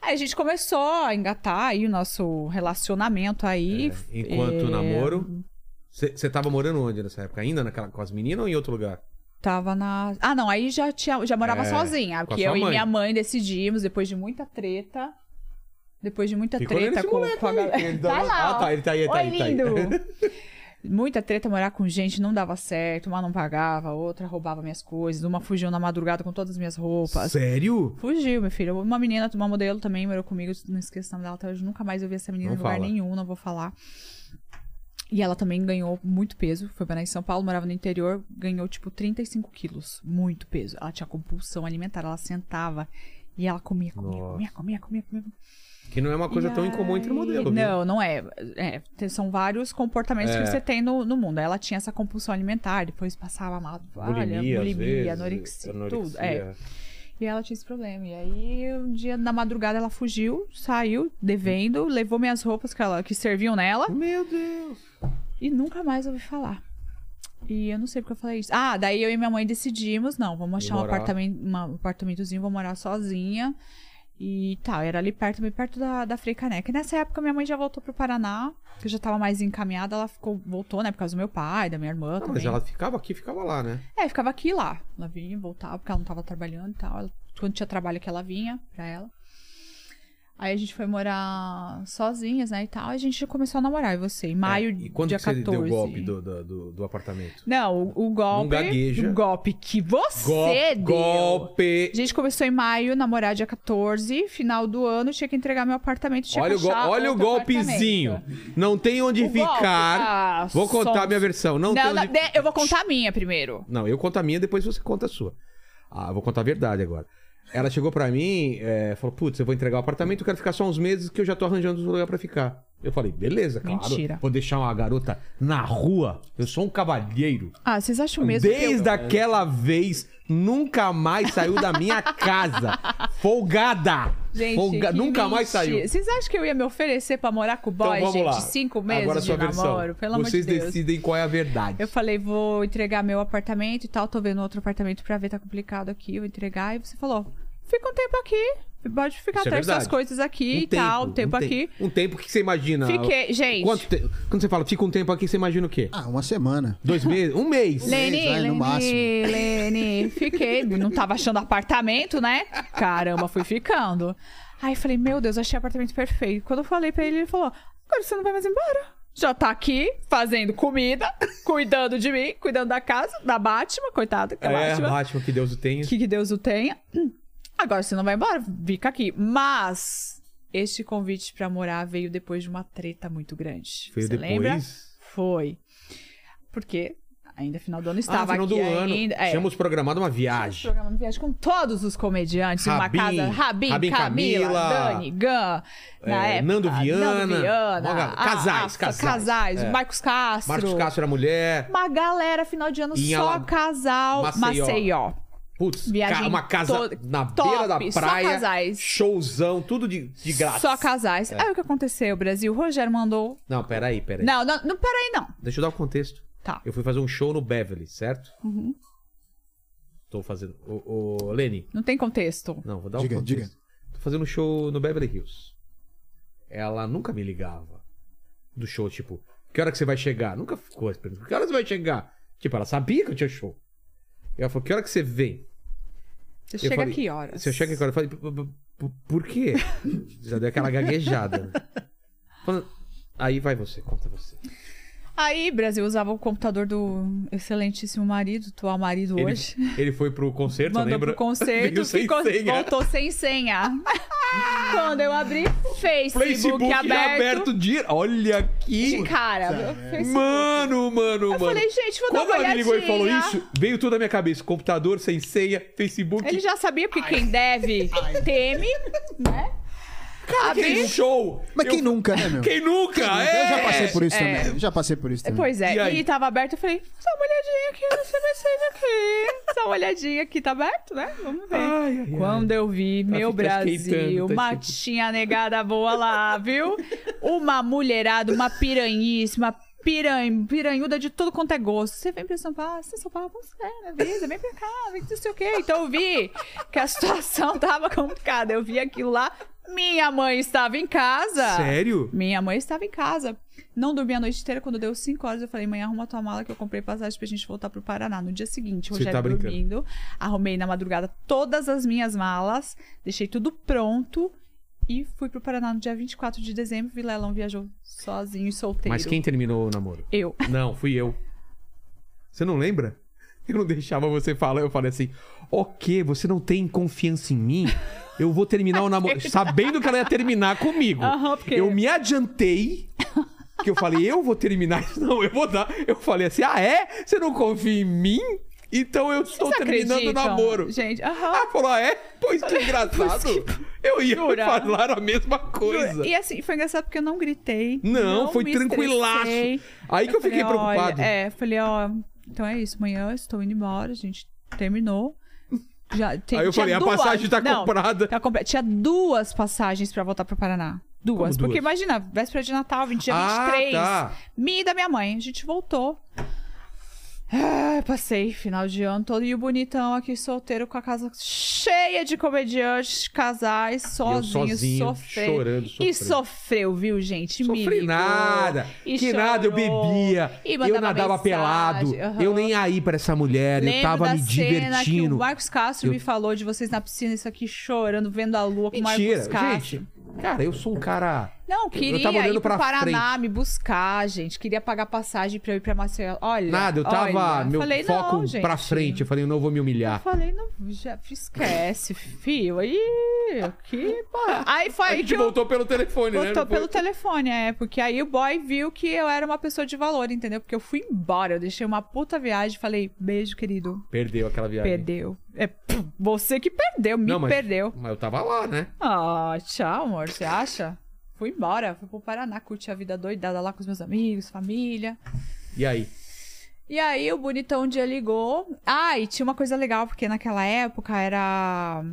Aí a gente começou a engatar aí o nosso relacionamento aí. Enquanto É, namoro. Você tava morando onde nessa época? Ainda naquela, com as meninas ou em outro lugar? Tava na. Ah, não, aí já, tinha, já morava É, sozinha. com a Porque sua eu e mãe. minha mãe decidimos, depois de muita treta. Depois de muita Ficou olhando treta esse com, moleque com a aí, galera. que ele tá- lá, Ah, ó. tá, ele tá aí, ele tá Oi, aí, ele tá aí. lindo. Muita treta morar com gente, não dava certo. Uma não pagava, outra roubava minhas coisas. Uma fugiu na madrugada com todas as minhas roupas. Sério? Fugiu, meu filho. Uma menina, uma modelo também morou comigo, não esqueço o nome dela até hoje. Nunca mais eu vi essa menina Não em lugar fala. nenhum, não vou falar. E ela também ganhou muito peso. Foi para em São Paulo, morava no interior, ganhou tipo 35 quilos. Muito peso. Ela tinha compulsão alimentar, ela sentava e ela comia, comia, Nossa. comia, comia, comia, comia. Que não é uma coisa E tão incomum entre aí- modelo. viu? Não, não é. É, te- São vários comportamentos É. que você tem no, no mundo. Ela tinha essa compulsão alimentar, depois passava mal, olha, Bulimia, às vezes, bulimia, anorexia, tudo. É. E ela tinha esse problema. E aí, um dia, na madrugada, ela fugiu, saiu devendo, levou minhas roupas que, ela, que serviam nela Meu Deus. e nunca mais ouvi falar. E eu não sei porque eu falei isso. Ah, daí eu e minha mãe decidimos, não, vamos achar um, morar. apartamento, uma- um apartamentozinho, vou morar sozinha. E tal, era ali perto, bem perto da, da Frei Caneca. E nessa época minha mãe já voltou pro Paraná, que eu já tava mais encaminhada, ela ficou, voltou, né, por causa do meu pai, da minha irmã Ah, também. mas ela ficava aqui, ficava lá, né? É, ficava aqui e lá. Ela vinha, voltava, porque ela não tava trabalhando e tal. Ela- quando tinha trabalho que ela vinha pra ela. Aí a gente foi morar sozinhas, né, e tal. A gente começou a namorar, eu e você, em maio, É, E quando dia que você 14. deu o golpe do, do, do- do apartamento? Não, o, o golpe... Não gagueja. O golpe que você Gol- deu. golpe. A gente começou em maio, namorar dia 14, final do ano, tinha que entregar meu apartamento, tinha Olha o, que go- achar olha o outro golpezinho. apartamento. Não tem onde O golpe? ficar. Ah, vou contar sons. a minha versão. Não, Não, tem não, onde... de- eu vou contar a minha primeiro. Não, eu conto a minha, depois você conta a sua. Ah, eu vou contar a verdade agora. Ela chegou pra mim, é, falou: Putz, eu vou entregar o apartamento, eu quero ficar só uns meses que eu já tô arranjando um lugar pra ficar. Eu falei: Beleza, claro. Mentira. Vou deixar uma garota na rua. Eu sou um cavalheiro. Ah, vocês acham mesmo que eu- Desde aquela vez, nunca mais saiu da minha casa. Folgada! Gente, Folga- que Nunca mais mentira. saiu. Vocês acham que eu ia me oferecer pra morar com o boy, então vamos lá. gente? Cinco meses Agora a de sua versão. namoro, pelo amor de Vocês Deus. decidem qual é a verdade. Eu falei, vou entregar meu apartamento e tal, tô vendo outro apartamento pra ver, tá complicado aqui, vou entregar. E você falou, fica um tempo aqui, pode ficar Isso é atrás das verdade. suas coisas aqui e tempo, tal, um tempo aqui. Um tempo que você imagina. Fiquei, gente. Quanto te- Quando você fala, fica um tempo aqui, você imagina o quê? Ah, uma semana. Dois meses? Um mês. Leni, vai, no máximo. Leni, Leni, fiquei, não tava achando apartamento, né? Caramba, fui ficando. Aí falei, meu Deus, achei apartamento perfeito. Quando eu falei pra ele, ele falou, agora você não vai mais embora. Já tá aqui, fazendo comida, cuidando de mim, cuidando da casa, da Batman, coitada, que é, É, Batman. Batman, que Deus o tenha. Que, que Deus o tenha. Agora você não vai embora, fica aqui. Mas este convite pra morar veio depois de uma treta muito grande. Veio você depois? Ah, lembra? Foi. Porque ainda final do ano estava ah, final aqui do ano. ainda. É, Tínhamos programado uma viagem. programa de viagem com todos os comediantes Rabin, uma casa. Rabin, Rabin, Camila, Camila, Dani, Gan, na é, época, Nando Viana, Nando Viana, uma- a- casais, a- casais, casais, é. Marcos Castro. Marcos Castro era mulher. Uma galera, final de ano, E em só Ala- casal Maceió. Maceió. Putz, Viagem ca- uma casa to- na top, beira da só praia. casais. Showzão, tudo de, de graça. Só casais. Aí o que aconteceu, Brasil? O Rogério mandou. Não, peraí, peraí. Não, não, não, peraí, não. Deixa eu dar o contexto. Tá. Eu fui fazer um show no Beverly, certo? Uhum. Tô fazendo. Ô, ô, Lene, Não tem contexto. não, vou dar Diga, o contexto. Tô fazendo um show no Beverly Hills. Ela nunca me ligava. Do show, tipo, que hora que você vai chegar? Nunca ficou essa pergunta. Que hora você vai chegar? Tipo, ela sabia que eu tinha show. E ela falou, que hora que você vem? Você Eu chega falei, aqui que horas? Você chega que hora? Eu falei, "P- p- p- por quê? né? Já deu aquela gaguejada. Falando, Aí vai você, conta você. Aí, Brasil, usava o computador do excelentíssimo marido, atual marido Ele, hoje. ele foi pro concerto, Mandou lembra? pro concerto, Veio sem ficou, senha. voltou sem senha. Quando eu abri, Facebook, Facebook já aberto, aberto de... Olha aqui. de cara. meu Facebook. Mano, mano, eu mano. falei, gente, vou Quando dar uma ele ligou e falou olhadinha. isso, veio tudo na minha cabeça. Computador, sem senha, Facebook. Ele já sabia, porque quem deve teme, né? Que Abre. show! Mas Eu- quem nunca, né, meu? Quem nunca? É! Eu já passei por isso também. Já passei por isso também. Pois é, E aí? e, tava aberto, eu falei, dá uma olhadinha aqui, você vai sair daqui. Dá uma olhadinha aqui, tá aberto, né? Vamos ver. Ai, ai, Quando eu vi, meu fica esquentando, Brasil, tá uma esquentando. tinha negada boa lá, viu? Uma mulherada, uma piranhíssima, piran... piranhuda de tudo quanto é gosto. Você vem pra São Paulo, você é São Paulo, você é, né, vida, vem pra cá, vem não sei o quê. Então eu vi que a situação tava complicada. Eu vi aquilo lá, minha mãe estava em casa. Sério? Minha mãe estava em casa. Não dormi a noite inteira. Quando deu 5 horas, eu falei, mãe, arruma tua mala que eu comprei passagem pra gente voltar pro Paraná. No dia seguinte, o Você Rogério tá brincando. dormindo. Arrumei na madrugada todas as minhas malas, deixei tudo pronto e fui pro Paraná no dia 24 de dezembro. Vilelão viajou sozinho e solteiro. Mas quem terminou o namoro? Eu. Não, fui eu. Você não lembra? Eu não deixava você falar, eu falei assim: ok, você não tem confiança em mim, eu vou terminar o namoro. Sabendo que ela ia terminar comigo. É Aham, porque- Eu me adiantei. Que eu falei, eu vou terminar. isso, Não, eu vou dar. Eu falei assim: ah, é? Você não confia em mim? Então eu estou Vocês terminando o acreditam? namoro. Gente, aham. Ah, falou, ah, é? Pois que engraçado. Eu ia Jura? falar a mesma coisa. E assim, foi engraçado porque eu não gritei. Não, foi me tranquilaço. estressei. Aí que eu fiquei falei, olha, preocupado. É, falei, ó, então é isso, amanhã eu estou indo embora, a gente terminou. Já, tem, Aí eu tinha falei, a duas- passagem tá não, comprada. Tá comprada. Tinha duas passagens pra voltar pro Paraná. Como Duas, duas? Porque imagina, véspera de Natal, 20, dia Ah, 23. tá. Me e da minha mãe. A gente voltou. Ah, passei final de ano todo. E o bonitão aqui solteiro com a casa cheia de comediantes, casais, sozinho, sozinho, sofreu. chorando, E sofrendo. sofreu, viu, gente? Me Sofri ligou, nada. e que nada, eu chorou, bebia. e Eu mandava nadava mensagem, pelado. aham. Eu nem aí pra essa mulher. eu Lembro tava da me cena que o divertindo. Marcos Castro Eu- me falou de vocês na piscina, isso aqui chorando, vendo a lua com o Mentira, Marcos Castro. gente. Cara, eu sou um cara. Não, queria tava olhando ir pra pro Paraná me buscar, gente. Queria pagar passagem pra eu ir pra Maceió. Olha, Nada, eu tava. olha. meu Falei, foco não, gente. pra frente. Eu falei, eu não vou me Eu humilhar. falei, não, já esquece, fio. Aí, que... ba- Aí foi a aí gente que eu voltou pelo telefone, né? Botou Não foi- pelo telefone, é. Porque aí o boy viu que eu era uma pessoa de valor, entendeu? Porque eu fui embora, eu deixei uma puta viagem, falei, beijo, querido. Perdeu aquela viagem. Perdeu. É pff, você que perdeu, me Não, mas- perdeu. Mas eu tava lá, né? Ah, tchau, amor, você acha? Fui embora, fui pro Paraná, curti a vida doidada lá com os meus amigos, família. E aí? E aí o bonitão um dia ligou. Ah, e tinha uma coisa legal, porque naquela época era.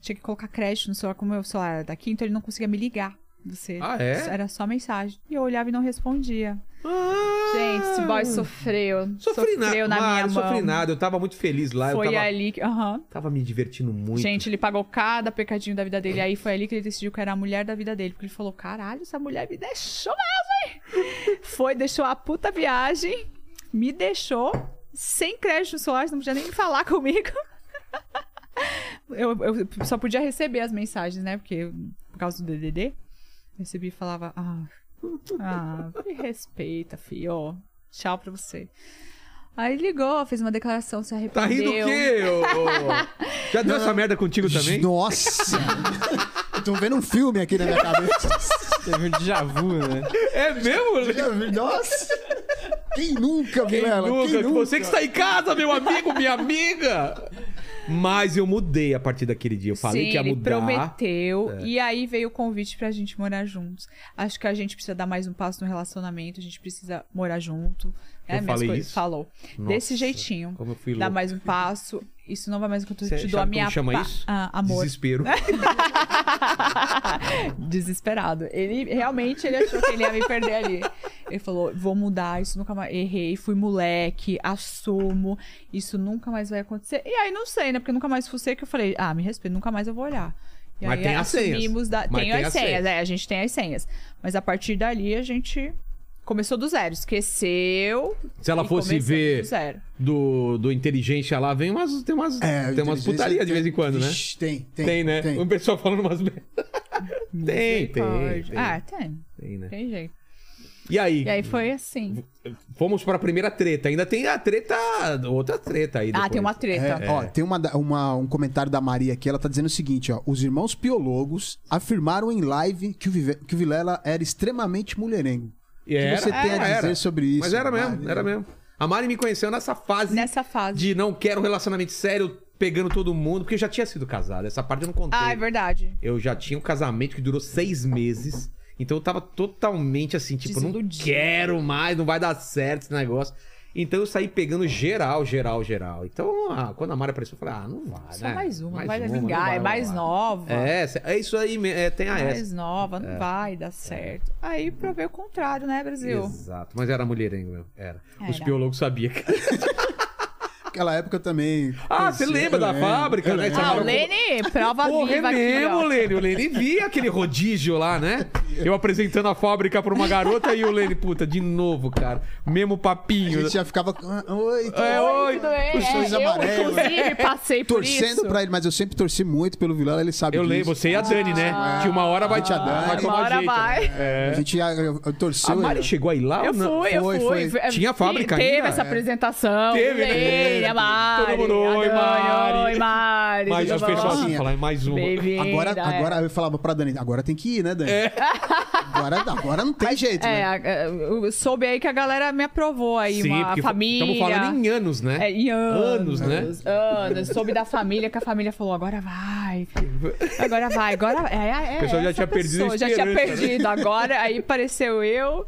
Tinha que colocar crédito no celular, como o meu celular era daqui, então ele não conseguia me ligar. Você Ah, é? Era só mensagem. E eu olhava e não respondia. Ah, Gente, esse boy sofreu. Sofri sofreu nada. na minha Mara, mão. sofri nada. Eu tava muito feliz lá. Foi eu tava, ali que. Aham. tava me divertindo muito. Gente, ele pagou cada pecadinho da vida dele. Aí foi ali que ele decidiu que era a mulher da vida dele. Porque ele falou: caralho, essa mulher me deixou mesmo, hein? Foi, deixou a puta viagem, me deixou sem crédito no celular, não podia nem falar comigo. Eu, eu só podia receber as mensagens, né? Porque por causa do DDD, recebi e falava: ah, ah, me respeita, fio. Tchau pra você. Aí ligou, fez uma declaração, se arrependeu. Tá rindo o quê? ô? Já deu essa merda contigo também? Nossa! Eu Tô vendo um filme aqui na minha cabeça. Teve um déjà vu, né? É mesmo? Já vi- Nossa! Quem nunca, Vilela? Quem Lucas, nunca? Tipo, você que está em casa, meu amigo, minha amiga. Mas eu mudei a partir daquele dia. Eu falei Sim, que ia ele mudar. É. prometeu. E aí veio o convite pra gente morar juntos. Acho que a gente precisa dar mais um passo no relacionamento, a gente precisa morar junto. É Eu a mesma falei coisa. isso? Falou. Nossa, Desse jeitinho. Como eu fui Dá louco. mais um passo. Isso não vai mais acontecer. Você Eu te dou a sabe como minha chama pa- isso? Ah, amor. Desespero. Desesperado. Ele realmente ele achou que ele ia me perder ali. Ele falou: vou mudar, isso nunca mais. Errei, fui moleque, assumo, isso nunca mais vai acontecer. E aí não sei, né? Porque nunca mais fucei que eu falei, ah, me respeita, nunca mais eu vou olhar. E Mas aí tem as senhas. assumimos da- Mas tem, tem as as senhas, senhas. é, a gente tem as senhas. Mas a partir dali a gente começou do zero. Esqueceu. Se ela e fosse começamos ver Do zero. do, do inteligência lá, vem umas. Tem umas, É, tem umas inteligência- putarias de vez em quando, né? Ixi, Tem, tem. Tem, né? O pessoal falando umas merda. tem, tem, Misericórdia. tem. É. Ah, tem. Tem, né? Tem jeito. E aí? E aí foi assim. Fomos pra primeira treta. Ainda tem a treta, outra treta aí. Ah, depois. tem uma treta. É, Ó, tem uma, da- uma- um comentário da Maria aqui, ela tá dizendo o seguinte, ó. Os irmãos piologos afirmaram em live que o, Vive- que o Vilela era extremamente mulherengo. E O que você tem a era, dizer era. sobre isso? né? Mas era mesmo, Mari? era mesmo. A Mari me conheceu nessa fase Nessa fase. de não quero um relacionamento sério, pegando todo mundo, porque eu já tinha sido casado. Essa parte eu não contei. Ah, é verdade. Eu já tinha um casamento que durou seis meses. Então eu tava totalmente assim, tipo, não Desiludido. quero mais, não vai dar certo esse negócio. Então eu saí pegando geral, geral, geral. Então, ah, quando a Mari apareceu, eu falei, ah, não vai, Só né? mais uma, não vai não vingar, vai, é não mais vai. nova. É, cê- é isso aí, me- é, tem a essa. mais nova, não vai dar certo. Aí provei o contrário, né, Brasil? Exato, mas era mulherengo mesmo, era. Os Era. biólogos sabiam. Aquela época eu também. É. Ah, você conheci, lembra eu da lembro. fábrica, né? Ah, o Trabalhou- Lene, prova Porra, é viva mesmo, aqui, ó. Lene. O Lene via aquele rodízio lá, né? Eu apresentando a fábrica pra uma garota e o Lene, puta, de novo, cara. Mesmo A papinho. gente já ficava. "Ah, Oi, tô É, oi. Tudo bem, Os sonhos é, eu, amarelos. inclusive, passei por torcendo isso. pra ele, mas eu sempre torci muito pelo Vilela, ele sabe Eu disso. lembro, você e a Dani, né? Que uma hora vai te Ah, vai uma tomar hora jeito. vai. A É. gente ia- eu- eu torceu. A Mari chegou aí lá Eu ou não? fui, eu Foi, fui. foi. É, Tinha fábrica Teve ainda? É. essa apresentação. Teve, né? Lene, a Mari. Todo mundo, oi, a Dani, Mari. Oi, Mari. Mais tudo os bom? pessoal assim, assim, falar mais uma. Bem-vinda, Agora, é. agora eu falava pra Dani, agora tem que ir, né, Dani? É. Agora, agora não tem jeito, É, né? a- a- eu soube aí que a galera me aprovou aí, uma porque fa- família. Estamos falando em anos, né? É, em anos. Anos, né? Anos. Soube da família, que a família falou, agora vai. Agora vai, agora é, é O pessoal já essa tinha perdido a pessoa, Já tinha esperança, né? perdido. Agora, aí apareceu eu,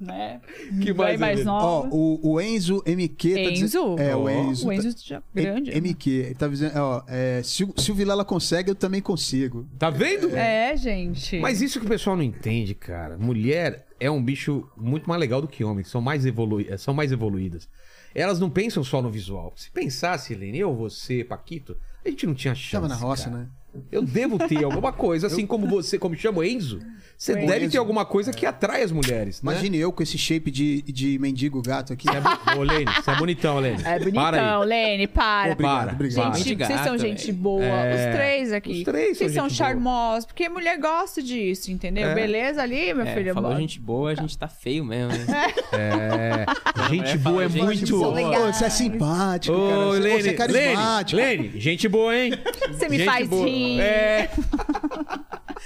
né? Que Bem mais, mais Helena? Ó, nova. o, o Enzo MQ tá Enzo? dizendo. É, Ó. o Enzo. o Enzo já tá- grande. né? M- MQ, ele tá dizendo, ó, é, se, o- se o Vilela consegue, eu também consigo. Tá vendo? É, gente. Mas isso que o pessoal não entende, cara. Mulher é um bicho muito mais legal do que homem, são mais, evolu... eh, são mais evoluídas. Elas não pensam só no visual. Se pensasse, Helene, eu, você, Paquito, a gente não tinha chance. Tava na roça, cara. né? Eu devo ter alguma coisa, assim como você, como chama Enzo, você deve Enzo. ter alguma coisa É. que atrai as mulheres. Né? Imagine eu com esse shape de, de mendigo gato aqui. Você é bu- Ô, Lene, você é bonitão, Lene. É Para bonitão, aí. Lene, para. Obrigado, Para. obrigado. Gente, Gente vocês gata, são velho. gente boa. É. Os três aqui. Os três são Vocês são gente boa. charmosos. Porque mulher gosta disso, entendeu? É. Beleza ali, meu É, filho? falou Bom. gente boa, a gente tá feio mesmo, né? É. Gente boa é Gente muito. boa. Ô, Legal. Ô, você é simpático, cara. Você, Lene, você é carismático. Lene, Lene, gente boa, hein? Você me Gente faz boa. rir. É.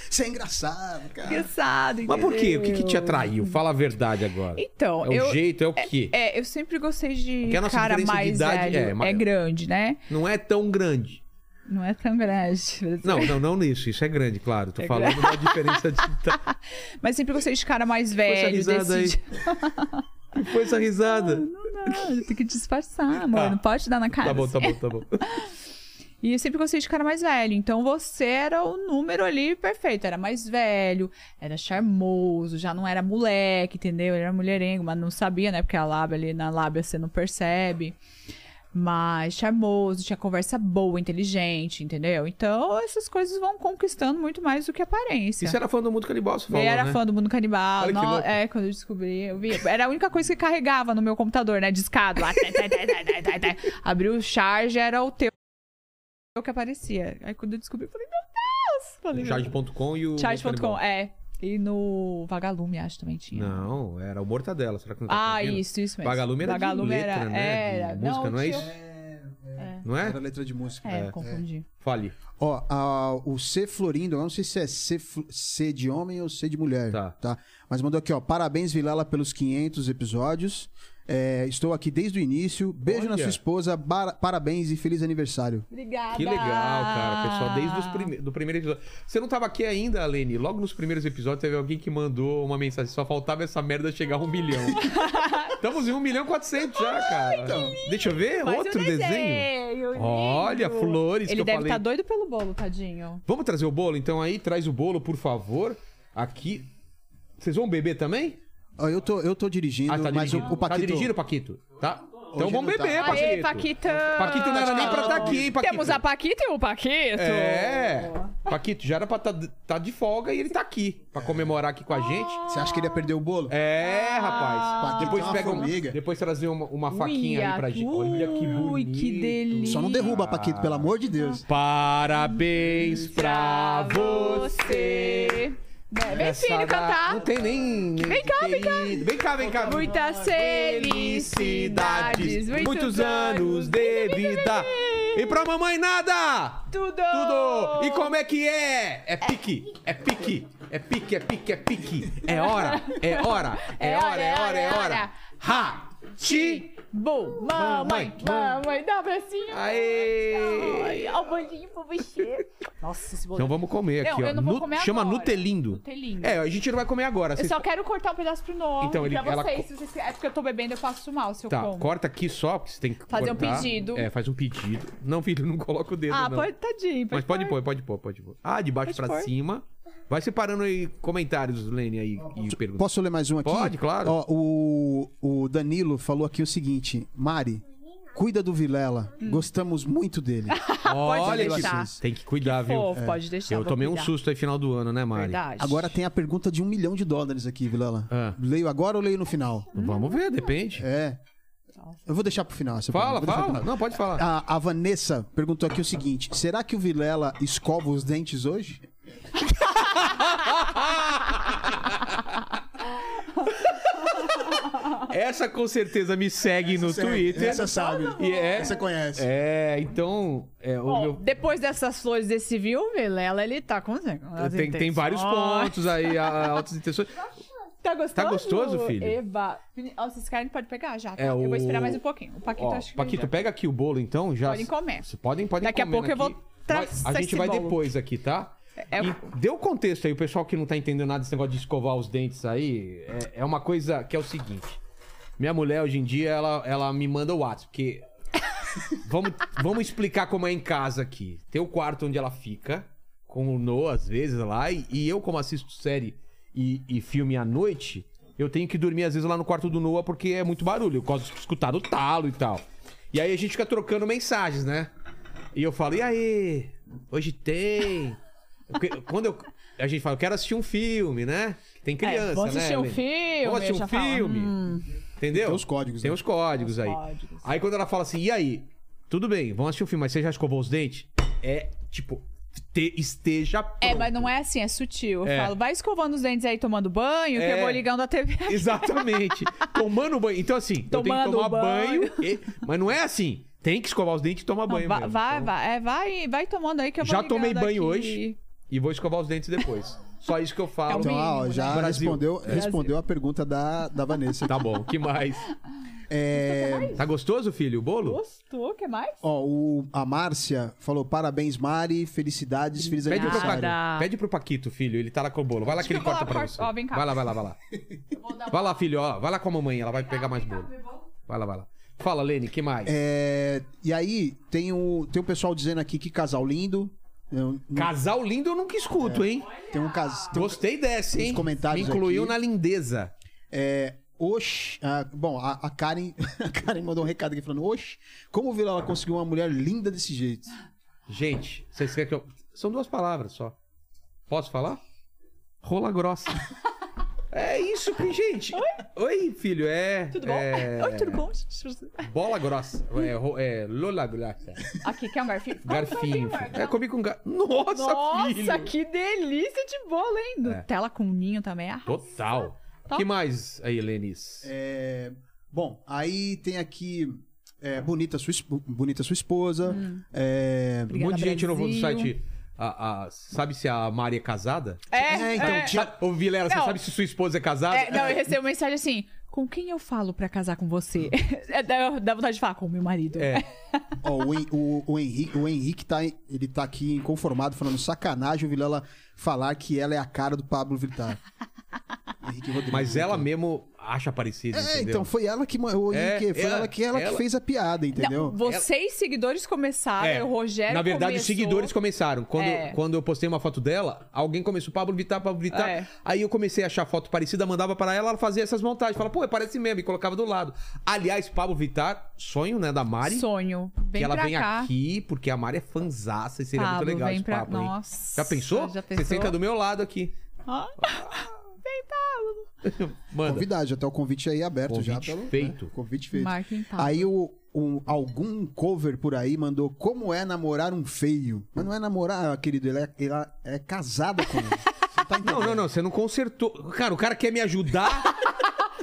Você é engraçado, cara. assim, Engraçado, Mas por quê? O que, que te entendeu? atraiu? Fala a verdade agora. Então, é o eu... jeito, é o quê? É, eu sempre gostei de Porque a nossa cara diferença de mais idade é velho. É, maior. grande, né? Não é tão grande. Não é tão grande. Não, não, não nisso. Isso é grande, claro. Tô É falando da diferença de idade. Mas sempre gostei de cara mais Foi essa velho. risada aí. desse- Que foi essa risada? Não, tem que disfarçar, amor. Tá. Não pode dar na cara. Tá bom, assim. tá bom, tá bom. E eu sempre gostei de cara mais velho. Então você era o número ali perfeito. Era mais velho, era charmoso, já não era moleque, entendeu? Era mulherengo, mas não sabia, né? Porque a lábia ali, na lábia você não percebe. Mas charmoso, tinha conversa boa, inteligente, entendeu? Então essas coisas vão conquistando muito mais do que aparência. Isso era fã do mundo canibal, você Eu falou, era né? fã do Mundo Canibal. Olha que no- louco. É, quando eu descobri, eu vi. Era a única coisa que carregava no meu computador, né? Discado lá. Tá, tá, tá, tá, tá, tá, tá. Abriu o charge, era o teu o que aparecia. Aí quando eu descobri, eu falei, meu Deus! Falei, O meu Deus. Charge.com e o. Charge.com, canibal. é. E no Vagalume, acho, também tinha. Não, era o Mortadela. Será que não tá é. Ah, confundindo? isso, isso mesmo. Vagalume era de letra, né? De era. música, não é tinha- um- isso? Não é? Era letra de música. É, confundi. Fale. Ó, a- o C Florindo, eu não sei se é C, fl- C de homem ou C de mulher, Tá. tá? Mas mandou aqui, ó, parabéns Vilela pelos 500 episódios. É, estou aqui desde o início. Beijo na Olha. sua esposa, bara- parabéns e feliz aniversário. Obrigada. Que legal, cara. Pessoal, desde os prime... do primeiro episódio. Você não tava aqui ainda, Lene. Logo nos primeiros episódios teve alguém que mandou uma mensagem. Só faltava essa merda chegar a um milhão. Estamos em um milhão e quatrocentos já, cara. Deixa eu ver. Faz um Outro desenho. desenho Olha, lindo. flores Ele que eu deve falei. estar doido pelo bolo, tadinho. Vamos trazer o bolo, então, aí? Traz o bolo, por favor. Aqui. Vocês vão beber também? Ó, eu tô, eu tô dirigindo, Ah, tá mas o, dirigindo. o Paquito... Tá dirigindo, Paquito? Tá? Então Hoje vamos não tá. beber, Paquito. Aê, Paquitão! Paquito não era nem pra tá aqui, hein, Paquito? Temos a Paquita e o Paquito. É. Paquito, já era pra tá, tá de folga e ele tá aqui. É. Pra comemorar aqui com a gente. Você acha que ele ia perder o bolo? É, rapaz. Paquito depois é uma pega um, formiga. depois trazer uma, uma Ah. Ui, faquinha aí pra gente. Olha que bonito. Ui, que delícia. Só não derruba, Paquito, Ah. pelo amor de Deus. Parabéns pra você. Né? Vem, filho, Engraçada. cantar. Não tem nem. nem Vem cá, vem cá. querido. Vem cá, vem cá. Muitas felicidades, muitos, muitos anos de vida. E pra mamãe nada! Tudo! Tudo! Oh. E como é que é? É pique, é pique, é pique, é pique, é pique. É hora, é hora, é hora, é hora, é hora. Ha! Ti! Bom, mamãe, Mamãe, mamãe, dá um abracinho. Aê! Ai, ó, o bolinho pro bichinho. Nossa, esse Então bolinho. vamos comer aqui, Não, ó. eu não vou Nu- comer Chama agora. Nutelindo. Nutelindo. É, a gente não vai comer agora. Eu Vocês- só quero cortar um pedaço pro Noah. Então, ele- pra ela vocês, co- se vocês- É porque eu tô bebendo, eu faço mal se eu Tá, como. corta aqui só, porque você tem que Fazer um cortar. pedido. É, faz um pedido. Não, filho, não coloca o dedo, Ah, não. pode, tadinho. Mas pode pôr. pôr, pode pôr, pode pôr. Ah, de baixo Pode pra pôr. cima. Vai separando aí comentários, Lene, aí, e perguntas. Posso ler mais um aqui? Pode, claro. Ó, o, o Danilo falou aqui o seguinte: Mari, cuida do Vilela. Gostamos muito dele. Olha, Tá, deixar. que- tem que cuidar, viu? Fofo, pode deixar. Eu vou tomei um cuidar. susto aí final do ano, né, Mari? Verdade. Agora tem a pergunta de um milhão de dólares aqui, Vilela. Ah. Leio agora ou leio no final? Vamos ver, depende. É. Eu vou deixar pro final. essa Fala, pergunta, vou fala. deixar pro Não, pode falar. final. A, a Vanessa perguntou aqui o seguinte: será que o Vilela escova os dentes hoje? Essa com certeza me segue no Twitter. Você sabe. E é, Você conhece. é, então, é, o Bom, meu- depois dessas flores desse filme, Lela, ele tá com. as tem, tem intenções. vários pontos aí, a- altas intenções. Tá gostoso? Tá gostoso, filho? Eba. Meni- Ó, esses caras não podem pegar já. tá? É, Eu o- vou esperar mais um pouquinho. O Paquito, Ó, acho que. Paquito, pega aqui o bolo então, já. Podem comer. Vocês podem, podem Daqui a comendo pouco eu vou aqui. traçar Vai- A gente esse vai bolo. depois aqui, tá? É- E dê o contexto aí, o pessoal que não tá entendendo nada desse negócio de escovar os dentes aí. É, é uma coisa que é o seguinte. Minha mulher, hoje em dia, ela, ela me manda o WhatsApp, porque... vamos, vamos explicar como é em casa aqui. Tem o quarto onde ela fica, com o Noah, às vezes, lá. E, e eu, como assisto série e, e filme à noite, eu tenho que dormir, às vezes, lá no quarto do Noah, porque é muito barulho. Eu gosto de escutar do talo e tal. E aí a gente fica trocando mensagens, né? E eu falo, e aí? Hoje tem... Porque Quando eu... A gente fala, eu quero assistir um filme, né? Tem criança, É, vou assistir né? um Lê? filme, Vou assistir já um fala, filme. Hum. Entendeu? Tem os códigos, Tem né? os códigos aí. códigos. Aí quando ela fala assim, e aí? Tudo bem, vamos assistir o filme, mas você já escovou os dentes? É, tipo, te- esteja pronto. É, mas não é assim, é sutil. Eu É. falo, vai escovando os dentes aí tomando banho, que É. eu vou ligando a TV. aqui. Exatamente. Tomando banho. Então, assim, eu tenho Tomando que tomar banho. banho. e- Mas não é assim. Tem que escovar os dentes e tomar Não, banho. va- mesmo. vai, Então, vai, é, vai, vai tomando aí que eu vou Já ligando tomei banho aqui. hoje. E vou escovar os dentes depois. Só isso que É eu falo. Então, ah, ó, já Brasil. respondeu, respondeu a pergunta da, da Vanessa. Tá bom, que mais? É, Tá gostoso, filho, o bolo? Gostou? Quer mais? ó, o, a Márcia falou: parabéns, Mari, felicidades, feliz Pede pro, Nada. aniversário. Pa- Ah. Pede pro Paquito, filho. Ele tá lá com o bolo. Vai lá que ele Deixa eu falar, corta pra corta- você. ó, vem cá. Vai lá, vai lá, vai lá. Vai um lá, filho, ó. Vai lá com a mamãe, ela vai pegar mais bolo. Vai lá, vai lá. Fala, Lene, que mais? É, e aí, tem o, tem o pessoal dizendo aqui que casal lindo. Eu- Casal lindo eu nunca escuto, hein? Tem um caso. Gostei dessa, hein? Os comentários Me incluiu aqui. na lindeza. É, oxe. ah, bom, a, a Karen, a Karen mandou um recado aqui falando: Oxe, como o Vilela conseguiu uma mulher linda desse jeito? Gente, vocês querem que eu. São duas palavras só. Posso falar? Rola grossa. é isso que, gente. Oi, filho, é. Tudo bom? é- Oi, tudo bom? Bola grossa. É, ro- é Lola grossa. Aqui, quer um garfinho? Come um Garfinho. Marcos. filho. É, comi com gar... Nossa, filho. Nossa, que delícia de bolo, hein? Nutella com ninho também. Ah, Total. O Top. que mais aí, Lenis? É, bom, aí tem aqui. é, bonita, sua, esp- bonita sua esposa. É, um monte de gente novo no Brasil. site. A, a- sabe se a Mari é casada? É, É, então, é. Sabe, ô, Vilela, você Não. sabe se sua esposa é casada? É, não, eu recebi uma mensagem assim: com quem eu falo pra casar com você? É, dá, dá vontade de falar com o meu marido. É. Ó, o, Hen- o- o Henrique, o Henrique tá, em- ele tá aqui inconformado, falando sacanagem o Vilela falar que ela é a cara do Pablo Vittar. Henrique Rodrigues. então. Mas ela mesmo acha parecido, É, entendeu? então foi ela que. ma- o É, Henrique, foi ela- ela, que, ela ela- que fez a piada, entendeu? Não, vocês, seguidores, começaram, É, o Rogério. Na verdade, os começou. seguidores começaram. Quando, É. quando eu postei uma foto dela, alguém começou, Pablo Vittar, Pablo Vittar. É. Aí eu comecei a achar foto parecida, mandava pra ela, ela fazia essas montagens. Falava, pô, é parece mesmo, e colocava do lado. Aliás, Pablo Vittar, sonho, né, da Mari. Sonho. Vem que ela pra vem cá. aqui, porque a Mari é fanzaça e seria Pablo, muito legal vem esse pra- papo, hein? Nossa, Já pensou? já Você pensou? senta do meu lado aqui. Ah, vem, Pablo. Manda. Convidado, já tá o convite aí aberto já. Convite feito. né? Convite feito. Marquem Pablo. Aí o, um- algum cover por aí mandou como é namorar um feio. Mas não é namorar, querido, ele é, ela é casada com ele. tá entendendo. Não, não, não, você não consertou. Cara, o cara quer me ajudar.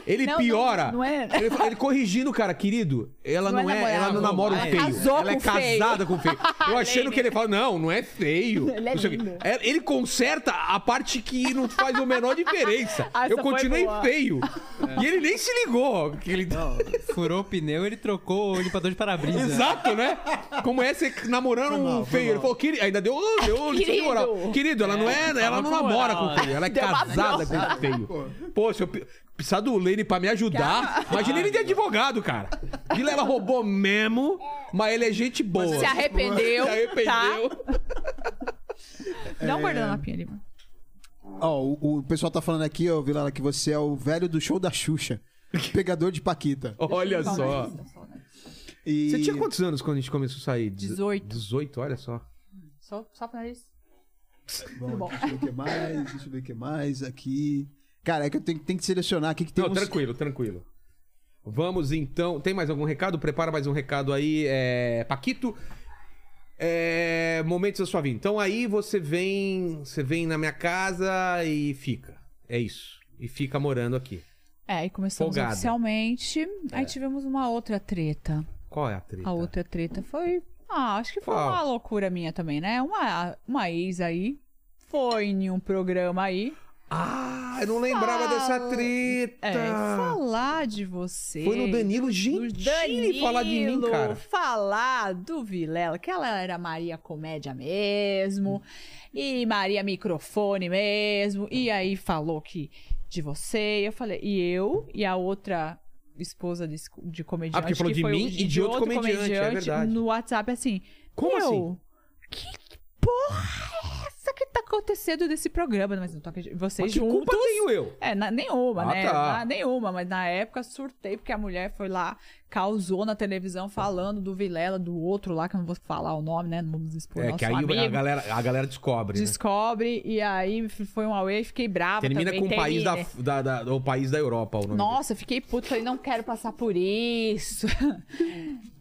Ele Não, não, piora. não é. Ele, fa- ele corrigindo o cara, querido, ela não, Não é é, ela não namora um namorado. feio. Ela casou ela é com feio. casada com feio. Eu achando que ele fala, não, não é feio. Ele é Não sei o quê. lindo. É, Ele conserta a parte que não faz a menor diferença. Ah, essa Eu foi continuei boa. feio. E ele nem se ligou. Que ele... Furou o pneu, ele trocou o limpador de para-brisa. Exato, né? Como é você namorando um feio? Ele falou, querido, ainda deu, deu lição de Querido. é moral. Ah, Querido, ela não é, ela tava não com namora moral, com feio, ela é Deu uma casada com feio. Pô, se eu pe- precisar do Lene pra me ajudar, imagina ele de advogado, cara. Vilela roubou mesmo, mas ele é gente boa. Se arrependeu, Se arrependeu. É. tá? Dá um guardanapinha ali, mano. Ó, o, o pessoal tá falando aqui, ó, Vilela, que você é o velho do show da Xuxa. Pegador de Paquita. Olha só. né? E... Você tinha quantos anos quando a gente começou a sair? 18. 18, olha só. Só, só pra nariz. Bom, Bom. Deixa eu ver o que mais, deixa eu ver o que mais aqui. Cara, é que eu tenho, tenho que selecionar aqui que tem Não, uns... tranquilo, tranquilo. Vamos então. Tem mais algum recado? Prepara mais um recado aí, é... Paquito. É... Momentos da sua vida. Então aí você vem, você vem na minha casa e fica. É isso. E fica morando aqui. É, e começamos Folgado. É. oficialmente. Aí tivemos uma outra treta. Qual é a treta? A outra treta foi. Ah, acho que foi Qual? uma loucura minha também, né? Uma, uma ex aí foi em um programa aí. Ah, eu não lembrava Fala- dessa treta. É, falar de você. Tá. Foi no Danilo Gentili falar de mim, cara. falar do Vilela, que ela era Maria Comédia mesmo, e Maria Microfone mesmo, e aí falou que de você, e eu falei, e eu e a outra esposa de, de comediante. Ah, porque falou que de foi mim o- e de outro comediante, é verdade. No WhatsApp, assim. Como "Meu, Que porra é essa que tá acontecendo desse programa? Mas não tô acreditando. Vocês Mas que juntos. culpa tenho eu? É, na- nenhuma, Ah, né? tá. Na- nenhuma, mas na época surtei, porque a mulher foi lá, causou na televisão falando do Vilela, do outro lá, que eu não vou falar o nome, né? Não vamos expor É nosso que aí amigo. a galera, a galera descobre. né? Descobre, e aí f- foi um away, fiquei brava Termina também. com o país da, termina. da, da- o país da Europa, o nome Nossa, fiquei puto, falei, não quero passar por isso.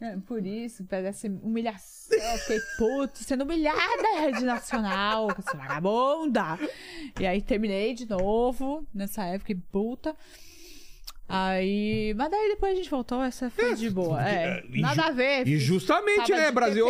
É, por isso, parece humilhação. Fiquei puto, sendo humilhada na rede nacional, com essa vagabunda. E aí terminei de novo, nessa época, fiquei puta. Aí. Mas daí depois a gente voltou, essa foi de boa. É, inju- nada a ver. E justamente, Tava é, de Brasil, ô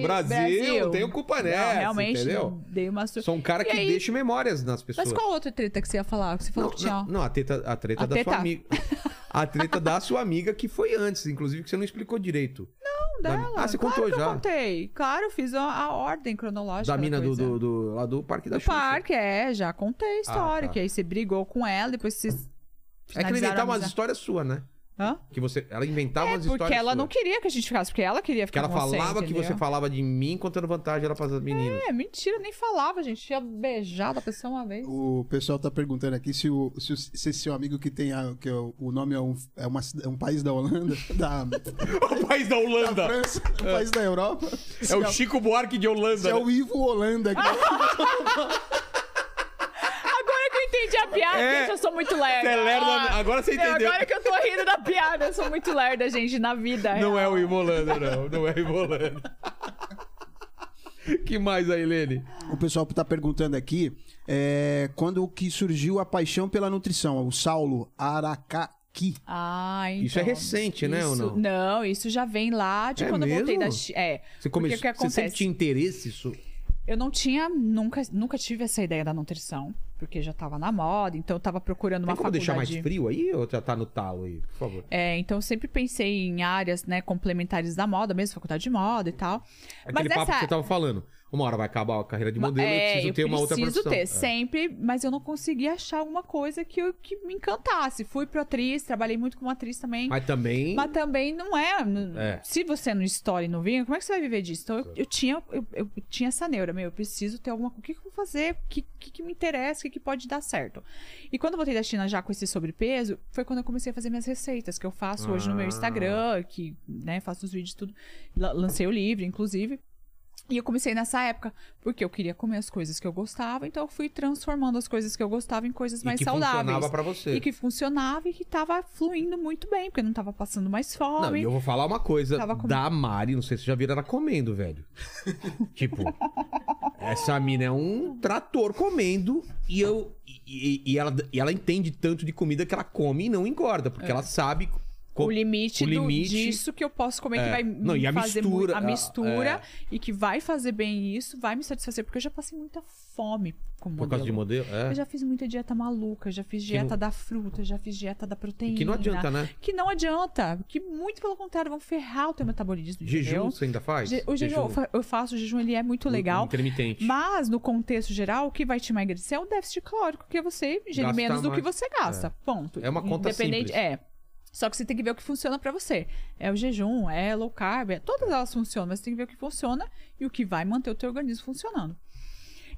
Brasil, Brasil, não tenho culpa Não, nessa, realmente, entendeu? dei uma sur... Sou um cara E que aí? deixa memórias nas pessoas. Mas qual outra treta que você ia falar? Que você falou não, que tinha. não, não, a treta, a treta A da treta. sua amiga. A treta da sua amiga que foi antes, inclusive, que você não explicou direito. Não, Da- dela. Ah, você claro contou que já. Eu contei. Claro, eu fiz a, a ordem cronológica. da mina do, coisa. do, do- lá do Parque da Do Xuxa. parque, é, já contei a história. tá. Que aí você brigou com ela, depois você. É que ela inventava umas histórias suas, né? Hã? Que você, ela inventava É, umas histórias porque ela suas. não queria que a gente ficasse, porque ela queria Que ficar ela com você, falava que você entendeu? falava de mim, contando vantagem ela pras meninas. É, mentira, nem falava, gente. Tinha beijado a pessoa uma vez. O pessoal tá perguntando aqui se, o, se, o- se esse seu amigo que tem a- que é o, o nome é um, é, uma cida- é um país da Holanda, da, da O país da Holanda! França, um país da Europa. se É o Chico Buarque de se Holanda. é né? o Ivo Holanda. que- Agora que eu entendi a piada, É. gente, eu sou muito lerda. Você é lerda, Ah, agora você meu, entendeu. Agora que eu tô rindo da piada, eu sou muito lerda, gente, na vida. Não é real. o Ivolanda, não. Não é o Ivolanda. que mais aí, Lene? O pessoal tá perguntando aqui é, quando que surgiu a paixão pela nutrição. O Saulo Aracaqui. Ah, então. Isso é recente, né, ou Isso- não? Não, isso já vem lá de É quando eu voltei mesmo? da China. É. Você Porque começou. o que você sempre acontece? tinha interesse isso? Eu não tinha, nunca, nunca tive essa ideia da nutrição, porque já tava na moda, então eu tava procurando uma Tem como deixar mais faculdade. frio aí ou já tá no talo aí, por favor? É, então eu sempre pensei em áreas, né, complementares da moda, mesmo faculdade de moda e tal. Aquele Mas papo que essa você tava falando. Uma hora vai acabar a carreira de modelo, eu é, preciso ter uma outra preciso profissão. ter, É. sempre, mas eu não consegui achar alguma coisa que, eu- que me encantasse. Fui pro atriz, trabalhei muito como atriz também. Mas também. Mas também não é, n- É. Se você não estoura e não vinha, como é que você vai viver disso? Então eu, eu tinha, eu, eu tinha essa neura, meu, eu preciso ter alguma coisa. O que, que eu vou fazer? O que, que, que me interessa? O que, que pode dar certo? E quando eu voltei da China já com esse sobrepeso, foi quando eu comecei a fazer minhas receitas, que eu faço hoje no meu Ah. Instagram, que, né, faço os vídeos e tudo. La- Lancei o livro, inclusive. E eu comecei nessa época, porque eu queria comer as coisas que eu gostava, então eu fui transformando as coisas que eu gostava em coisas e mais que saudáveis funcionava pra você. e que funcionava e que tava fluindo muito bem, porque eu não tava passando mais fome. Não, e eu vou falar uma coisa Tava com- da Mari, não sei se vocês já viram ela comendo, velho. tipo, Essa mina é um trator comendo e eu e, e- e ela, e ela entende tanto de comida que ela come e não engorda, É. porque ela sabe co- o limite, o do- limite- disso que eu posso comer que É. vai Não, me e a fazer mistura, muito, a a- mistura é. e que vai fazer bem isso, vai me satisfazer porque eu já passei muita fome com por causa de modelo. modelo, é. Eu já fiz muita dieta maluca, já fiz dieta da fruta, já fiz dieta da E proteína. que não adianta, né? Que não adianta, que muito pelo contrário vão ferrar o teu metabolismo, Jejum entendeu? você ainda faz? Je- O jejum, eu fa- eu faço o jejum, ele é muito legal. Intermitente. Mas, no contexto geral, o que vai te emagrecer é o déficit calórico, que você ingere Gastar menos do que mais. você gasta. É. Ponto. É uma conta Independente, simples. É. Só que você tem que ver o que funciona pra você. É o jejum, é low carb, é, todas elas funcionam, mas você tem que ver o que funciona e o que vai manter o teu organismo funcionando.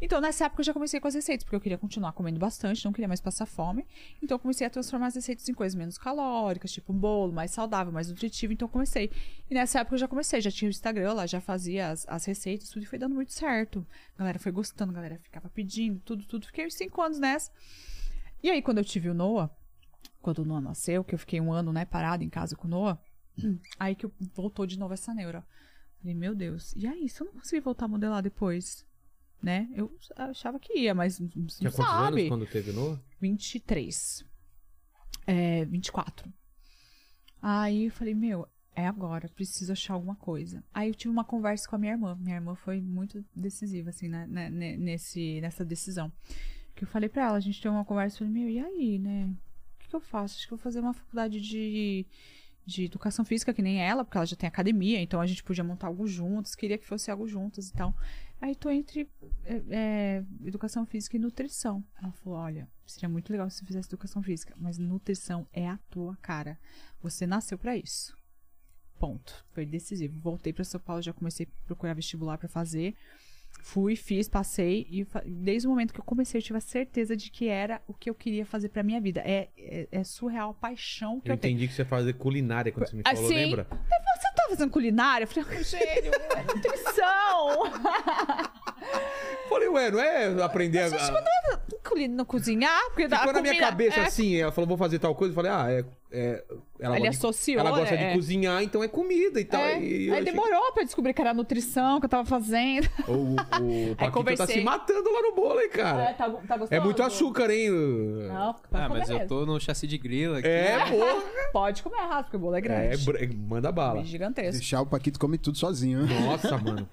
Então, nessa época, eu já comecei com as receitas, porque eu queria continuar comendo bastante, não queria mais passar fome. Então, eu comecei a transformar as receitas em coisas menos calóricas, tipo um bolo mais saudável, mais nutritivo. Então, eu comecei. E nessa época, eu já comecei, já tinha o Instagram lá, já fazia as, as receitas, tudo, e foi dando muito certo. A galera foi gostando, a galera ficava pedindo, tudo, tudo. Fiquei uns cinco anos nessa. E aí, quando eu tive o Noah, quando o Noah nasceu, que eu fiquei um ano, né, parado em casa com o Noah, aí que eu- voltou de novo essa neura. Falei, meu Deus, e aí, se eu não conseguir voltar a modelar depois? Né? Eu achava que ia, mas não não Tinha quantos anos sabe. quando teve no? 23. É, 24. Aí eu falei, meu, é agora, preciso achar alguma coisa. Aí eu tive uma conversa com a minha irmã. Minha irmã foi muito decisiva, assim, né, né, ne- nesse, nessa decisão. Que eu falei pra ela, a gente teve uma conversa, eu falei, meu, e aí, né? O que, que eu faço? Acho que eu vou fazer uma faculdade de, de educação física, que nem ela, porque ela já tem academia, então a gente podia montar algo juntos, queria que fosse algo juntos e tal. Aí tô entre é, é, educação física e nutrição. Ela falou: olha, seria muito legal se você fizesse educação física, mas nutrição é a tua cara. Você nasceu pra isso. Ponto. Foi decisivo. Voltei pra São Paulo, já comecei a procurar vestibular pra fazer. Fui, fiz, passei e fa- desde o momento que eu comecei eu tive a certeza de que era o que eu queria fazer pra minha vida. É, é, é surreal a paixão que Eu eu tenho. entendi que você fazia culinária quando você me falou, Assim, lembra? Aí falou, você tá fazendo culinária? Eu falei, gênio, é nutrição! Falei, ué, não é aprender a. Gente, mas não é culi- não cozinhar? Porque a Ficou na minha comida- cabeça é, assim, ela falou, vou fazer tal coisa. Eu falei, ah, é. é- ela Ele gosta de- associou, Ela gosta né? de cozinhar, então é comida e tal. é. E eu Aí achei- demorou pra eu descobrir que era nutrição que eu tava fazendo. O, o Paquito tá conversei. se matando lá no bolo, hein, cara. É, tá, go- tá gostoso? É muito açúcar, hein? Não, tá Ah, com mas eu beleza. tô no chassi de grilo aqui. É, pô. Pode comer errado, porque o bolo é grande. É, br- manda bala. É gigantesco. Deixar o Paquito come tudo sozinho, né? Nossa, mano.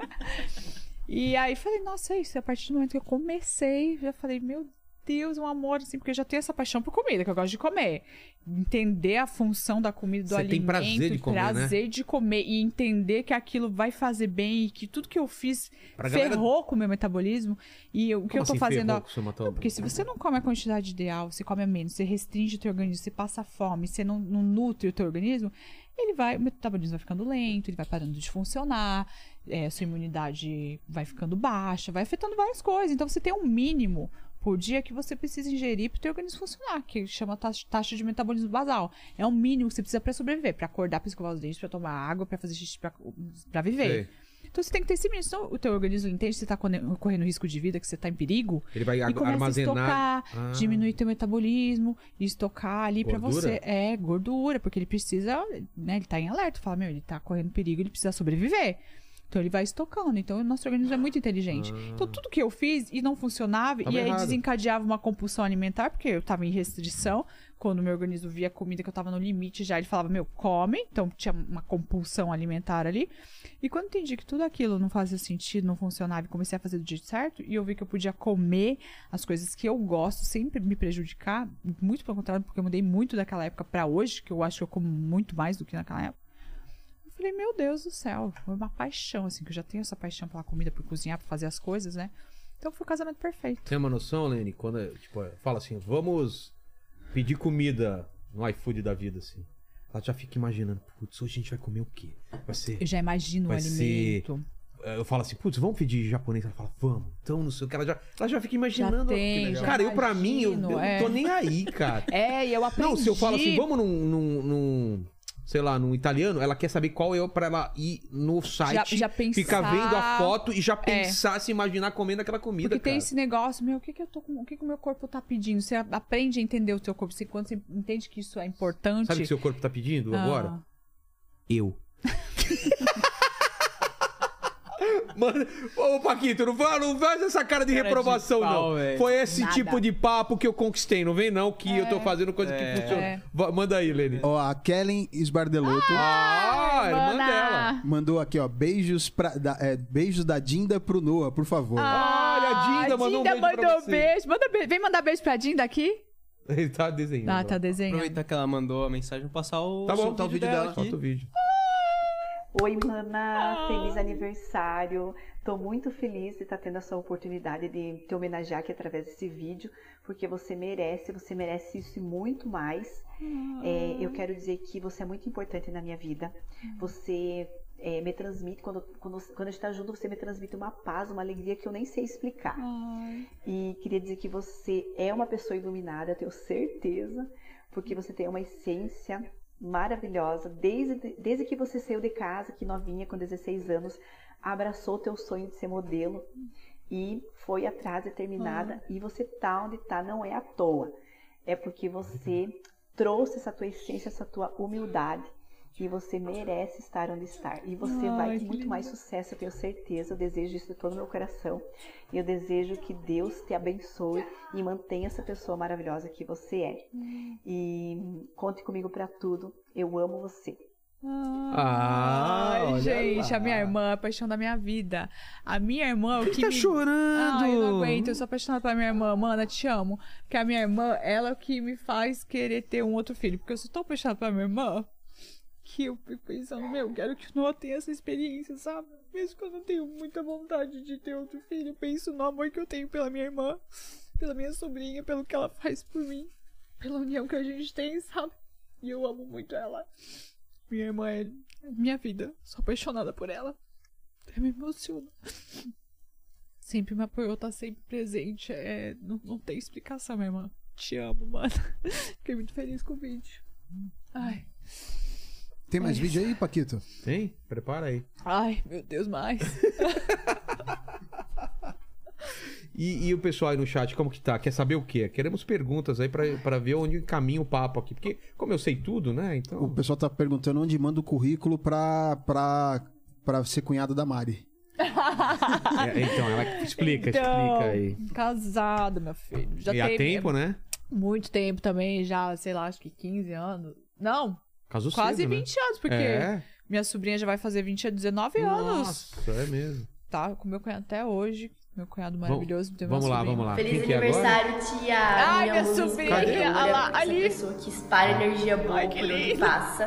E aí falei, nossa, é isso. E A partir do momento que eu comecei, já falei, meu Deus, um amor, assim, porque eu já tenho essa paixão por comida, que eu gosto de comer. Entender a função da comida, do Você tem alimento, prazer de comer, né? prazer de comer e entender que aquilo vai fazer bem e que tudo que eu fiz Pra ferrou galera- com o meu metabolismo. E o que assim eu tô fazendo. ó, Não, porque se você não come a quantidade ideal, você come a menos, você restringe o teu organismo, você passa fome, você não, não nutre o teu organismo, ele vai, o metabolismo vai ficando lento, ele vai parando de funcionar, é, sua imunidade vai ficando baixa, vai afetando várias coisas. Então você tem um mínimo por dia que você precisa ingerir para o teu organismo funcionar, que chama taxa, taxa de metabolismo basal. É o mínimo que você precisa para sobreviver, para acordar, para escovar os dentes, para tomar água, para fazer xixi, para viver. Então você tem que ter esse mínimo, senão o teu organismo entende que você está correndo risco de vida, que você está em perigo, Ele vai e ag- começa armazenar. Ah. a estocar, diminuir teu metabolismo e estocar ali pra Gordura? você. É, gordura, porque ele precisa, né? Ele tá em alerta, fala, meu, ele tá correndo perigo, ele precisa sobreviver. Então ele vai estocando. Então o nosso organismo é muito inteligente. Então tudo que eu fiz e não funcionava, Ah. Tava e aí errado. desencadeava uma compulsão alimentar, porque eu tava em restrição. Quando o meu organismo via comida que eu tava no limite já, ele falava, meu, come. Então tinha uma compulsão alimentar ali. E quando entendi que tudo aquilo não fazia sentido, não funcionava, e comecei a fazer do jeito certo, e eu vi que eu podia comer as coisas que eu gosto sem pre- me prejudicar, muito pelo contrário, porque eu mudei muito daquela época pra hoje, que eu acho que eu como muito mais do que naquela época. Eu falei, meu Deus do céu, foi uma paixão, assim, que eu já tenho essa paixão pela comida, por cozinhar, por fazer as coisas, né? Então foi o casamento perfeito. Tem uma noção, Lene? Quando, tipo, fala assim, vamos pedir comida no iFood da vida, assim. Ela já fica imaginando, putz, hoje a gente vai comer o quê? Vai ser. Eu já imagino Vai o alimento. Eu falo assim, putz, vamos pedir japonês. Ela fala, vamos. Então, não sei o que. Ela já, ela já fica imaginando. ó, que tem, legal. já cara, eu pra mim, eu, imagino, eu é. não tô nem aí, cara. É, e eu aprendi. Não, se eu falo assim, vamos num, num- num, sei lá, num italiano, ela quer saber qual é pra ela ir no site, já pensar. É. ficar vendo a foto e já pensar, se imaginar comendo aquela comida, Porque tem cara. esse negócio, meu, o que que eu tô com, o que que o meu corpo tá pedindo? Você a- aprende a entender o teu corpo, você quando você entende que isso é importante. Sabe o que seu corpo tá pedindo Ah, agora? Eu. Mano, ô Paquito, não faz, não faz essa cara de Cara de reprovação, pau, não. velho. Foi esse Nada. tipo de papo que eu conquistei, não vem não, que eu tô fazendo coisa que funciona. É. Va- Manda aí, Lene. Ó, a Kellen Esbardelotto Ah, a irmã Mana. dela. mandou aqui, ó, beijos, pra, da, é, beijos da Dinda pro Noah, por favor. Ah, Olha, a Dinda mandou um beijo pra mandou você. beijo. Manda beijo. Vem mandar beijo pra Dinda aqui? Ele tá desenhando. Ah, tá desenhando. Aproveitar que ela mandou a mensagem, vou passar o, Tá bom, o vídeo dela, aqui. Solta o vídeo. Oi, mana! Feliz aniversário! Tô muito feliz de estar tendo essa oportunidade de te homenagear aqui através desse vídeo, porque você merece, você merece isso e muito mais. É, eu quero dizer que você é muito importante na minha vida. Você é, me transmite, quando, quando, quando a gente tá junto, você me transmite uma paz, uma alegria que eu nem sei explicar. E queria dizer que você é uma pessoa iluminada, eu tenho certeza, porque você tem uma essência maravilhosa. Desde, desde que você saiu de casa, que novinha, com 16 anos, abraçou o teu sonho de ser modelo e foi atrás determinada. E você tá onde tá, não é à toa. É porque você trouxe essa tua essência, essa tua humildade. E você merece estar onde está. E você Ai, vai que ter muito lindo. mais sucesso, eu tenho certeza. Eu desejo isso de todo o meu coração. E eu desejo que Deus te abençoe e mantenha essa pessoa maravilhosa que você é. Hum. E conte comigo pra tudo. Eu amo você. Ah, Ai, olha gente, lá. a minha irmã é a paixão da minha vida. A minha irmã, o que tá me... chorando? Ai, eu não aguento, eu sou apaixonada pela minha irmã. Mana, te amo. Porque a minha irmã, ela é o que me faz querer ter um outro filho. Porque eu sou tão apaixonada pela minha irmã que eu fico pensando, meu, eu quero que o Noah tenha essa experiência, sabe? Mesmo que eu não tenho muita vontade de ter outro filho, eu penso no amor que eu tenho pela minha irmã, pela minha sobrinha, pelo que ela faz por mim, pela união que a gente tem, sabe? E eu amo muito ela. Minha irmã é minha vida. Sou apaixonada por ela. Eu me emociono. Sempre me apoiou, tá sempre presente. É, não, não tem explicação, minha irmã. Te amo, mano. Fiquei muito feliz com o vídeo. Ai, Tem mais vídeo aí, Paquito? Tem? Prepara aí. ai, meu Deus, mais. E, e o pessoal aí no chat, como que tá? Quer saber o quê? Queremos perguntas aí pra, pra ver onde encaminha o papo aqui. Porque, como eu sei tudo, né? O Então. pessoal tá perguntando onde manda o currículo pra, pra, pra ser cunhado da Mari. É, então, ela explica, Então, explica aí. Casado, meu filho. Já e há tempo, né? Muito tempo também, já, sei lá, acho que 15 anos. Não, Casou quase cedo, né? 20 anos, porque É. minha sobrinha já vai fazer 20 a 19 anos. Nossa, é mesmo. Tá, com meu cunhado até hoje. Meu cunhado maravilhoso. tem uma Vamos lá, sobrinha. vamos lá. Feliz Quem que é agora? aniversário, tia! Ai, minha luz, sobrinha, criadora, olha lá, essa ali. pessoa que espalha energia boa Ai, que por onde lindo. passa.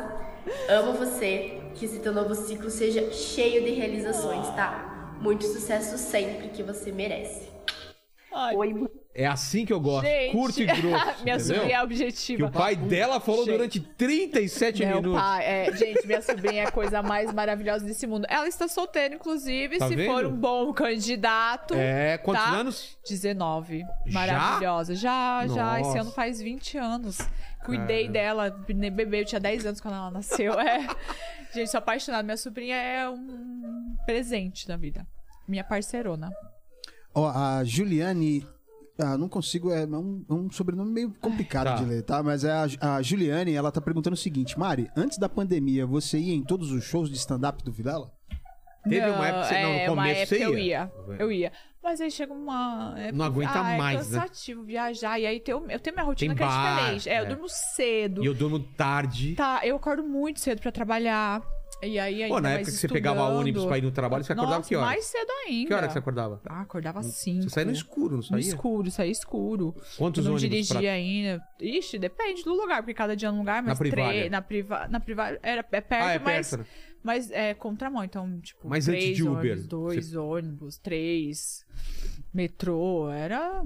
Amo você, que esse teu novo ciclo seja cheio de realizações, tá? Muito sucesso sempre que você merece. Ai, Oi, mana! É assim que eu gosto. Gente, Curto e grosso. minha sobrinha é entendeu? Que objetiva. o pai dela falou Gente. durante 37 Meu minutos. pai, é, gente, minha sobrinha é a coisa mais maravilhosa desse mundo. Ela está solteira, inclusive, Tá se vendo? for um bom candidato. É, quantos tá? anos? 19. Já? Maravilhosa. Já, já. Esse Nossa. ano faz 20 anos. Cuidei dela, be- bebê, eu tinha 10 anos quando ela nasceu. É. Gente, sou apaixonada. Minha sobrinha é um presente na vida. Minha parceirona. Ó, a Juliane. Ah, não consigo, é um, é um sobrenome meio complicado Tá. de ler, tá? Mas é a, a Juliane, ela tá perguntando o seguinte: Mari, antes da pandemia, você ia em todos os shows de stand-up do Vilela? Teve Não, uma época que você não, no é, uma começo época você Eu ia. ia. Eu ia. Mas aí chega uma. época- Não aguenta ah, mais, né? É cansativo viajar. E aí tem o- eu tenho minha rotina Tem que bar, é diferente. É, é. eu durmo cedo. E eu durmo tarde. Tá, eu acordo muito cedo pra trabalhar. E aí ainda Pô, na mais época que você pegava estudando. ônibus pra ir no trabalho, você acordava Nossa, que horas? mais cedo ainda. Que hora que você acordava? Ah, acordava assim. Você saía no escuro, não No saía? escuro, saía escuro. Quantos eu não ônibus dirigia pra... ainda. Ixi, depende do lugar, porque cada dia é um lugar, Na mas Privalha. três. Na privada. Na privada. Era, é perto, Ah, é mas. perto. né? Mas é contramão, então, tipo, Mas antes três de Uber, ônibus, dois ônibus, três, metrô, era.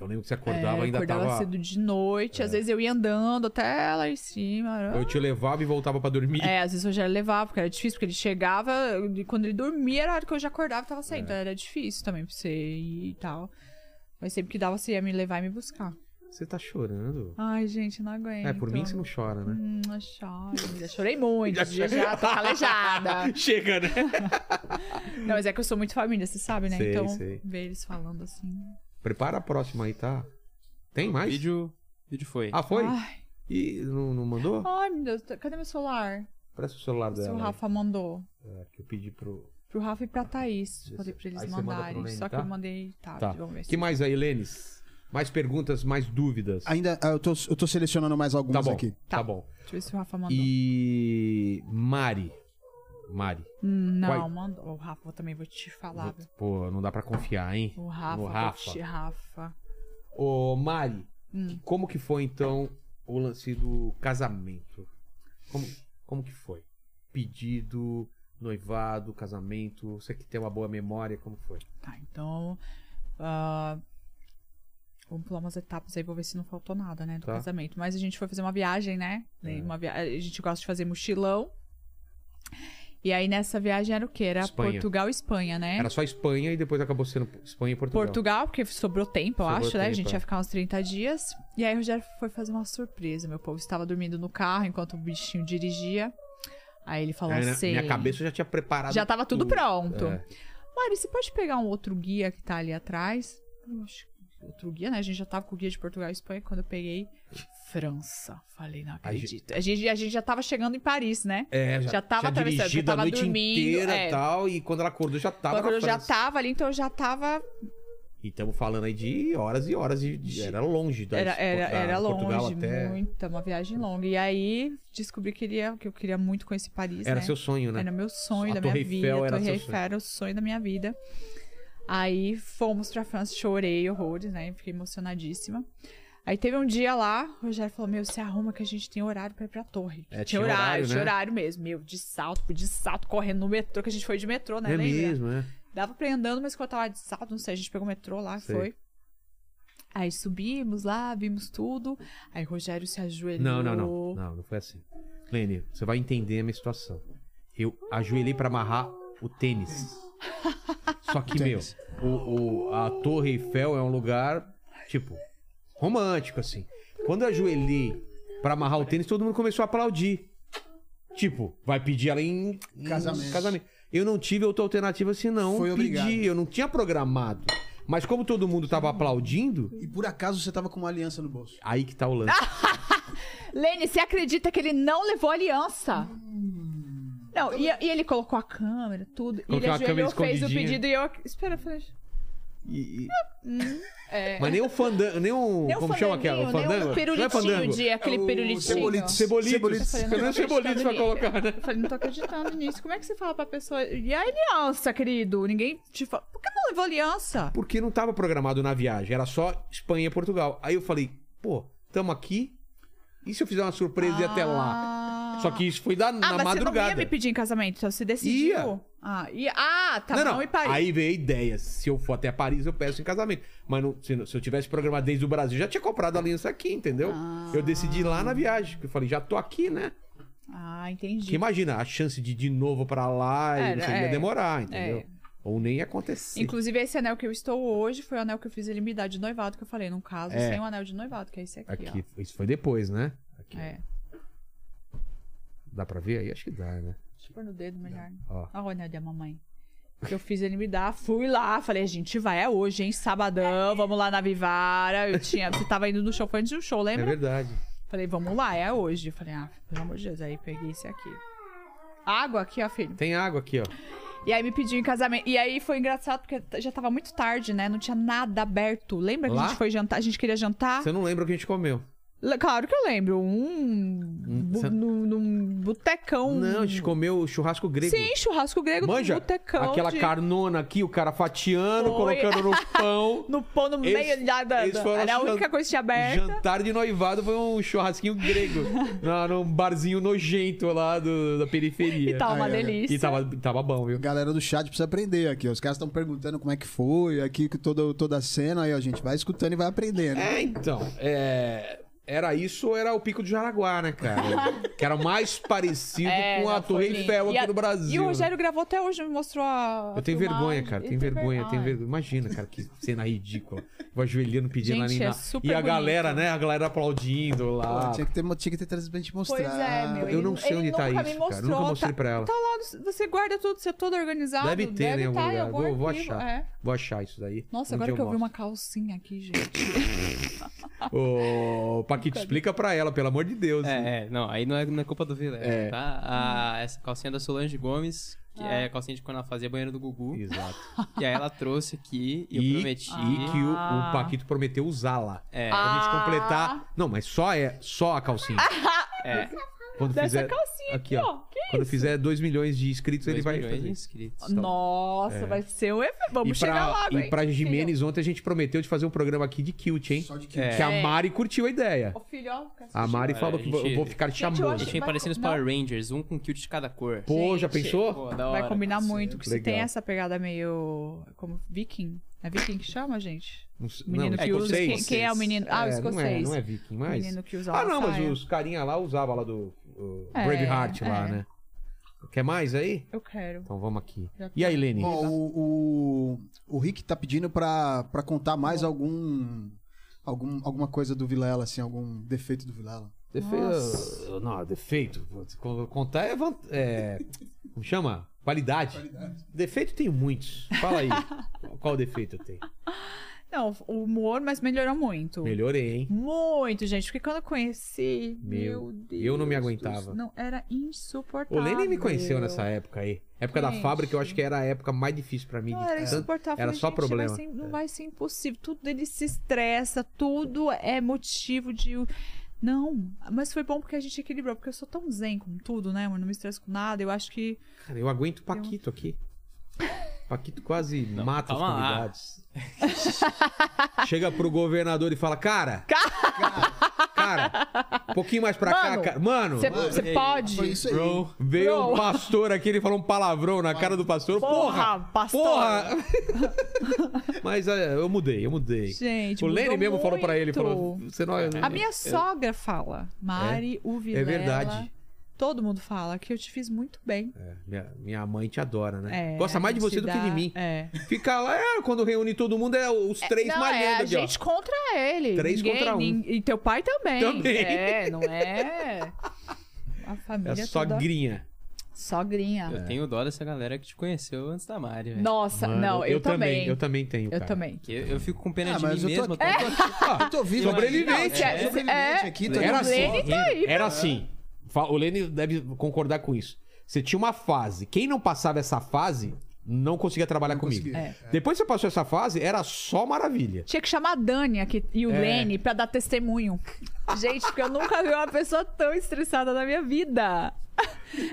Eu lembro que você acordava, é, ainda acordava tava... É. cedo de noite, às vezes eu ia andando até lá em cima. era- Eu te levava e voltava pra dormir. É, às vezes eu já levava, porque era difícil, porque ele chegava, e quando ele dormia era a hora que eu já acordava e tava É. saindo. Então era difícil também pra você ir e tal. Mas sempre que dava, você ia me levar e me buscar. Você tá chorando. Ai, gente, não aguento. É, por mim que você não chora, né? Hum, eu choro. Já chorei muito, já, já tô calejada. Chega, né? Não, mas é que eu sou muito família, você sabe, né? Sei, então, sei. ver eles falando assim. Prepara a próxima aí, tá? Tem mais? Vídeo, vídeo foi. Ah, foi? Ai, E não, não mandou? ai, meu Deus, cadê meu celular? Presta o celular O seu dela. aí, Rafa mandou. que eu pedi pro... pro Rafa e pra Thaís. Falei pra eles Aí você manda pro mandarem. Lene, só que tá? eu mandei tarde. Tá. Vamos ver se. que mais aí, Lênis? Mais perguntas, mais dúvidas? Ainda, ah, eu tô, eu tô selecionando mais Tá algumas bom, aqui. tá bom. Deixa eu ver se o Rafa mandou. E Mari. Mari. Hum, Não, Qual- é? mandou. O Rafa eu também vou te falar. viu? Pô, não dá pra confiar, hein? O Rafa. tá No vou Rafa. te- Rafa. Ô, Mari, Hum. que- como que foi então o lance do casamento? Como, como que foi? Pedido, noivado, casamento, você que tem uma boa memória, como foi? Tá, então. ah, vamos pular umas etapas aí, vou ver se não faltou nada, né? Do Tá. casamento. Mas a gente foi fazer uma viagem, né? É. Uma via... A gente gosta de fazer mochilão. E aí nessa viagem era o quê? Era Espanha. Portugal e Espanha, né? Era só Espanha e depois acabou sendo Espanha e Portugal. Portugal, porque sobrou tempo, eu Sobrou acho, né? A tempo, gente é. ia ficar uns 30 dias. E aí o Rogério foi fazer uma surpresa. Meu povo estava dormindo no carro enquanto o bichinho dirigia. Aí ele falou Aí, na- assim. Minha cabeça eu já tinha preparado. Já tava tudo pronto. Tá É. Mari, você pode pegar um outro guia que tá ali atrás? Eu acho que outro guia, né? A gente já tava com o guia de Portugal e Espanha quando eu peguei França. Falei, não A gente- acredito. A gente, a gente já tava chegando em Paris, né? É, já, tava tinha atravessando, porque dirigido a tava noite dormindo. inteira e é. tal, e quando ela acordou já tava Quando na eu já França. tava ali, então eu já tava. E estamos falando aí de horas e horas de, de- era longe da Era, era, da- era ah, Portugal longe, até muita, uma viagem longa. E aí descobri que, ele ia, que eu queria muito conhecer Paris. era né? seu sonho, né? Era meu sonho A da Torre minha vida. Eiffel A era Torre seu Eiffel sonho. era o sonho da minha vida. Aí fomos pra França, chorei horrores, né? Fiquei emocionadíssima. Aí teve um dia lá, o Rogério falou: Meu, se arruma que a gente tem horário pra ir pra torre. É, tinha tinha horário, horário, tinha né? horário mesmo. Meu, de salto, fui de salto, correndo no metrô, que a gente foi de metrô, né? é Lembra? mesmo, é. Dava pra ir andando, mas quando eu tava de salto, não sei, a gente pegou o metrô lá, e Sei. foi. Aí subimos lá, vimos tudo. Aí o Rogério se ajoelhou. Não, não, não. Não, não foi assim. Lene, você vai entender a minha situação. Eu ajoelhei pra amarrar o tênis. Só que, meu, Tênis. o, o- a Torre Eiffel é um lugar, tipo, romântico, assim. Quando eu ajoelhei pra amarrar o tênis, todo mundo começou a aplaudir. Tipo, vai pedir ela em em Casamento. casamento. Eu não tive outra alternativa senão Foi pedir. obrigado. Eu não tinha programado. Mas como todo mundo tava aplaudindo, E por acaso você tava com uma aliança no bolso. aí que tá o lance. Lene, você acredita que ele não levou aliança? Hum. Não, e, Então, e ele colocou a câmera, tudo. E ele Colocou a câmera ajoelhou, fez o escondidinha. pedido e eu. Espera, falei. né? E- e- É. Mas nem o fandango, nem o. Nem um como chama aquela? O fandanguinho, nem um fandango? pirulitinho de tá aquele É o pirulitinho. cebolito. Cebolitos. Cebolitos. Cebolitos. é Pelo menos cebolitos pra colocar, né? Eu falei, não tô acreditando nisso. Como é que você fala pra pessoa? E a aliança, querido? Ninguém te fala. Por que não levou aliança? Porque não tava programado na viagem, era só Espanha e Portugal. Aí eu falei, pô, tamo aqui. E se eu fizer uma surpresa e ir até lá? Ah. Só que isso foi da, Ah, na mas você não ia madrugada. me pedir em casamento, só você decidiu. Ia. Ah, ia. ah, tá não, não, não. e Paris. Aí veio a ideia. Se eu for até Paris, eu peço em casamento. Mas não- se, não- se eu tivesse programado desde o Brasil, já tinha comprado a aliança aqui, entendeu? Eu decidi lá na viagem. porque Eu falei, já tô aqui, né? Ah, Porque entendi. imagina, a chance de ir de novo pra lá e Era, não sei, ia é. demorar, entendeu? É. Ou nem ia acontecer. Inclusive, esse anel que eu estou hoje foi o anel que eu fiz ele me dar de noivado, que eu falei, num caso, É. sem o anel de noivado, que é esse aqui, Aqui, isso foi depois, né? ó. Aqui. É. Dá pra ver aí? Acho que dá, né? Deixa eu pôr no dedo melhor. Ó. Olha o anel da mamãe. Que eu fiz ele me dar, fui lá, falei, a gente vai, é hoje, hein? Sabadão, vamos lá na Vivara. Eu tinha. Você tava indo no show, foi antes do show, É lembra? verdade. falei, vamos lá, é hoje. Eu falei, ah, pelo amor de Deus, aí peguei esse aqui. Água aqui, ó, filho. Tem água aqui, ó. E aí me pediu em casamento. E aí foi engraçado, porque t- já tava muito tarde, né? Não tinha nada aberto. Lembra que Lá? a gente foi jantar? A gente queria jantar? Você não lembra o que a gente comeu? Le- Claro que eu lembro. Um. bu- Hum, cê- num, num botecão. Não, a gente comeu churrasco grego. Hum. Sim, churrasco grego Manja, num botecão. aquela de- carnona aqui, o cara fatiando, Foi. colocando no pão. No pão, no Esse- meio da. da- esse foi o Era a nosso única jan- coisa que tinha aberta. Jantar de noivado foi um churrasquinho grego. na- num barzinho nojento lá do- da periferia. E tava uma Ai, ai, ai. delícia. É, E tava, tava bom, viu? Galera do chat precisa aprender aqui. ó. Os caras estão perguntando como é que foi, aqui que toda, toda a cena. Aí, ó, gente, vai escutando e vai aprendendo. É, então, é, Era isso ou era o Pico do Jaraguá, né, cara? que era mais parecido É, com a não, Torre foi lindo. Eiffel E aqui a- no Brasil. E o né? Rogério gravou até hoje, me mostrou a. a Eu tenho filmagem. é vergonha, cara. Ele Tenho tem vergonha, tenho Ai, vergonha. Imagina, cara, que cena ridícula. Vou ajoelhando pedindo Gente, na é Nina. super e a bonito. galera, né? A galera aplaudindo lá. Pô, tinha, que ter, tinha que ter trazido pra gente mostrar. Pois é, meu. Eu não Ele- sei ele onde tá nunca me isso, cara. Eu nunca mostrou, mostrei pra ela. Tá lá, você guarda tudo, você é todo organizado. Deve ter, né, em algum tá lugar. Vou- vou arquivo, achar. é. Vou achar isso daí. Nossa, Um agora dia que eu vi mostro. uma calcinha aqui, gente. Ô, Paquito, explica pra ela, pelo amor de Deus. É, é, não, aí não é, não é culpa do Vilela. É. Tá? A- essa calcinha da Solange Gomes, Que Ah. é a calcinha de quando ela fazia banheiro do Gugu. Exato. E aí ela trouxe aqui e, eu E, prometi. e que o, Ah. o Paquito prometeu usá-la. É. Pra gente Ah. completar. Não, mas só é só a calcinha. É. Quando Dessa fizer, calcinha aqui, ó. Que Quando isso? fizer 2 milhões de inscritos, ele Dois vai milhões fazer. de inscritos. Nossa, É. vai ser um evento. Vamos e pra, chegar lá, E velho. pra Jimenez, ontem a gente prometeu de fazer um programa aqui de quilt, hein? Só de quilt. Que a É. Mari curtiu a ideia. Ô, filho, ó, fica A Mari Cara, falou a que vou- gente- eu vou ficar te Gente, eu chamando. A acho gente vem vai- parecendo os não. Power Rangers, um com quilt de cada cor. Pô, já pensou? Pô, da hora. Vai combinar muito, porque se Legal. tem essa pegada meio. como viking. É viking que chama, gente? Não sei- O menino não, que usa. escocês. Quem, quem é o menino? Ah, o É, Não é, escocês. não é viking, O mas... menino que usa Ah, não, mas saia. os carinha lá usavam lá do o É, Braveheart lá, é. né? Quer mais aí? Eu quero. Então vamos aqui. Já tá. E aí, Lene? Ó, o, o, o Rick tá pedindo pra, pra contar mais algum, algum. alguma coisa do Vilela, assim, algum defeito do Vilela. Defeito. Não, defeito. Co- Contar é. van- é, como chama? Qualidade. Defeito tem muitos. Fala aí. qual defeito eu tenho? Não, o humor, mas melhorou muito. Melhorei, hein? Muito, gente. Porque quando eu conheci. Meu Meu, Deus. eu não me do aguentava. céu, Não, era O insuportável. Lenny me conheceu nessa época aí. Época da Ah, Gente. fábrica, eu acho que era a época mais difícil pra mim. de Não, é. era É. tanto- insuportável. Era Falei, só gente, problema. Vai ser, não vai ser impossível. Tudo ele se estressa, tudo é motivo de. Não, mas foi bom porque a gente equilibrou, porque eu sou tão zen com tudo, né? mano? não me estresso com nada. Eu acho que. Cara, eu aguento um o Paquito aqui. Paquito quase mata os calma lá. convidados. Chega pro governador e fala: Cara, cara, um pouquinho mais pra cá, Mano, cara. Mano, Você mano, você ei, pode. Foi isso aí. Ah, Bro. Veio Bro. um pastor aqui, ele falou um palavrão na cara do pastor. Porra! Porra, pastor. Porra! Mas é, eu mudei, eu mudei. Gente, o Lenny mudou mesmo falou pra ele, muito. falou, você não... né? A minha sogra fala, Mari, o Vilela. verdade. Todo mundo fala que eu te fiz muito bem. minha... minha mãe te adora, né? É, Gosta a mais de gente você do que de dá- mim. É. Fica lá, é, quando reúne todo mundo, é os três não, malhando é a aqui, gente contra ele. Três Ninguém- contra um. nin- E teu pai também. Também. É, não é? A ó. É a família toda... sogrinha. Sogrinha. É. Eu tenho dó dessa galera que te conheceu antes da Mari, velho. Nossa, Mano, não, eu, também. Eu também tenho, Eu cara. também. Porque eu fico com pena Ah, de mim mas eu tô mesmo. aqui. Ah, eu tô- Eu tô vivo. Sobrevivente. Não, se- É, se- sobrevivente é, aqui, tá Era O assim. Lene tá aí, Era assim. Fa- O Lene deve concordar com isso. Você tinha uma fase. Quem não passava essa fase, não conseguia trabalhar comigo. conseguia. É. Depois que você passou essa fase, era só maravilha. Tinha que chamar a Dani aqui, e o É. Lene pra dar testemunho. Gente, porque eu nunca vi uma pessoa tão estressada na minha vida.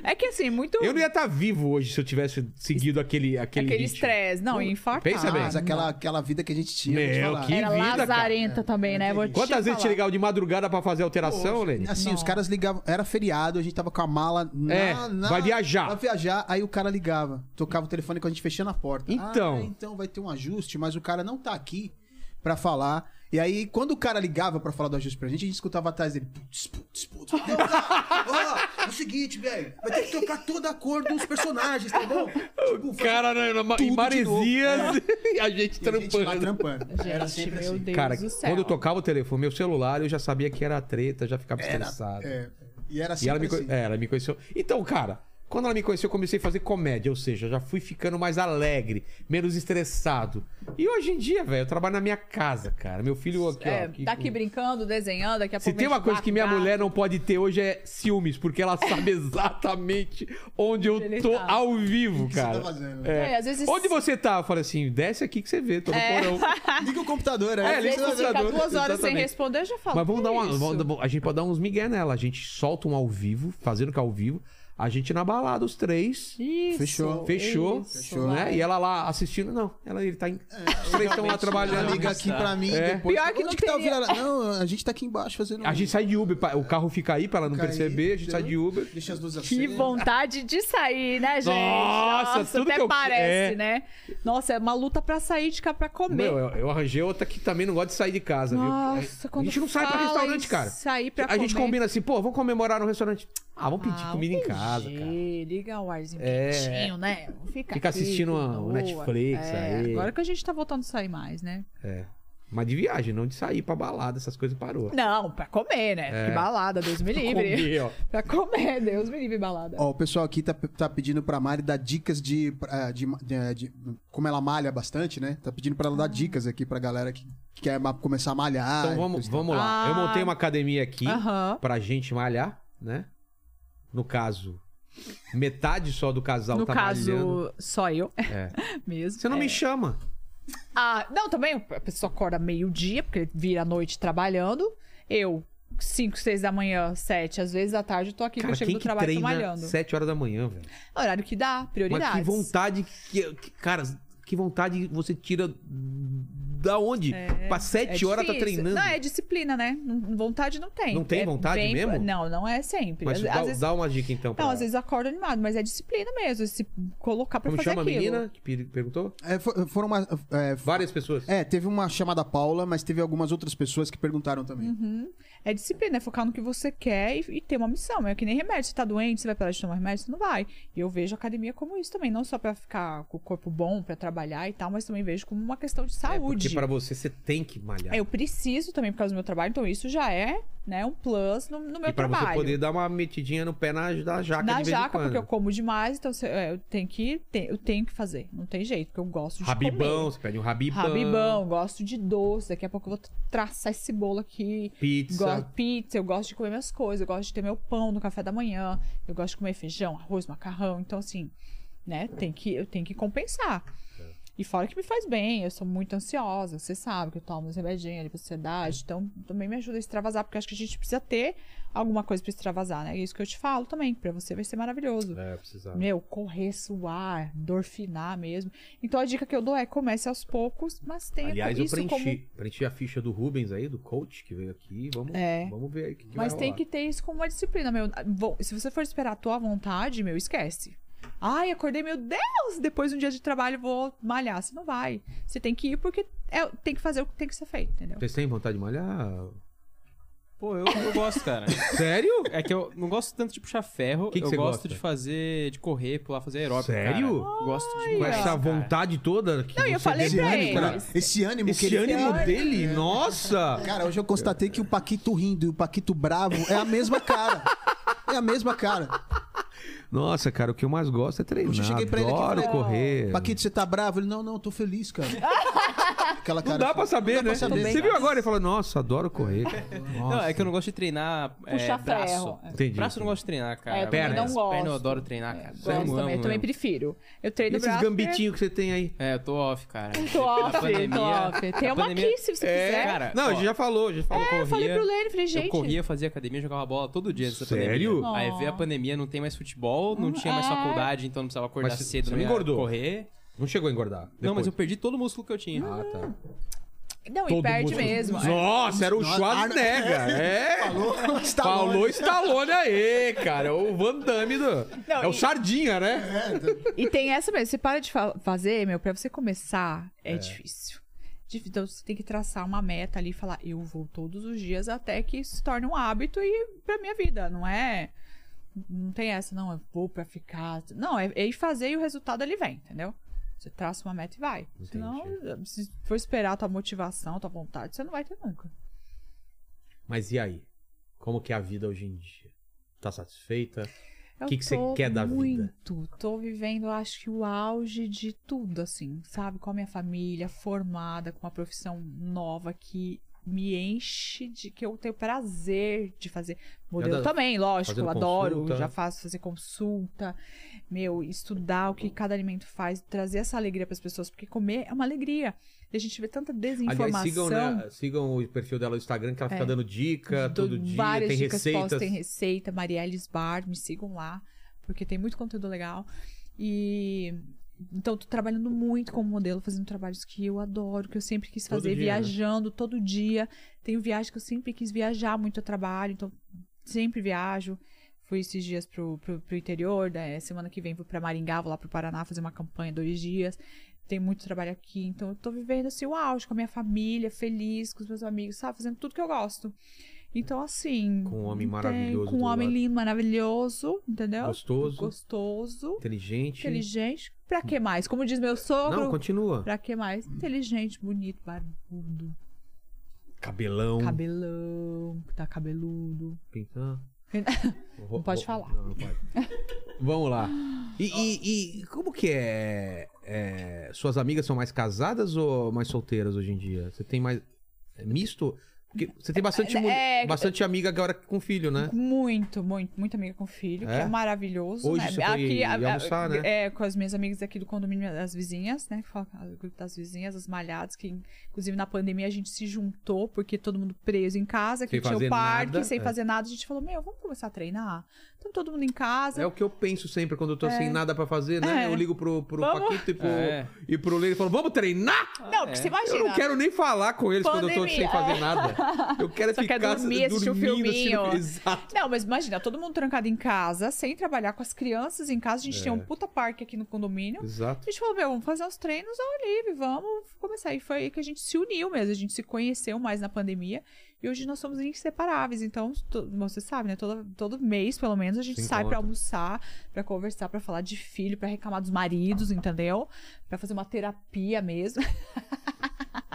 É que assim, muito. Eu não ia estar vivo hoje se eu tivesse seguido aquele aquele aquele ritmo. estresse. Não, ia infartar. pensa bem. Ah, Mas aquela, aquela vida que a gente tinha. vou te Meu, falar. que Era vida, cara. lazarenta também, né? Vou te Quantas vezes te falar. ligava de madrugada pra fazer alteração, Lene? Assim, os Nossa. caras ligavam. Era feriado, a gente tava com a mala na, É, na- vai viajar. Vai viajar, aí o cara ligava. Tocava o telefone com a gente fechando a porta. Então. Ah, então vai ter um ajuste, mas o cara não tá aqui pra falar. E aí, quando o cara ligava pra falar do ajuste pra gente, a gente escutava atrás dele. Putz, putz, putz. Não, cara, ó, é o seguinte, velho. Vai ter que trocar toda a cor dos personagens, tá bom? Tipo, vai- Cara, né, na, na, Tudo em de Maresias, e a gente E a trampando. gente lá trampando. Era Gente, sempre meu assim. Deus Cara, do céu. quando eu tocava o telefone, meu celular, eu já sabia que era treta, já ficava Era- estressado. é, e era E ela me, sempre co- assim. é, ela me conheceu. Então, cara, quando ela me conheceu, eu comecei a fazer comédia, ou seja, eu já fui ficando mais alegre, menos estressado. E hoje em dia, velho, eu trabalho na minha casa, cara. Meu filho aqui, ó. É, aqui tá com- aqui brincando, desenhando, daqui a pouco. Se tem vem uma coisa que minha esmagar. mulher não pode ter hoje é ciúmes, porque ela sabe exatamente onde eu Ele tô tá. ao vivo, você tá cara. fazendo? É, às vezes. Onde você tá? Eu falo assim, desce aqui que você vê, tô no É. porão. Tá Liga o computador tá aí. É, Às liga vezes o fica computador, duas horas sem exatamente. responder, eu já falo. Mas vamos "Que dar uma. isso?" vamos dar- a gente pode dar uns migué nela. A gente solta um ao vivo, fazendo que ao vivo. A gente na balada, os três. Isso, Fechou. Fechou, isso, Fechou. né? vai. E ela lá assistindo. Não, ela, ele tá em. É, os três estão lá realmente, Ela trabalhando. não. liga aqui pra mim É. depois. Pior Onde que não tá o teria- Vila- Não, a gente tá aqui embaixo fazendo. A gente sai de Uber, pra- o carro fica aí pra ela não Fica aí, perceber, a gente sai de Uber. Deixa as duas Que acesas. vontade de sair, né, gente? Nossa, tudo até que eu- parece, é. né? Nossa, é uma luta pra sair de cá pra comer. Meu, é eu, eu arranjei outra que também não gosta de sair de casa, viu? Nossa, quando é- a gente não sai pra fala em restaurante, cara. sair pra a gente comer. combina assim, pô, vamos comemorar no restaurante. Ah, vamos pedir Ah, comida em um casa, PG, cara. Liga o arzinho É. quentinho, né? Fica, Fica assistindo aqui, a- de o boa. Netflix É, aí. Agora que a gente tá voltando a sair mais, né? Mas de viagem, não de sair pra balada, essas coisas parou. Não, pra comer, né? É. Que balada, Deus me livre. Comer, ó. pra comer, Deus me livre, balada. Ó, o pessoal aqui tá, tá pedindo pra Mari dar dicas de, pra- de, de- de- Como ela malha bastante, né? Tá pedindo pra ela Ah. dar dicas aqui pra galera que que quer ma- começar a malhar. Então vamos, vamos lá. Ah. Eu montei uma academia aqui Aham. pra gente malhar, né? No caso, Metade só do casal No tá caso, malhando. só eu. É. Mesmo. Você não me é. chama. Ah, não, também a pessoa acorda meio-dia, porque vira à noite trabalhando. Eu, 5, 6 da manhã, 7, às vezes da tarde, eu tô aqui, que Cara, eu chego quem do que trabalho, treina tô malhando. 7 horas da manhã, velho? Horário que dá, Mas prioridades. que vontade que, que- Cara, que vontade você tira da onde? É, pra 7 é horas tá difícil. treinando. Não, é disciplina, né? Não- Vontade não tem. Não tem É vontade bem- mesmo? Não, não é sempre. Mas às, dá, às vezes... dá uma dica então. Pra... Não, às vezes acorda animado, mas é disciplina mesmo, se colocar pra Como fazer chama a aquilo. menina que per- perguntou? É, fo- foram uma, é, Várias pessoas. É, teve uma chamada Paula, mas teve algumas outras pessoas que perguntaram também. Uhum. É disciplina, é focar no que você quer e, e ter uma missão. É que nem remédio. Você tá doente, você vai parar de tomar remédio? Você não vai. E eu vejo a academia como isso também. Não só pra ficar com o corpo bom, pra trabalhar e tal, mas também vejo como uma questão de É, saúde. É Porque pra você, você tem que malhar. Eu preciso também por causa do meu trabalho, então isso já é né, um plus no, no meu e pra trabalho. você poder dar uma metidinha no pé na, da jaca Na de vez em jaca, quando. porque eu como demais, então se- é, eu tenho que te- eu tenho que fazer. Não tem jeito, porque eu gosto de Rabibão, comer. você pede um rabibão. Rabibão, gosto de doce. Daqui a pouco eu vou traçar esse bolo aqui. Pizza. Gosto de pizza, eu gosto de comer minhas coisas, eu gosto de ter meu pão no café da manhã, eu gosto de comer feijão, arroz, macarrão. Então, assim, né, tem que, eu tenho que compensar. É. E fora que me faz bem, eu sou muito ansiosa, você sabe que eu tomo uns remedinhos ali pra ansiedade, então também me ajuda a extravasar, porque eu acho que a gente precisa ter alguma coisa pra extravasar, né? É isso que eu te falo também, que pra você vai ser maravilhoso. É, precisava. Meu, correr, suar, dorfinar mesmo. Então a dica que eu dou é comece aos poucos, mas tenha Aliás, eu isso preenchi, como preenchi a ficha do Rubens aí, do coach que veio aqui. Vamos, É. vamos ver aí o que, que Mas vai tem rolar. que ter isso como uma disciplina, meu. Vo- Se você for esperar a tua vontade, meu, esquece. Ai, acordei, meu Deus! Depois de um dia de trabalho vou malhar. Você não vai. Você tem que ir porque é- tem que fazer o que tem que ser feito, entendeu? Vocês têm vontade de malhar? É. Pô, eu, eu gosto, cara. Sério? É que eu não gosto tanto de puxar ferro. Que que eu você gosto gosta? de fazer, de correr, pular, fazer aeróbico. Sério? cara. Eu Gosto de Com essa vontade toda que Não, e eu você falei deu- pra ânimo, cara. Esse ânimo que Esse ele tem. ânimo dele, nossa! Cara, hoje eu constatei que o Paquito rindo e o Paquito bravo é a mesma cara. É a mesma cara. Nossa, cara, o que eu mais gosto é treinar. Hoje eu cheguei pra ele aqui e Adoro falei, correr. Paquito, você tá bravo? Ele, não, não, tô feliz, cara. Aquela Não cara. dá assim. pra saber, Não dá né? pra saber. Você viu agora? Ele falou, nossa, adoro correr. Nossa. Não, é que eu não gosto de treinar é, Puxar braço. ferro. Entendi. Braço eu não gosto de treinar, cara. É, eu também não Pernas. gosto. É, Perna eu adoro treinar, cara. é um Gosto também, né? eu também prefiro. Eu treino um né? E esses braço, gambitinhos que você tem aí? É, eu tô off, cara. porque- Tô off, Na pandemia- tô off. Tem na uma pandemia- É, aqui, se você quiser. É, Cara, Não, a ó, gente já falou, já falou. eu corria, falei pro Lênin, falei, gente. Eu corria, fazia academia, jogava bola todo dia antes da Sério? pandemia. Aí veio a pandemia, não tem mais futebol, não tinha mais é. faculdade, então não precisava acordar Mas você- cedo, você não ia engordou? correr. Não chegou a engordar. Não, mas eu depois. perdi todo o músculo que eu tinha. Ah, tá. Não, e Todo perde mundo- mesmo. é. Nossa, era o Nossa, Schwarzenegger. É. Falou, está Falou longe. Stallone aí, cara. É o Van Damme do... Não, é o e- Sardinha, né? E tem essa mesmo. Você para de fa- fazer, meu, pra você começar, é, difícil. Dif- Então você tem que traçar uma meta ali e falar, eu vou todos os dias até que isso se torne um hábito e pra minha vida, não é? Não tem essa, não, eu vou pra ficar. Não, é, é ir fazer e o resultado ele vem, entendeu? Você traça uma meta e vai. Senão, se for esperar a tua motivação, a tua vontade, você não vai ter nunca. Mas e aí? Como que é a vida hoje em dia? Tá satisfeita? Eu Que que você tô quer da vida? Muito. Tô vivendo, acho que o auge de tudo, assim, sabe? Com a minha família, formada, com uma profissão nova que me enche de que eu tenho prazer de fazer. Modelo dá- também, lógico, eu fazendo adoro, consulta. já faço fazer consulta, meu, estudar o que cada alimento faz, trazer essa alegria pras pessoas, porque comer é uma alegria. E a gente vê tanta desinformação. Aliás, sigam, né, sigam o perfil dela no Instagram, que ela fica É. dando dica Dou todo dia, várias tem dicas receitas. postas, tem receita, Marielles Bar, me sigam lá, porque tem muito conteúdo legal. E então tô trabalhando muito como modelo, fazendo trabalhos que eu adoro, que eu sempre quis Todo fazer, dia, né? viajando todo dia. Tenho viagem que eu sempre quis viajar muito a trabalho, então sempre viajo. Fui esses dias pro, pro, pro interior, né? semana que vem vou pra Maringá, vou lá pro Paraná fazer uma campanha dois dias. Tem muito trabalho aqui, então eu tô vivendo assim o auge com a minha família, feliz com os meus amigos, sabe? Fazendo tudo que eu gosto. Então, assim. Com um homem tem- maravilhoso Com um do homem lado. lindo, maravilhoso, entendeu? Gostoso. Gostoso. Inteligente. Inteligente. Pra que mais? Como diz meu sogro. Não, continua. Pra que mais? Inteligente, bonito, barbudo, Cabelão. cabelão, tá cabeludo. Pintar. Não pode falar. Não, não pode. Vamos lá. E, e- e como que é, é, Suas amigas são mais casadas ou mais solteiras hoje em dia? Você tem mais. É misto? Porque você tem bastante, mu- É, bastante amiga agora com filho, né? Muito, muito, muito amiga com filho, que É? é maravilhoso. Hoje né? você foi almoçar, né? É, com as minhas amigas aqui do condomínio, as vizinhas, né? Fala- O grupo das vizinhas, as malhadas, que inclusive na pandemia a gente se juntou, porque todo mundo preso em casa, que Sem tinha fazer o parque, nada, sem é. fazer nada. A gente falou, meu, vamos começar a treinar? Então todo mundo em casa. É o que eu penso sempre quando eu tô É. sem nada pra fazer, né? É. Eu ligo pro, pro Vamos. Paquito e pro, É. e pro Leila e falo, vamos treinar? Não, porque você imagina. Eu não quero nem falar com eles quando eu tô sem Pandemia, fazer é. nada. Eu quero Só ficar quer dormir, assistir um dormindo, assistindo- filminho. Exato. Não, mas imagina, todo mundo trancado em casa, sem trabalhar, com as crianças em casa. A gente É. tem um puta parque aqui no condomínio. Exato. A gente falou, meu, vamos fazer os treinos ao livre, vamos começar. E foi aí que a gente se uniu mesmo, a gente se conheceu mais na pandemia. E hoje nós somos inseparáveis. Então, to- você sabe, né? Todo, todo mês, pelo menos, a gente Se sai pra encontra. almoçar, pra conversar, pra falar de filho, pra reclamar dos maridos, entendeu? Pra fazer uma terapia mesmo.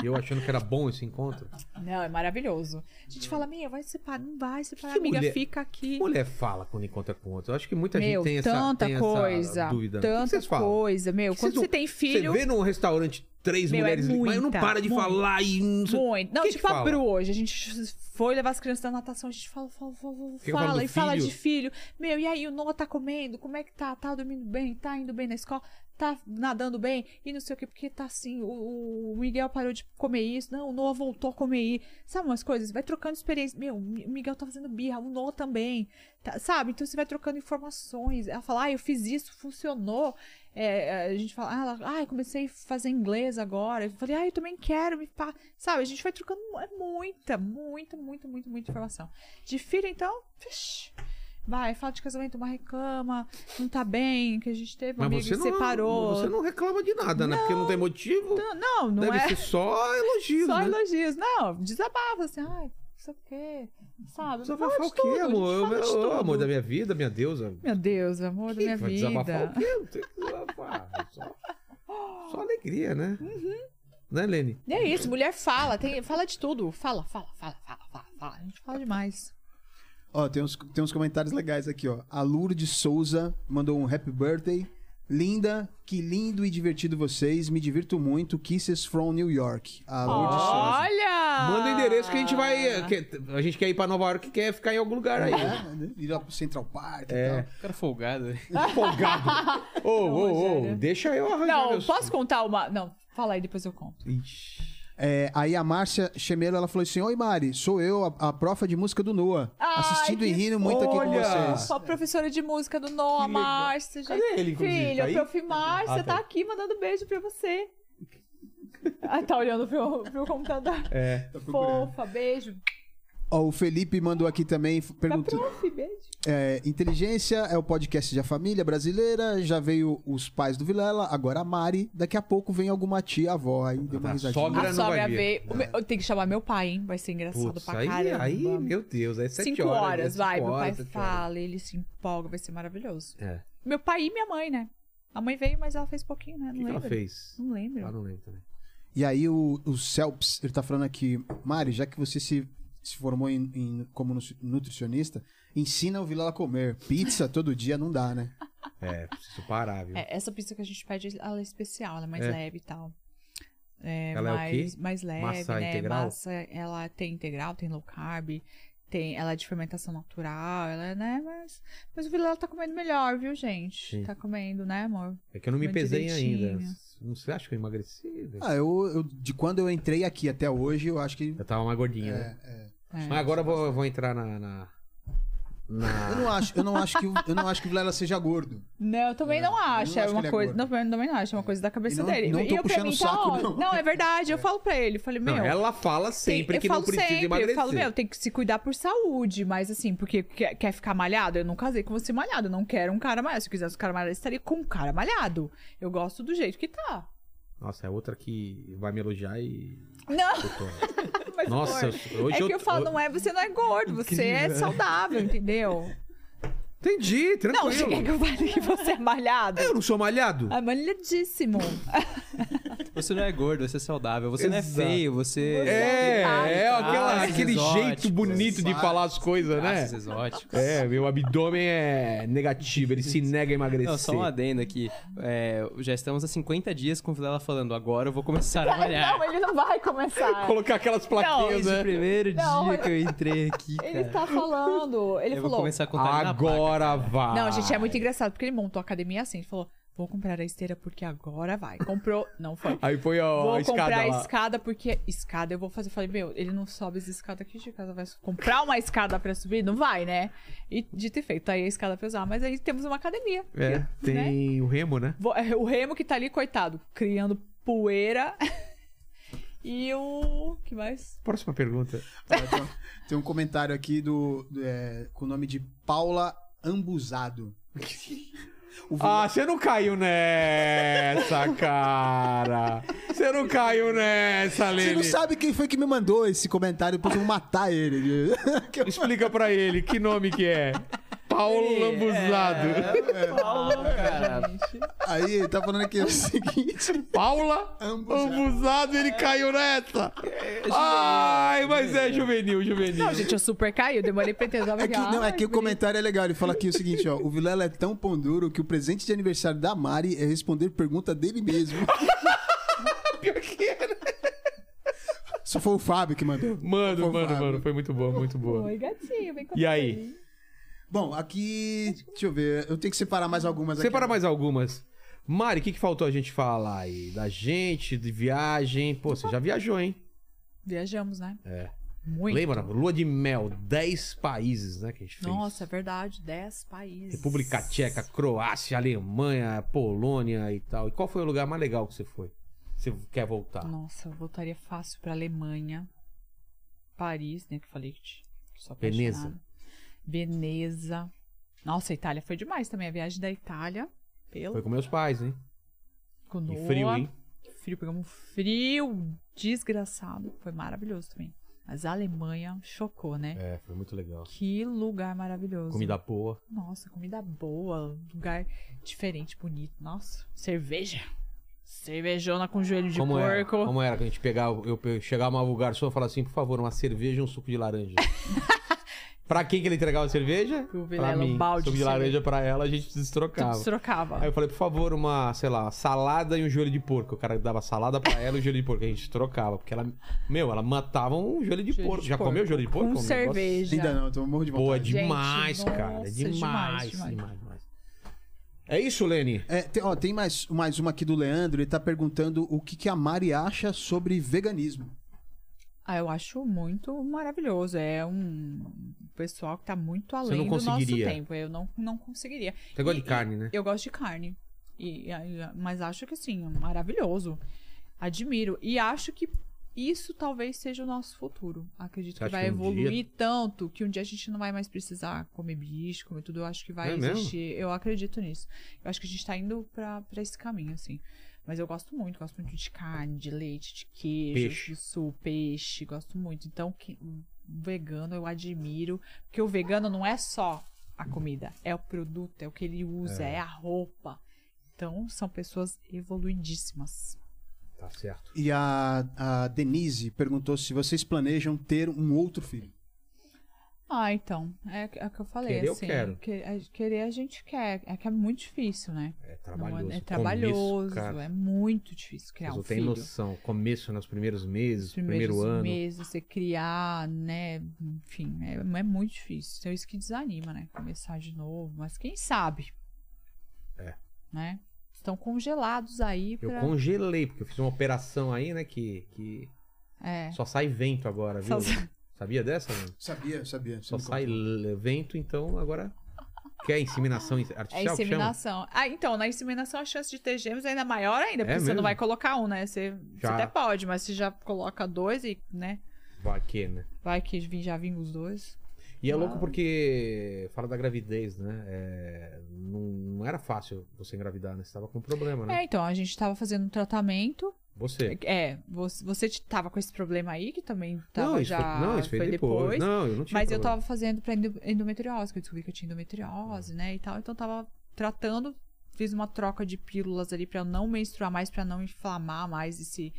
E eu achando que era bom esse encontro. Não, é maravilhoso. A gente fala, minha, vai separar, não vai separar, Que amiga, mulher- fica aqui. Mulher fala quando encontra com outro. Eu acho que muita Meu, gente tem essa, tanta tem essa coisa, dúvida. né? tanta o que vocês falam? coisa, meu. O que Quando vocês você tem filho- Você vê num restaurante três Meu, é mulheres, mas não muita, para de muita. falar e não sei- Muito. Não, que tipo que a fala? Bru hoje. A gente foi levar as crianças na natação, a gente fala, fala, fala, Fica fala, falando e do fala filho. de filho. Meu, e aí, o Noah tá comendo? Como é que tá? Tá dormindo bem? Tá indo bem na escola? Tá nadando bem? E não sei o que, porque tá assim, o, o Miguel parou de comer isso, não, o Noah voltou a comer isso. Sabe umas coisas? Vai trocando experiência. Meu, o Mi- Miguel tá fazendo birra, o Noah também. Tá- sabe? Então você vai trocando informações. Ela fala, ah, eu fiz isso, funcionou. É, a gente fala, ah, ela, ah, eu comecei a fazer inglês agora. Eu falei, ah, eu também quero, me pá. Sabe, a gente vai trocando mu- é muita, muita, muita, muita, muita informação. De filho, então, vixi, vai, fala de casamento, uma reclama, não tá bem, que a gente teve um Mas amigo você que não, separou. você não reclama de nada, né? Porque não tem motivo. Não, não, não Deve é. ser só elogios, Só né? elogios. Não, desabafa, assim, ai, não sei o quê. Sabe? Você vai Fala falar de o quê, tudo, amor? a gente fala de Eu- eu- tudo. amor da minha vida, minha deusa. Meu Deus, amor da minha vai vida. desabafar o quê? Não tem que desabafar. Só, só alegria, né? Uhum. Né, Lene? E é isso, mulher fala, tem, fala de tudo. Fala, fala, fala, fala, fala, fala. A gente fala demais. Ó, tem uns, tem uns comentários legais aqui, ó. A Lourdes Souza mandou um happy birthday. Linda, que lindo e divertido vocês. Me divirto muito. Kisses from New York. Ah. A Lourdes Souza. Olha! Manda o endereço que a gente vai. que- a gente quer ir pra Nova York, quer ficar em algum lugar aí. É, né? Ir lá pro Central Park É. e tal. O cara folgado. Folgado. Ô, ô, ô, deixa eu arranjar. Não, meus- posso contar uma. Não, fala aí, depois eu conto. Ixi. É, aí a Márcia Chemelo, ela falou assim: Oi, Mari, sou eu, a, a profa de música do Noah. Ai, assistindo e que rindo muito aqui com olha! vocês. Sou professora de música do Noah, Márcia, gente. Cadê ele, inclusive? Filho, Tá aí? prof. Márcia Ah, tá tá aí. aqui mandando beijo pra você. Ah, tá olhando pro, pro computador. É. Fofa, beijo. Tá, Ó, o Felipe mandou aqui também, Pra perguntando. prof, beijo. É, Inteligência é o podcast da família brasileira. Já veio os pais do Vilela, agora a Mari. Daqui a pouco vem alguma tia, avó. Aí deu uma A risadinha. sogra- Agora a não vai sogra vir. veio. O meu- Eu tenho que chamar meu pai, hein? Vai ser engraçado Putz, pra aí, caramba. aí, meu Deus, aí é sete Cinco horas, né? vai. Cinco Meu pai horas, sete horas. fala, ele se empolga, vai ser maravilhoso. É. Meu pai e minha mãe, né? A mãe veio, mas ela fez pouquinho, né? O Não que, que lembro. ela fez? Não lembro. Ah, não lembro também. E aí o, o Selps, ele tá falando aqui, Mari, já que você se, se formou em, em- como nu- nutricionista, ensina o Vilela a comer. Pizza todo dia não dá, né? É, preciso parar, viu? É, essa pizza que a gente pede, ela é especial, ela é mais É. leve e tal. É, Ela é o mais, quê? mais leve, Massa né? integral? Massa, ela tem integral, tem low carb, tem, ela é de fermentação natural, ela é, né? Mas, mas o Vilela tá comendo melhor, viu, gente? Sim. Tá comendo, né, amor? É que eu não me Mas pesei ainda. direitinho. Não sei, acho que eu emagreci. né? Ah, eu, eu- de quando eu entrei aqui até hoje, eu acho que... Eu tava mais gordinho, né? É. Mas agora eu vou, eu vou entrar na. na, na- Eu não acho, eu não acho que o- eu não acho que o Vilela seja gordo. Não, eu também não eu acho. não É acho que uma ele é coisa. gordo. não, eu também não acho, é uma coisa da cabeça E não- dele. não tô e eu pra puxando mim o tá saco, ó- não. é verdade. Eu falo pra ele, eu falei, meu. Não, ela fala tem- sempre eu que não falo precisa sempre, emagrecer. Eu falo, meu, tem que se cuidar por saúde, mas assim, porque quer, quer ficar malhado? Eu não casei com você malhado, eu não quero um cara malhado. Se eu quisesse um cara malhado, eu estaria com um cara malhado. Eu gosto do jeito que tá. Nossa, é outra que vai me elogiar e. Não, Eu tô- mas Nossa, amor, eu- hoje é eu que eu tô- falo, não é, você não é gordo, você é saudável, entendeu? Entendi, Não, você tranquilo. quer que eu fale que você é malhado? Eu não sou malhado? É malhadíssimo. Você não é gordo, você é saudável. Você não é Exato. feio, você. É, é aquela- Traços aquele jeito exóticos. bonito de falar as coisas, né? Traços exóticos. É, meu abdômen é negativo, ele se nega a emagrecer. Não, só um adendo aqui. É, já estamos há 50 dias com o Vilela falando, agora eu vou começar a malhar. Não, ele não vai começar. Colocar aquelas plaquinhas, Desde o né? primeiro Não, dia ele- que eu entrei aqui, Ele cara. tá falando. Ele É. eu vou falou. começar a contar na Agora vai. Não, gente, é muito engraçado, porque ele montou a academia assim. Ele falou: vou comprar a esteira porque agora vai. Comprou. Não foi. Aí foi a, Vou a Ah, escada comprar a lá. escada porque. Escada eu vou fazer. Eu Falei, meu, ele não sobe as escadas aqui de casa. Vai comprar uma escada pra subir? Não vai, né? E dito e feito, aí a escada pra usar. Mas aí temos uma academia. Né? É, tem o remo, né? Vo- é, O Remo que tá ali, coitado, criando poeira. e o. que mais? Próxima pergunta. Tem um comentário aqui do, do, é, com o nome de Paula Ambuzado. Ah, você não caiu nessa, cara. Você não caiu nessa, Você Lele. não sabe quem foi que me mandou esse comentário, depois eu vou matar ele. Explica pra ele que nome que é. Paulo Lambuzado. é, Paulo, cara. Aí ele tá falando aqui o seguinte: Paula Ambuzado. É, Ambuzado, ele caiu nessa. Ai, mas é juvenil, juvenil. Não, gente, eu super caí, eu demorei pra entender. eu tava É que, aqui, não, é "Ai, que o comentário é legal. Ele fala aqui o seguinte, ó. O Vilela é tão pão duro que o presente de aniversário da Mari é responder pergunta dele mesmo. Pior que é, né? Só foi o Fábio que mandou. Mano, Foi mano, vago. mano, foi muito boa, muito boa. Oi, gatinho, vem comigo. E aí? Bom, aqui... Deixa eu ver. Eu tenho que separar mais algumas aqui. é Separa mais algumas. Mari, o que, que faltou a gente falar aí? Da gente, de viagem. Pô, você já viajou, hein? Viajamos, né? É. Muito. Lembra? Lua de mel, 10 países, né, que a gente fez. Nossa, é verdade. 10 países. República Tcheca, Croácia, Alemanha, Polônia e tal. E qual foi o lugar mais legal que você foi? Você quer voltar? Nossa, eu voltaria fácil pra Alemanha. Paris, né? Que eu falei que te- que sou Veneza. apaixonada. Veneza. Nossa, a Itália foi demais também. A viagem da Itália. Pelo Foi com meus pais, hein? Com E Noah. frio, hein? Frio, pegamos um frio desgraçado. Foi maravilhoso também. Mas a Alemanha chocou, né? É, foi muito legal. Que lugar maravilhoso. Comida boa. Nossa, comida boa. Lugar diferente, bonito. Nossa, cerveja. Cervejona com joelho de Como era? porco. Como era que a gente pegava, eu pe- chegava um garçom e falava assim, por favor, uma cerveja e um suco de laranja. pra quem que ele entregava a cerveja? Pra Pro Vilela, mim. um balde suco de de laranja pra ela, a gente destrocava. Trocava. Aí eu falei, por favor, uma, sei lá, uma salada e um joelho de porco. O cara dava salada pra ela e o joelho de porco. A gente trocava, porque ela, meu, ela matava um joelho de porco. Já comeu joelho de porco? Com Um negócio cerveja. Ainda não, então eu morro de Boa é vontade. demais, nossa, cara. Demais, demais, demais, demais, demais. É isso, Lene? É, tem, ó, tem mais, mais uma aqui do Leandro. Ele tá perguntando o que, que a Mari acha sobre veganismo. Ah, eu acho muito maravilhoso. É um pessoal que tá muito além do nosso conseguiria. tempo. Eu não, não conseguiria. Você gosta E- de carne, né? Eu gosto de carne. E, ah, e- mas acho que sim, é maravilhoso. Admiro. E acho que isso talvez seja o nosso futuro. Acredito Você que acha vai que um evoluir dia- tanto que um dia a gente não vai mais precisar comer bicho, comer tudo. Eu acho que vai É mesmo? existir. Eu acredito nisso. Eu acho que a gente tá indo pra, pra esse caminho, assim. Mas eu gosto muito, gosto muito de carne, de leite, de queijo, Peixe. de suco, peixe, gosto muito. Então, que- o vegano eu admiro, porque o vegano não é só a comida, é o produto, é o que ele usa, é, a roupa. Então, são pessoas evoluidíssimas. Tá certo. E a, a Denise perguntou se vocês planejam ter um outro filho. Ah, então, é, é o que eu falei, Querer eu assim. quero. que- é- querer a gente quer, é que é muito difícil, né? É Não é- trabalhoso. é Começo, trabalhoso, cara. é muito difícil criar Vocês um não têm filho. noção. Começo nos primeiros meses, os primeiros primeiro ano. meses, você criar, né? Enfim, é, é muito difícil. Então, isso que desanima, né? Começar de novo. Mas quem sabe? É. Né? Estão congelados aí Eu pra. congelei, porque eu fiz uma operação aí, né, que, que É. só sai vento agora, Só viu? Sabia dessa, mano? Sabia, sabia. Só sai l- vento, então agora... Que é inseminação É artificial? que chama? inseminação. Ah, então, na inseminação a chance de ter gêmeos é ainda maior ainda, É porque você mesmo? não vai colocar um, né? Você, você Já. até pode, mas você já coloca dois e, né? Vai que, né? Vai que vim- já vim os dois. E é Claro. louco porque fala da gravidez, né? É, não, não era fácil você engravidar, né? Você tava com problema, né? É, então, a gente tava fazendo um tratamento. Você. É, você, você tava com esse problema aí, que também tava não, isso já. foi, não, isso foi, depois. Não, eu não tinha Mas eu problema. tava fazendo pra endo- endometriose, que eu descobri que eu tinha endometriose, né, e tal. Então eu tava tratando fiz uma troca de pílulas ali pra eu não menstruar mais, pra não inflamar mais esse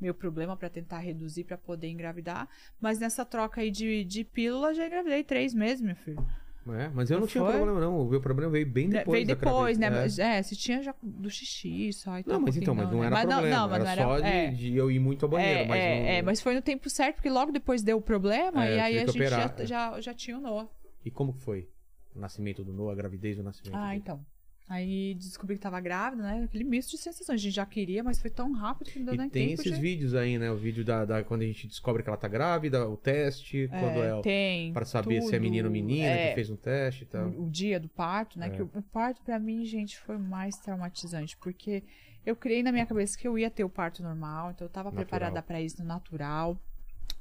meu problema, pra tentar reduzir, pra poder engravidar. Mas nessa troca aí de, de pílula, já engravidei três meses, meu filho. É, mas eu não, Não tinha foi? problema, não. O meu problema veio bem Né, depois. Veio da depois, né? gravidez. Mas, É. se tinha já do xixi só Não, e tal, mas enfim, então, mas não né? era problema. mas era, só de, é. de eu ir muito ao banheiro. é, mas é, não- é, mas foi no tempo certo, porque logo depois deu o problema É, e aí tive que a gente já- operar, é. já, já, tinha o Noah. E como que foi? O nascimento do Noah, a gravidez do nascimento Ah, dele? então. Aí descobri que tava grávida, né? Aquele misto de sensações. A gente já queria, mas foi tão rápido que não deu E nem tem tempo. esses de... vídeos aí, né? O vídeo da, da- quando a gente descobre que ela tá grávida, o teste, quando é, o- tem Pra saber se é tudo, menino ou menina, é. que fez um teste e tal. o dia do parto, né? É. Que o, o parto, pra mim, gente, foi mais traumatizante, porque eu criei na minha cabeça que eu ia ter o parto normal, então eu tava Natural. preparada pra isso no natural,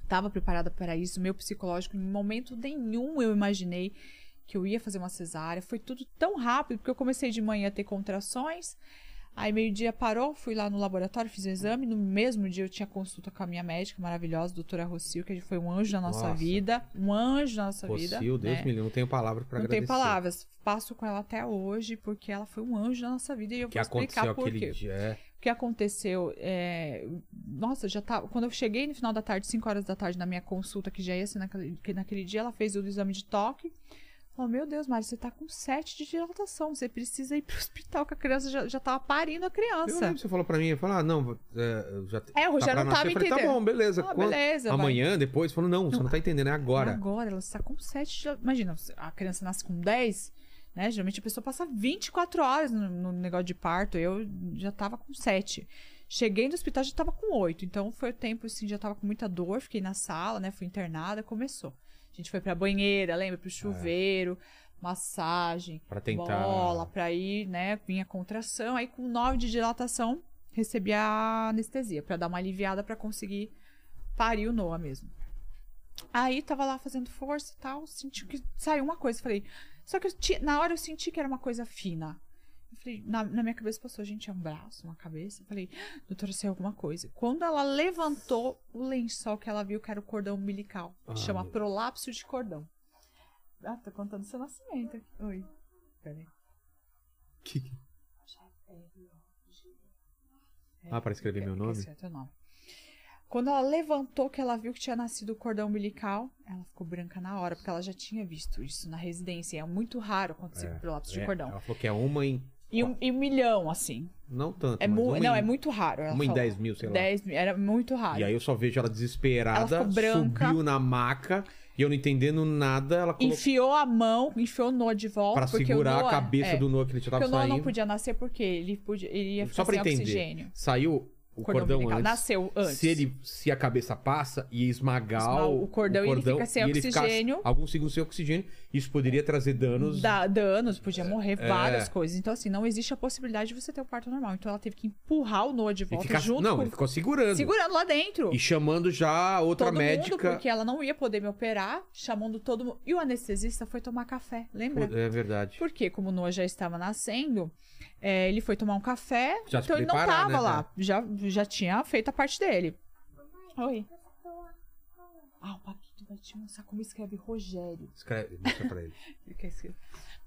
tava preparada pra isso, meu psicológico, em momento nenhum eu imaginei que eu ia fazer uma cesárea. Foi tudo tão rápido, porque eu comecei de manhã a ter contrações. Aí meio-dia parou, fui lá no laboratório, fiz o exame. No mesmo dia eu tinha consulta com a minha médica maravilhosa, doutora Rocio, que foi um anjo da nossa, Nossa. vida. Um anjo da nossa vida. Rocio, Deus né? me livre, não tenho palavra pra Não agradecer. tem palavras. Passo com ela até hoje, porque ela foi um anjo na nossa vida e eu O que vou explicar aconteceu por aquele quê. dia. é. O que aconteceu? é, Nossa, já tava. Quando eu cheguei no final da tarde, 5 horas da tarde, na minha consulta, que já ia ser naquele, que naquele dia, ela fez o exame de toque. Falou: Meu Deus, Mari, você tá com 7 de dilatação. Você precisa ir pro hospital, que a criança já, já tava parindo a Eu criança. lembro que você falou pra mim, falou, ah, não, é, eu já É, o Rogério tá pra nascer. Eu não tava falei, Tá entendendo. bom, beleza. Ah, quando- beleza, vai. Amanhã, depois, falou, não, você não tá entendendo, é agora. Agora, ela está com 7. já- Imagina, a criança nasce com 10, né? Geralmente a pessoa passa 24 horas no, no negócio de parto. Eu já estava com 7. Cheguei no hospital, já estava com 8. Então foi o tempo, assim, já estava com muita dor. Fiquei na sala, né? Fui internada, começou. A gente foi pra banheira, lembra? Pro chuveiro, massagem, Pra tentar- bola, pra ir, né? Vinha contração. Aí com 9 de dilatação, recebi a anestesia pra dar uma aliviada pra conseguir parir o Noah mesmo. Aí tava lá fazendo força e tal, senti que saiu uma coisa. Falei, só que eu ti- na hora eu senti que era uma coisa fina. Eu falei, na, na minha cabeça passou, gente, é um braço, uma cabeça. Eu falei, doutora, sei alguma coisa. Quando ela levantou o lençol que ela viu que era o cordão umbilical, Ah, chama meu prolapso de cordão. Ah, tô contando seu nascimento aqui. Oi. Peraí. Ah, pra escrever meu nome? Esse é teu nome. Quando ela levantou que ela viu que tinha nascido o cordão umbilical, ela ficou branca na hora, porque ela já tinha visto isso na residência. e É muito raro acontecer É, prolapso é, de cordão. Ela falou que é uma em. E um, e um milhão, assim. Não tanto. É mas mu- uma não, em- é muito raro. ela Uma em falou. 10 mil, sei lá. 10 mil, era muito raro. E aí eu só vejo ela desesperada, Ela ficou branca. subiu na maca e eu não entendendo nada, ela colocou Enfiou a mão, enfiou o Noah de volta. pra porque segurar o Noah, a cabeça é, do Noah que ele já tava Porque o Noah saindo. não podia nascer porque ele, podia, ele ia ficar Só pra sem entender. oxigênio. Saiu o Cordão cordão, umbilical. antes. Nasceu antes. Se ele se a cabeça passa e esmagar Esmaga o, o cordão e ele fica sem e ele ficar oxigênio. alguns segundos sem oxigênio, isso poderia trazer danos. Dá danos, podia morrer, É. várias coisas. Então, assim, não existe a possibilidade de você ter o parto normal. Então, ela teve que empurrar o Noah de e volta ficar, junto não, com... ele ficou segurando. Segurando lá dentro. E chamando já outra todo mundo, médica. porque ela não ia poder me operar, chamando todo mundo. E o anestesista foi tomar café, lembra? É verdade. Porque, como o Noah já estava nascendo, é, ele foi tomar um café, Já se então ele não preparar, estava né? lá. Já, já tinha feito a parte dele. Oi. Ah, o Paquito vai te mostrar como escreve Rogério. Escreve, mostra pra ele. Ele quer escrever.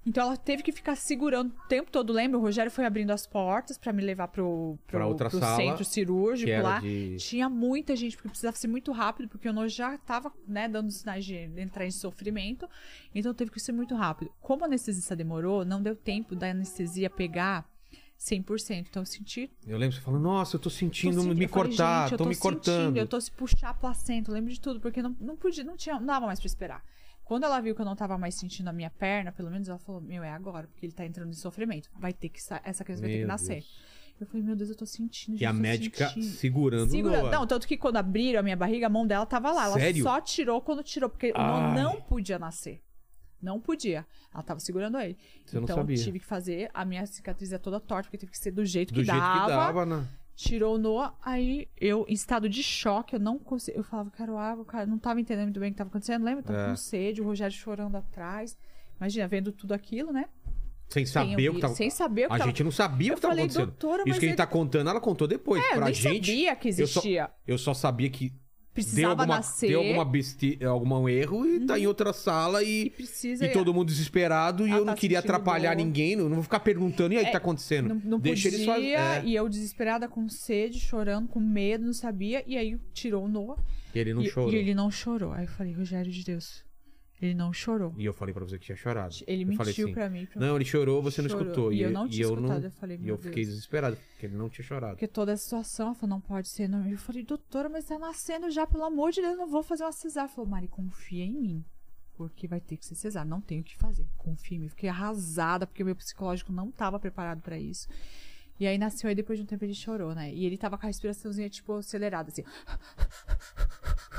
Então ela teve que ficar segurando o tempo todo, lembra? O Rogério foi abrindo as portas pra me levar pro, pro, Pra outra pro sala, centro cirúrgico que era lá. de- Tinha muita gente, porque precisava ser muito rápido, porque o Nojo já tava, né, dando sinais de entrar em sofrimento. Então teve que ser muito rápido. Como a anestesista demorou, não deu tempo da anestesia pegar 100%. Então eu senti Eu lembro, você falou, nossa, eu tô sentindo eu me falei, cortar, gente, eu tô, me cortando. Sentindo, eu tô se puxar a placenta, eu lembro de tudo, porque não, não podia, não tinha, não dava mais pra esperar. Quando ela viu que eu não tava mais sentindo a minha perna, pelo menos ela falou: Meu, é agora, porque ele tá entrando em sofrimento. Vai ter que sa- essa criança vai ter que Meu nascer. Eu falei: Meu Deus, eu tô sentindo. E a gente, eu tô médica sentindo." segurando Segura- o Noah. Não, tanto que quando abriram a minha barriga, a mão dela tava lá. Ela Sério? só tirou quando tirou, porque o Noah Ai. não podia nascer. Não podia. Ela tava segurando ele. Você não então sabia. eu tive que fazer. A minha cicatriz é toda torta, porque teve que ser do jeito do que jeito dava. que dava, né? Tirou o Noah, aí eu, em estado de choque, eu não conseguia. Eu falava, quero água, cara, não tava entendendo muito bem o que tava acontecendo, lembra? Eu Tava É. com sede, o Rogério chorando atrás. Imagina, vendo tudo aquilo, né? Sem saber o que ouvido, tava sem saber o que A tava- gente não sabia o Eu que tava falei, acontecendo. "Doutora, Isso mas que a gente ele- tá contando, ela contou depois. É, eu pra nem gente. sabia que eu só- existia. Eu só, sabia que precisava alguma, nascer. Uhum. Deu alguma besti... algum erro e tá em outra sala e, e, precisa- todo mundo desesperado e Ah, eu tá não queria assistindo atrapalhar do- ninguém, eu não vou ficar perguntando e aí o É, que tá acontecendo. Não, não Deixa podia, eles fazerem. É, e eu desesperada, com sede, chorando, com medo, não sabia. E aí tirou o Noah. Ele não e, chorou. E ele não chorou. Aí eu falei, Rogério de Deus, ele não chorou. E eu falei pra você que tinha chorado. Ele eu mentiu falei assim, pra mim, pra- Não, ele chorou, você não Chorou. escutou. E eu não tinha e eu escutado, não... eu falei, E meu eu fiquei Deus. desesperado, porque ele não tinha chorado. Porque toda a situação, ela falou, não pode ser. Não. Eu falei, doutora, mas tá nascendo já, pelo amor de Deus, não vou fazer uma cesárea. Ela falou, Mari, confia em mim. Porque vai ter que ser cesárea, não tenho o que fazer. Confia em mim. Eu Fiquei arrasada, porque o meu psicológico não tava preparado pra isso. E aí nasceu, aí depois de um tempo ele chorou, né? E ele tava com a respiraçãozinha, tipo, acelerada, assim.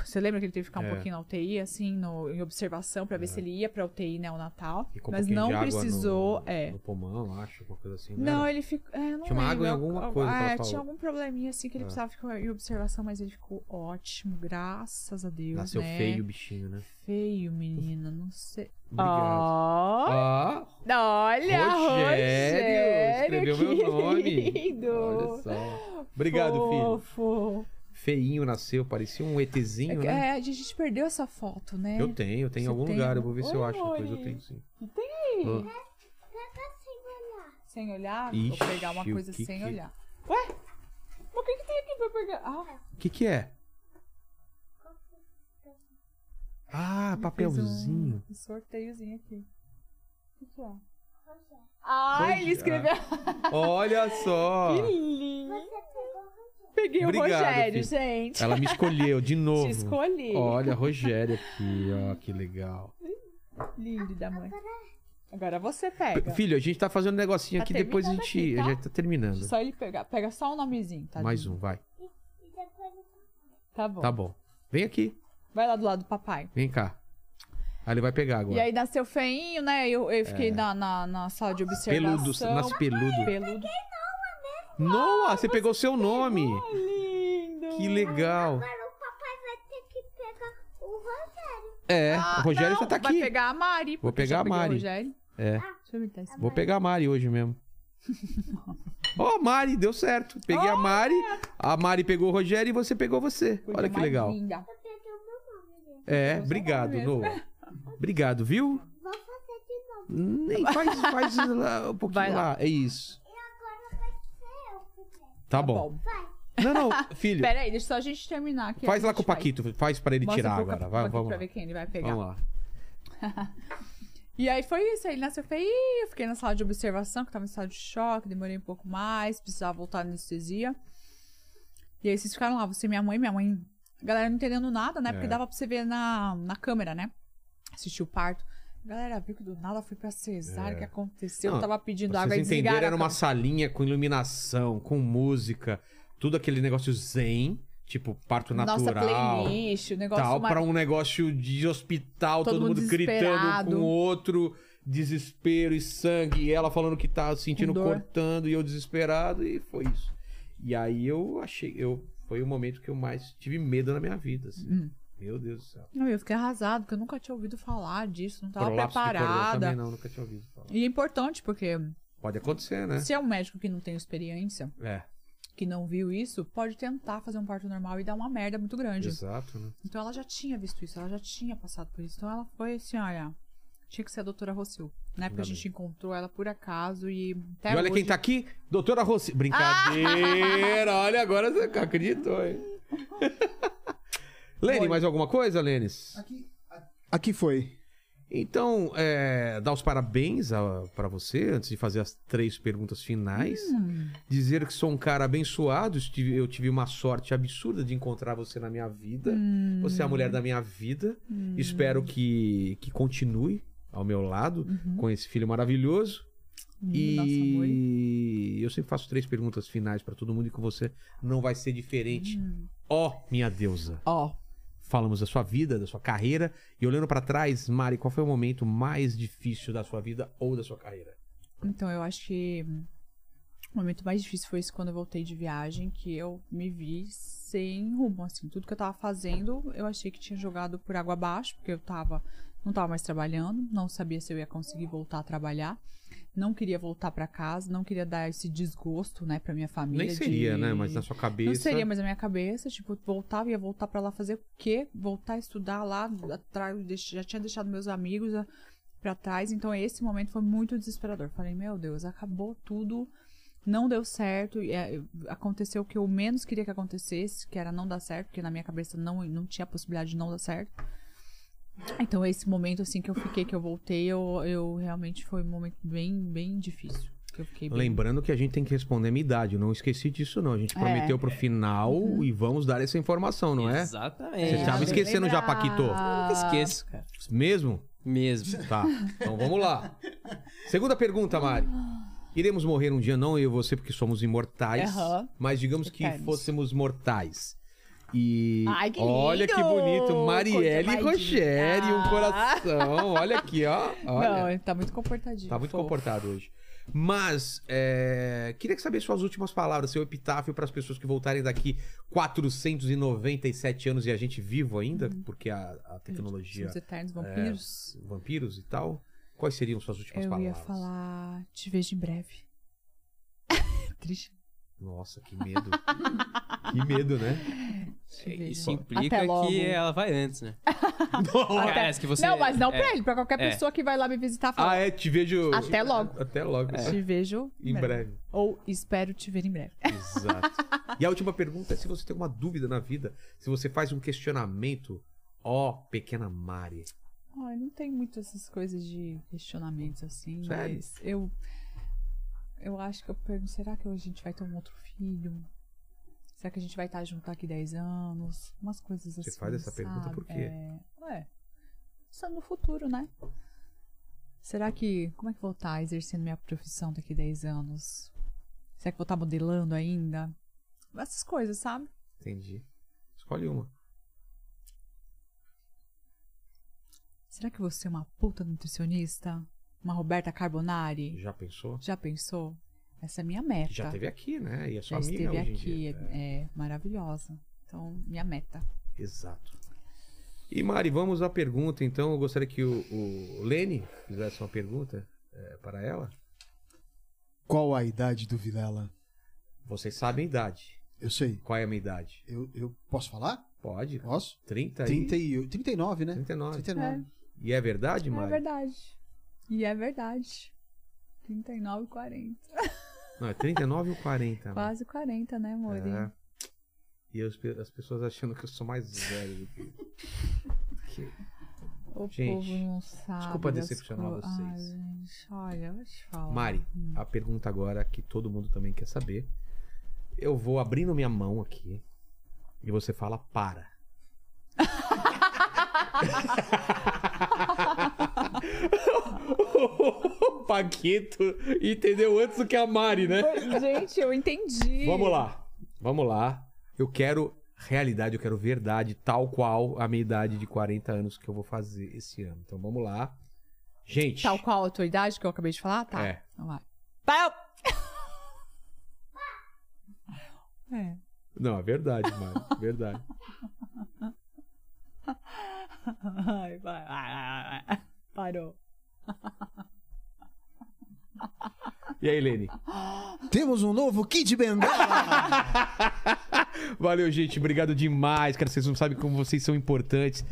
Você lembra que ele teve que ficar um É. pouquinho na UTI, assim, no- em observação, pra ver se ele ia pra UTI neonatal. Ficou um né, mas pouquinho não de água precisou, no, é. No pulmão, acho, alguma coisa assim. Não, era? ele ficou. É, não Tinha uma água em lembro. alguma Al- coisa que É, ela tinha falou. algum probleminha assim que ele É. precisava ficar em observação, mas ele ficou ótimo, graças a Deus. Nasceu né? feio o bichinho, né? Feio, menina, não sei. Obrigado. Ó. Ah, Olha, Rogério, é Rogério, escreveu meu nome. querido. Olha só. Obrigado, filho. Fofo. Feinho nasceu, parecia um ETzinho, né? É, a gente perdeu essa foto, né? Eu tenho, eu tenho em Você algum tem? um lugar. Eu vou ver se eu Oi, acho depois. Eu Mori. tenho sim. E Tem aí. Ah. Sem olhar? Ixi, Vou pegar uma o coisa que sem que- olhar. Ué? Mas o que, que tem aqui pra pegar? Ah, O que, que é? Ah, papelzinho. um sorteiozinho aqui. O que, que é? Ah, ele Rogério. escreveu. Olha só. Que lindo. Peguei o Obrigado, filho. Rogério, gente. Ela me escolheu de novo. escolhi. Olha, Rogério aqui, ó, que legal. Lindo da mãe. Agora você pega. Filho, a gente tá fazendo um negocinho Tá aqui, depois a terminando gente. aqui, tá? A gente tá terminando. Só ele pegar. Pega só o nomezinho, tá? Mais lindo? um, vai. Tá bom. Tá bom. Vem aqui, Vai lá do lado do papai. vem cá. Aí ele vai pegar agora. E aí nasceu feinho, né? Eu, eu fiquei É. na, na, na sala de observação. Peludo, nasce peludo. Peludo. Noah, você pegou seu nome. Lindo. Que legal. Agora o papai vai ter que pegar o Rogério. É, Ah, o Rogério não, já tá vai aqui. pegar a Mari. Vou porque eu já pegar a peguei o Mari. Rogério. É. Deixa eu imitar esse Vou pegar a Mari hoje mesmo. Ó, a Mari, deu certo. Peguei a Mari, a Mari pegou o Rogério e você pegou você. Olha que mais legal. linda. É, obrigado, Noah. Obrigado, viu? Vou fazer de novo. Nem faz, faz lá um pouquinho lá. É isso. E agora vai ser eu que tenho. Tá, bom. Vai. Não, não, filho. Pera aí, deixa só a gente terminar aqui. Faz a lá gente com o vai. Paquito, faz pra ele Mostra tirar pro Ca- agora. Vai, Paquito vamos pra lá. ver quem ele vai pegar. Vamos lá. E aí foi isso, aí ele nasceu feio, fiquei na sala de observação, que tava em estado de choque, demorei um pouco mais, precisava voltar na anestesia. E aí vocês ficaram lá, você e minha mãe, minha mãe, a galera não entendendo nada, né? Porque É. dava pra você ver na, na câmera, né? Assistir o parto. A galera viu que do nada foi pra cesárea, o que É. aconteceu? Não, eu tava pedindo pra água e vocês entenderam, desligaram. era a uma câmera. salinha com iluminação, com música, tudo aquele negócio zen, tipo parto Nossa natural. playlist, o negócio tal, uma- pra um negócio de hospital, Todo todo, mundo mundo gritando desesperado. com o outro, desespero e sangue, e ela falando que tá sentindo Com dor. cortando e eu desesperado e foi isso. E aí eu achei, eu foi o momento que eu mais tive medo na minha vida, assim. Hum. Meu Deus do céu. Não, eu fiquei arrasado, porque eu nunca tinha ouvido falar disso, não tava Prolapso do cordão preparada. também né? não, nunca tinha ouvido falar. E é importante, porque Pode acontecer, né? se é um médico que não tem experiência, É, que não viu isso, pode tentar fazer um parto normal e dar uma merda muito grande. exato, né? Então ela já tinha visto isso, ela já tinha passado por isso. Então ela foi assim, olha, tinha que ser a doutora Rossil, né? Porque a gente encontrou ela por acaso e até e olha quem hoje- tá aqui, doutora Rossi. Brincadeira, olha, agora você acreditou, hein? Lene, mais alguma coisa, Lênis? Aqui foi. Então, é, dar os parabéns a- pra você, antes de fazer as três perguntas finais. Hum. Dizer que sou um cara abençoado, estive- eu tive uma sorte absurda de encontrar você na minha vida. Hum. Você é a mulher da minha vida. Espero que, que continue ao meu lado com esse filho maravilhoso. Uhum. Hum, E Nossa, amor. eu sempre faço três perguntas finais pra todo mundo e com você não vai ser diferente. Hum. Ó, minha deusa. Ó. Falamos da sua vida, da sua carreira. E olhando pra trás, Mari, qual foi o momento mais difícil da sua vida ou da sua carreira? Então eu acho que o momento mais difícil foi esse quando eu voltei de viagem, que eu me vi sem rumo, assim, tudo que eu tava fazendo, eu achei que tinha jogado por água abaixo, porque eu tava não tava mais trabalhando, não sabia se eu ia conseguir voltar a trabalhar. Não queria voltar pra casa, não queria dar esse desgosto, né, pra minha família. Nem seria, de- né? Mas na sua cabeça. Não seria, mas na minha cabeça, tipo, voltava, ia voltar pra lá fazer o quê? Voltar a estudar lá, atrás, deix- já tinha deixado meus amigos a- pra trás. Então esse momento foi muito desesperador. Falei, meu Deus, acabou tudo, não deu certo. e, é, aconteceu o que eu menos queria que acontecesse, que era não dar certo, porque na minha cabeça não, não tinha a possibilidade de não dar certo. Então esse momento, assim, que eu fiquei, que eu voltei, eu, eu realmente foi um momento bem, bem difícil. Que eu fiquei bem... Lembrando que a gente tem que responder a minha idade. Eu Não esqueci disso, não. A gente É. Uhum. prometeu pro final e vamos dar essa informação, não é? Exatamente. Você tava É, esquecendo já, lembrar. Paquito? Nunca esqueço, cara. Mesmo? Mesmo. Tá. Então vamos lá. Segunda pergunta, Mari. Iremos morrer um dia, não eu e você, porque somos imortais. Aham. Mas digamos que Eternos. fôssemos mortais. E Ai, que olha lindo! que bonito, Coisa Marielle mais Rogério, um linda. coração. Olha aqui, ó. Olha. Não, ele tá muito comportadinho. Tá muito fofo. comportado hoje. Mas, é, queria saber suas últimas palavras, seu epitáfio para as pessoas que voltarem daqui 497 anos e a gente vivo ainda, Uhum. porque a, a tecnologia. Os eternos vampiros. é, vampiros e tal. Quais seriam suas últimas Eu ia palavras? falar, te vejo em breve. Triste. Nossa, que medo. que medo, né? Te vejo. Isso implica Até logo. que ela vai antes, né? Até- Parece que você- Não, mas não pra é. ele, pra qualquer É. pessoa que vai lá me visitar fala. Ah, é, te vejo. Até logo. É. Até logo. Te vejo Ah, é. Em breve. Ou espero te ver em breve. Exato. E a última pergunta é se você tem uma dúvida na vida, se você faz um questionamento, ó, pequena Mari. Ai, não tem muito essas coisas de questionamentos assim, Sério? mas eu. Eu acho que eu pergunto, será que a gente vai ter um outro filho? Será que a gente vai estar junto daqui 10 anos? Umas coisas Você assim. faz essa pergunta sabe? por quê? É... Ué, pensando no futuro, né? Será que. Como é que eu vou estar exercendo minha profissão daqui 10 anos? Será que eu vou estar modelando ainda? Essas coisas, sabe? Entendi. Escolhe uma. Será que você é uma puta nutricionista? Uma Roberta Carbonari? Já pensou? Já pensou? Essa é a minha meta. Já teve aqui, né? E é sua Já amiga esteve hoje em aqui, dia. né? é, é maravilhosa. Então, minha meta. Exato. E Mari, vamos à pergunta, então. Eu gostaria que o, o Lene fizesse uma pergunta eh, para ela. Qual a idade do Vilela? Vocês sabem a idade. Eu sei. Qual é a minha idade? Eu, eu posso falar? Pode. Posso? 30 30 e... e... 39, né? 39. 39. E é verdade, É Mari? verdade. E é verdade. 39 e 40. Não, é 39 ou 40. né? Quase 40, né, Mori? É. E as, pe- as pessoas achando que eu sou mais velho do que. que... O Gente, povo não sabe. desculpa das decepcionar co- vocês. Ai, gente, olha, eu vou te falar. Mari, Hum. a pergunta agora que todo mundo também quer saber. Eu vou abrindo minha mão aqui e você fala para. o Paquito entendeu antes do que a Mari, né? Gente, eu entendi. Vamos lá. Vamos lá. Eu quero realidade, eu quero verdade, tal qual a minha idade de 40 anos que eu vou fazer esse ano. Então vamos lá. Gente. Tal qual a tua idade que eu acabei de falar? Tá. É. Então vai. Pau! É. Não, é verdade, Mari. Verdade. Ai, vai. Ai, ai, ai. Parou. E aí, Lene? Temos um novo Kid Bengala! Valeu, gente. Obrigado demais. Cara, vocês não sabem como vocês são importantes.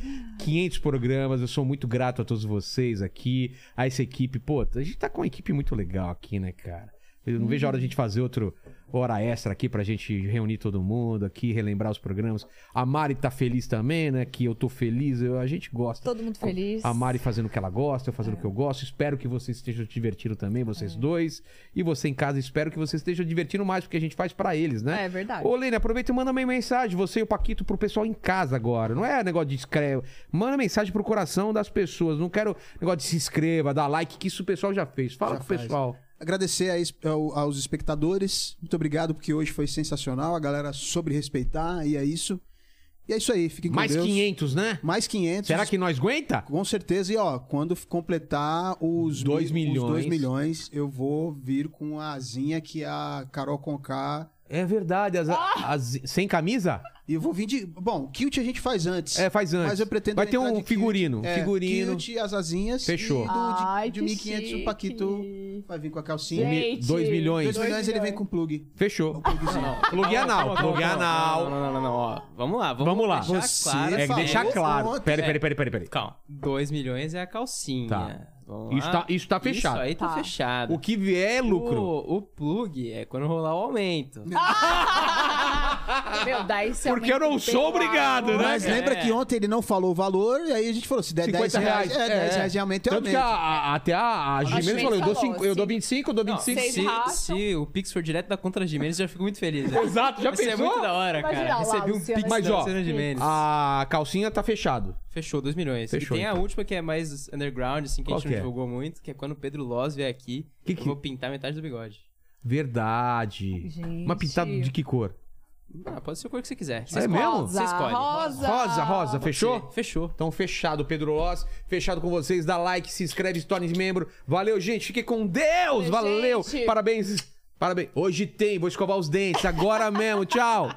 500 programas. Eu sou muito grato a todos vocês aqui, a essa equipe. Pô, a gente tá com uma equipe muito legal aqui, né, cara? Eu não vejo a hora de a gente fazer outro hora extra aqui pra gente reunir todo mundo aqui, relembrar os programas. A Mari tá feliz também, né? Que eu tô feliz. Eu- a gente gosta. Todo mundo feliz. É. A Mari fazendo o que ela gosta, eu fazendo o que eu gosto. Espero que vocês estejam se divertindo também, vocês dois. E você em casa, espero que vocês estejam divertindo mais, porque a gente faz pra eles, né? É verdade. Ô, Lene, aproveita e manda uma mensagem, você e o Paquito, pro pessoal em casa agora. Não é negócio de escreve. Manda mensagem pro coração das pessoas. Não quero negócio de se inscreva, dar like, que isso o pessoal já fez. Fala Já pro faz. pessoal. Agradecer a es- ao- aos espectadores. Muito obrigado, porque hoje foi sensacional. A galera sobre respeitar, e é isso. E é isso aí, fiquem com Mais Deus. 500, né? Mais 500. Será que nós aguenta? Com certeza, e ó, quando f- completar os Dois mi- os milhões. dois milhões, eu vou vir com a asinha que a Carol Conká. É verdade. as- as- sem camisa? E eu vou vir de. Bom, kilt a gente faz antes. É, faz antes. Mas eu pretendo. Vai ter entrar um de figurino, kilt. É, figurino. Kilt, as asinhas. Fechou. E do, de, de 1.500 o Paquito. vai vir com a calcinha. Um mi- Gente! dois milhões. Dois milhões ele Dois vem com plug. Fechou. Ah, Plug Calma, anal, calma, plug calma, anal. calma. Não, não, não, não, não, ó. Vamos lá, vamos, Vamos lá. deixar Você claro. É que falou deixar claro. ontem. Pera, pera, pera, pera, pera. Calma. 2 milhões é a calcinha. Tá. Vamos Isso lá. tá- isso tá fechado. Isso aí tá, Tá. fechado. O que vier é lucro. O, o plug é quando rolar o aumento. Meu, daí você Porque eu não sou obrigado, né? Mas lembra que ontem ele não falou o valor, e aí a gente falou: se der 10 reais, é, 10 reais de aumento, é Tanto que a, aumento. a- até a, a Jimenez Jimenez falou, eu dou, falou, cinco, eu dou 25, eu dou Não, 25. se, se o Pix for direto da contra Jimenez, eu já fico muito feliz. né? Exato, já Isso é pensou? muito da hora, cara. Imagina lá, Recebi um Luciana Pix Mas, da ó, Luciana Jimenez. a calcinha tá fechado. Fechou, 2 milhões. Fechou, e tem então. a última que é mais underground, assim, que Qual a gente que é? não divulgou muito, que é quando o Pedro Loz vier aqui, eu vou pintar metade do bigode. Verdade. Gente. Mas pintado de que cor? Ah, pode ser a cor que você quiser. é Você escolhe, mesmo? Você escolhe. Rosa, rosa, fechou? Fechou. Então fechado, Pedro Loz. Fechado com vocês. Dá like, se inscreve, se torne membro. Valeu, gente. Fique com Deus. Valeu, Valeu. gente. Parabéns. Parabéns. Hoje tem, vou escovar os dentes agora mesmo. Tchau.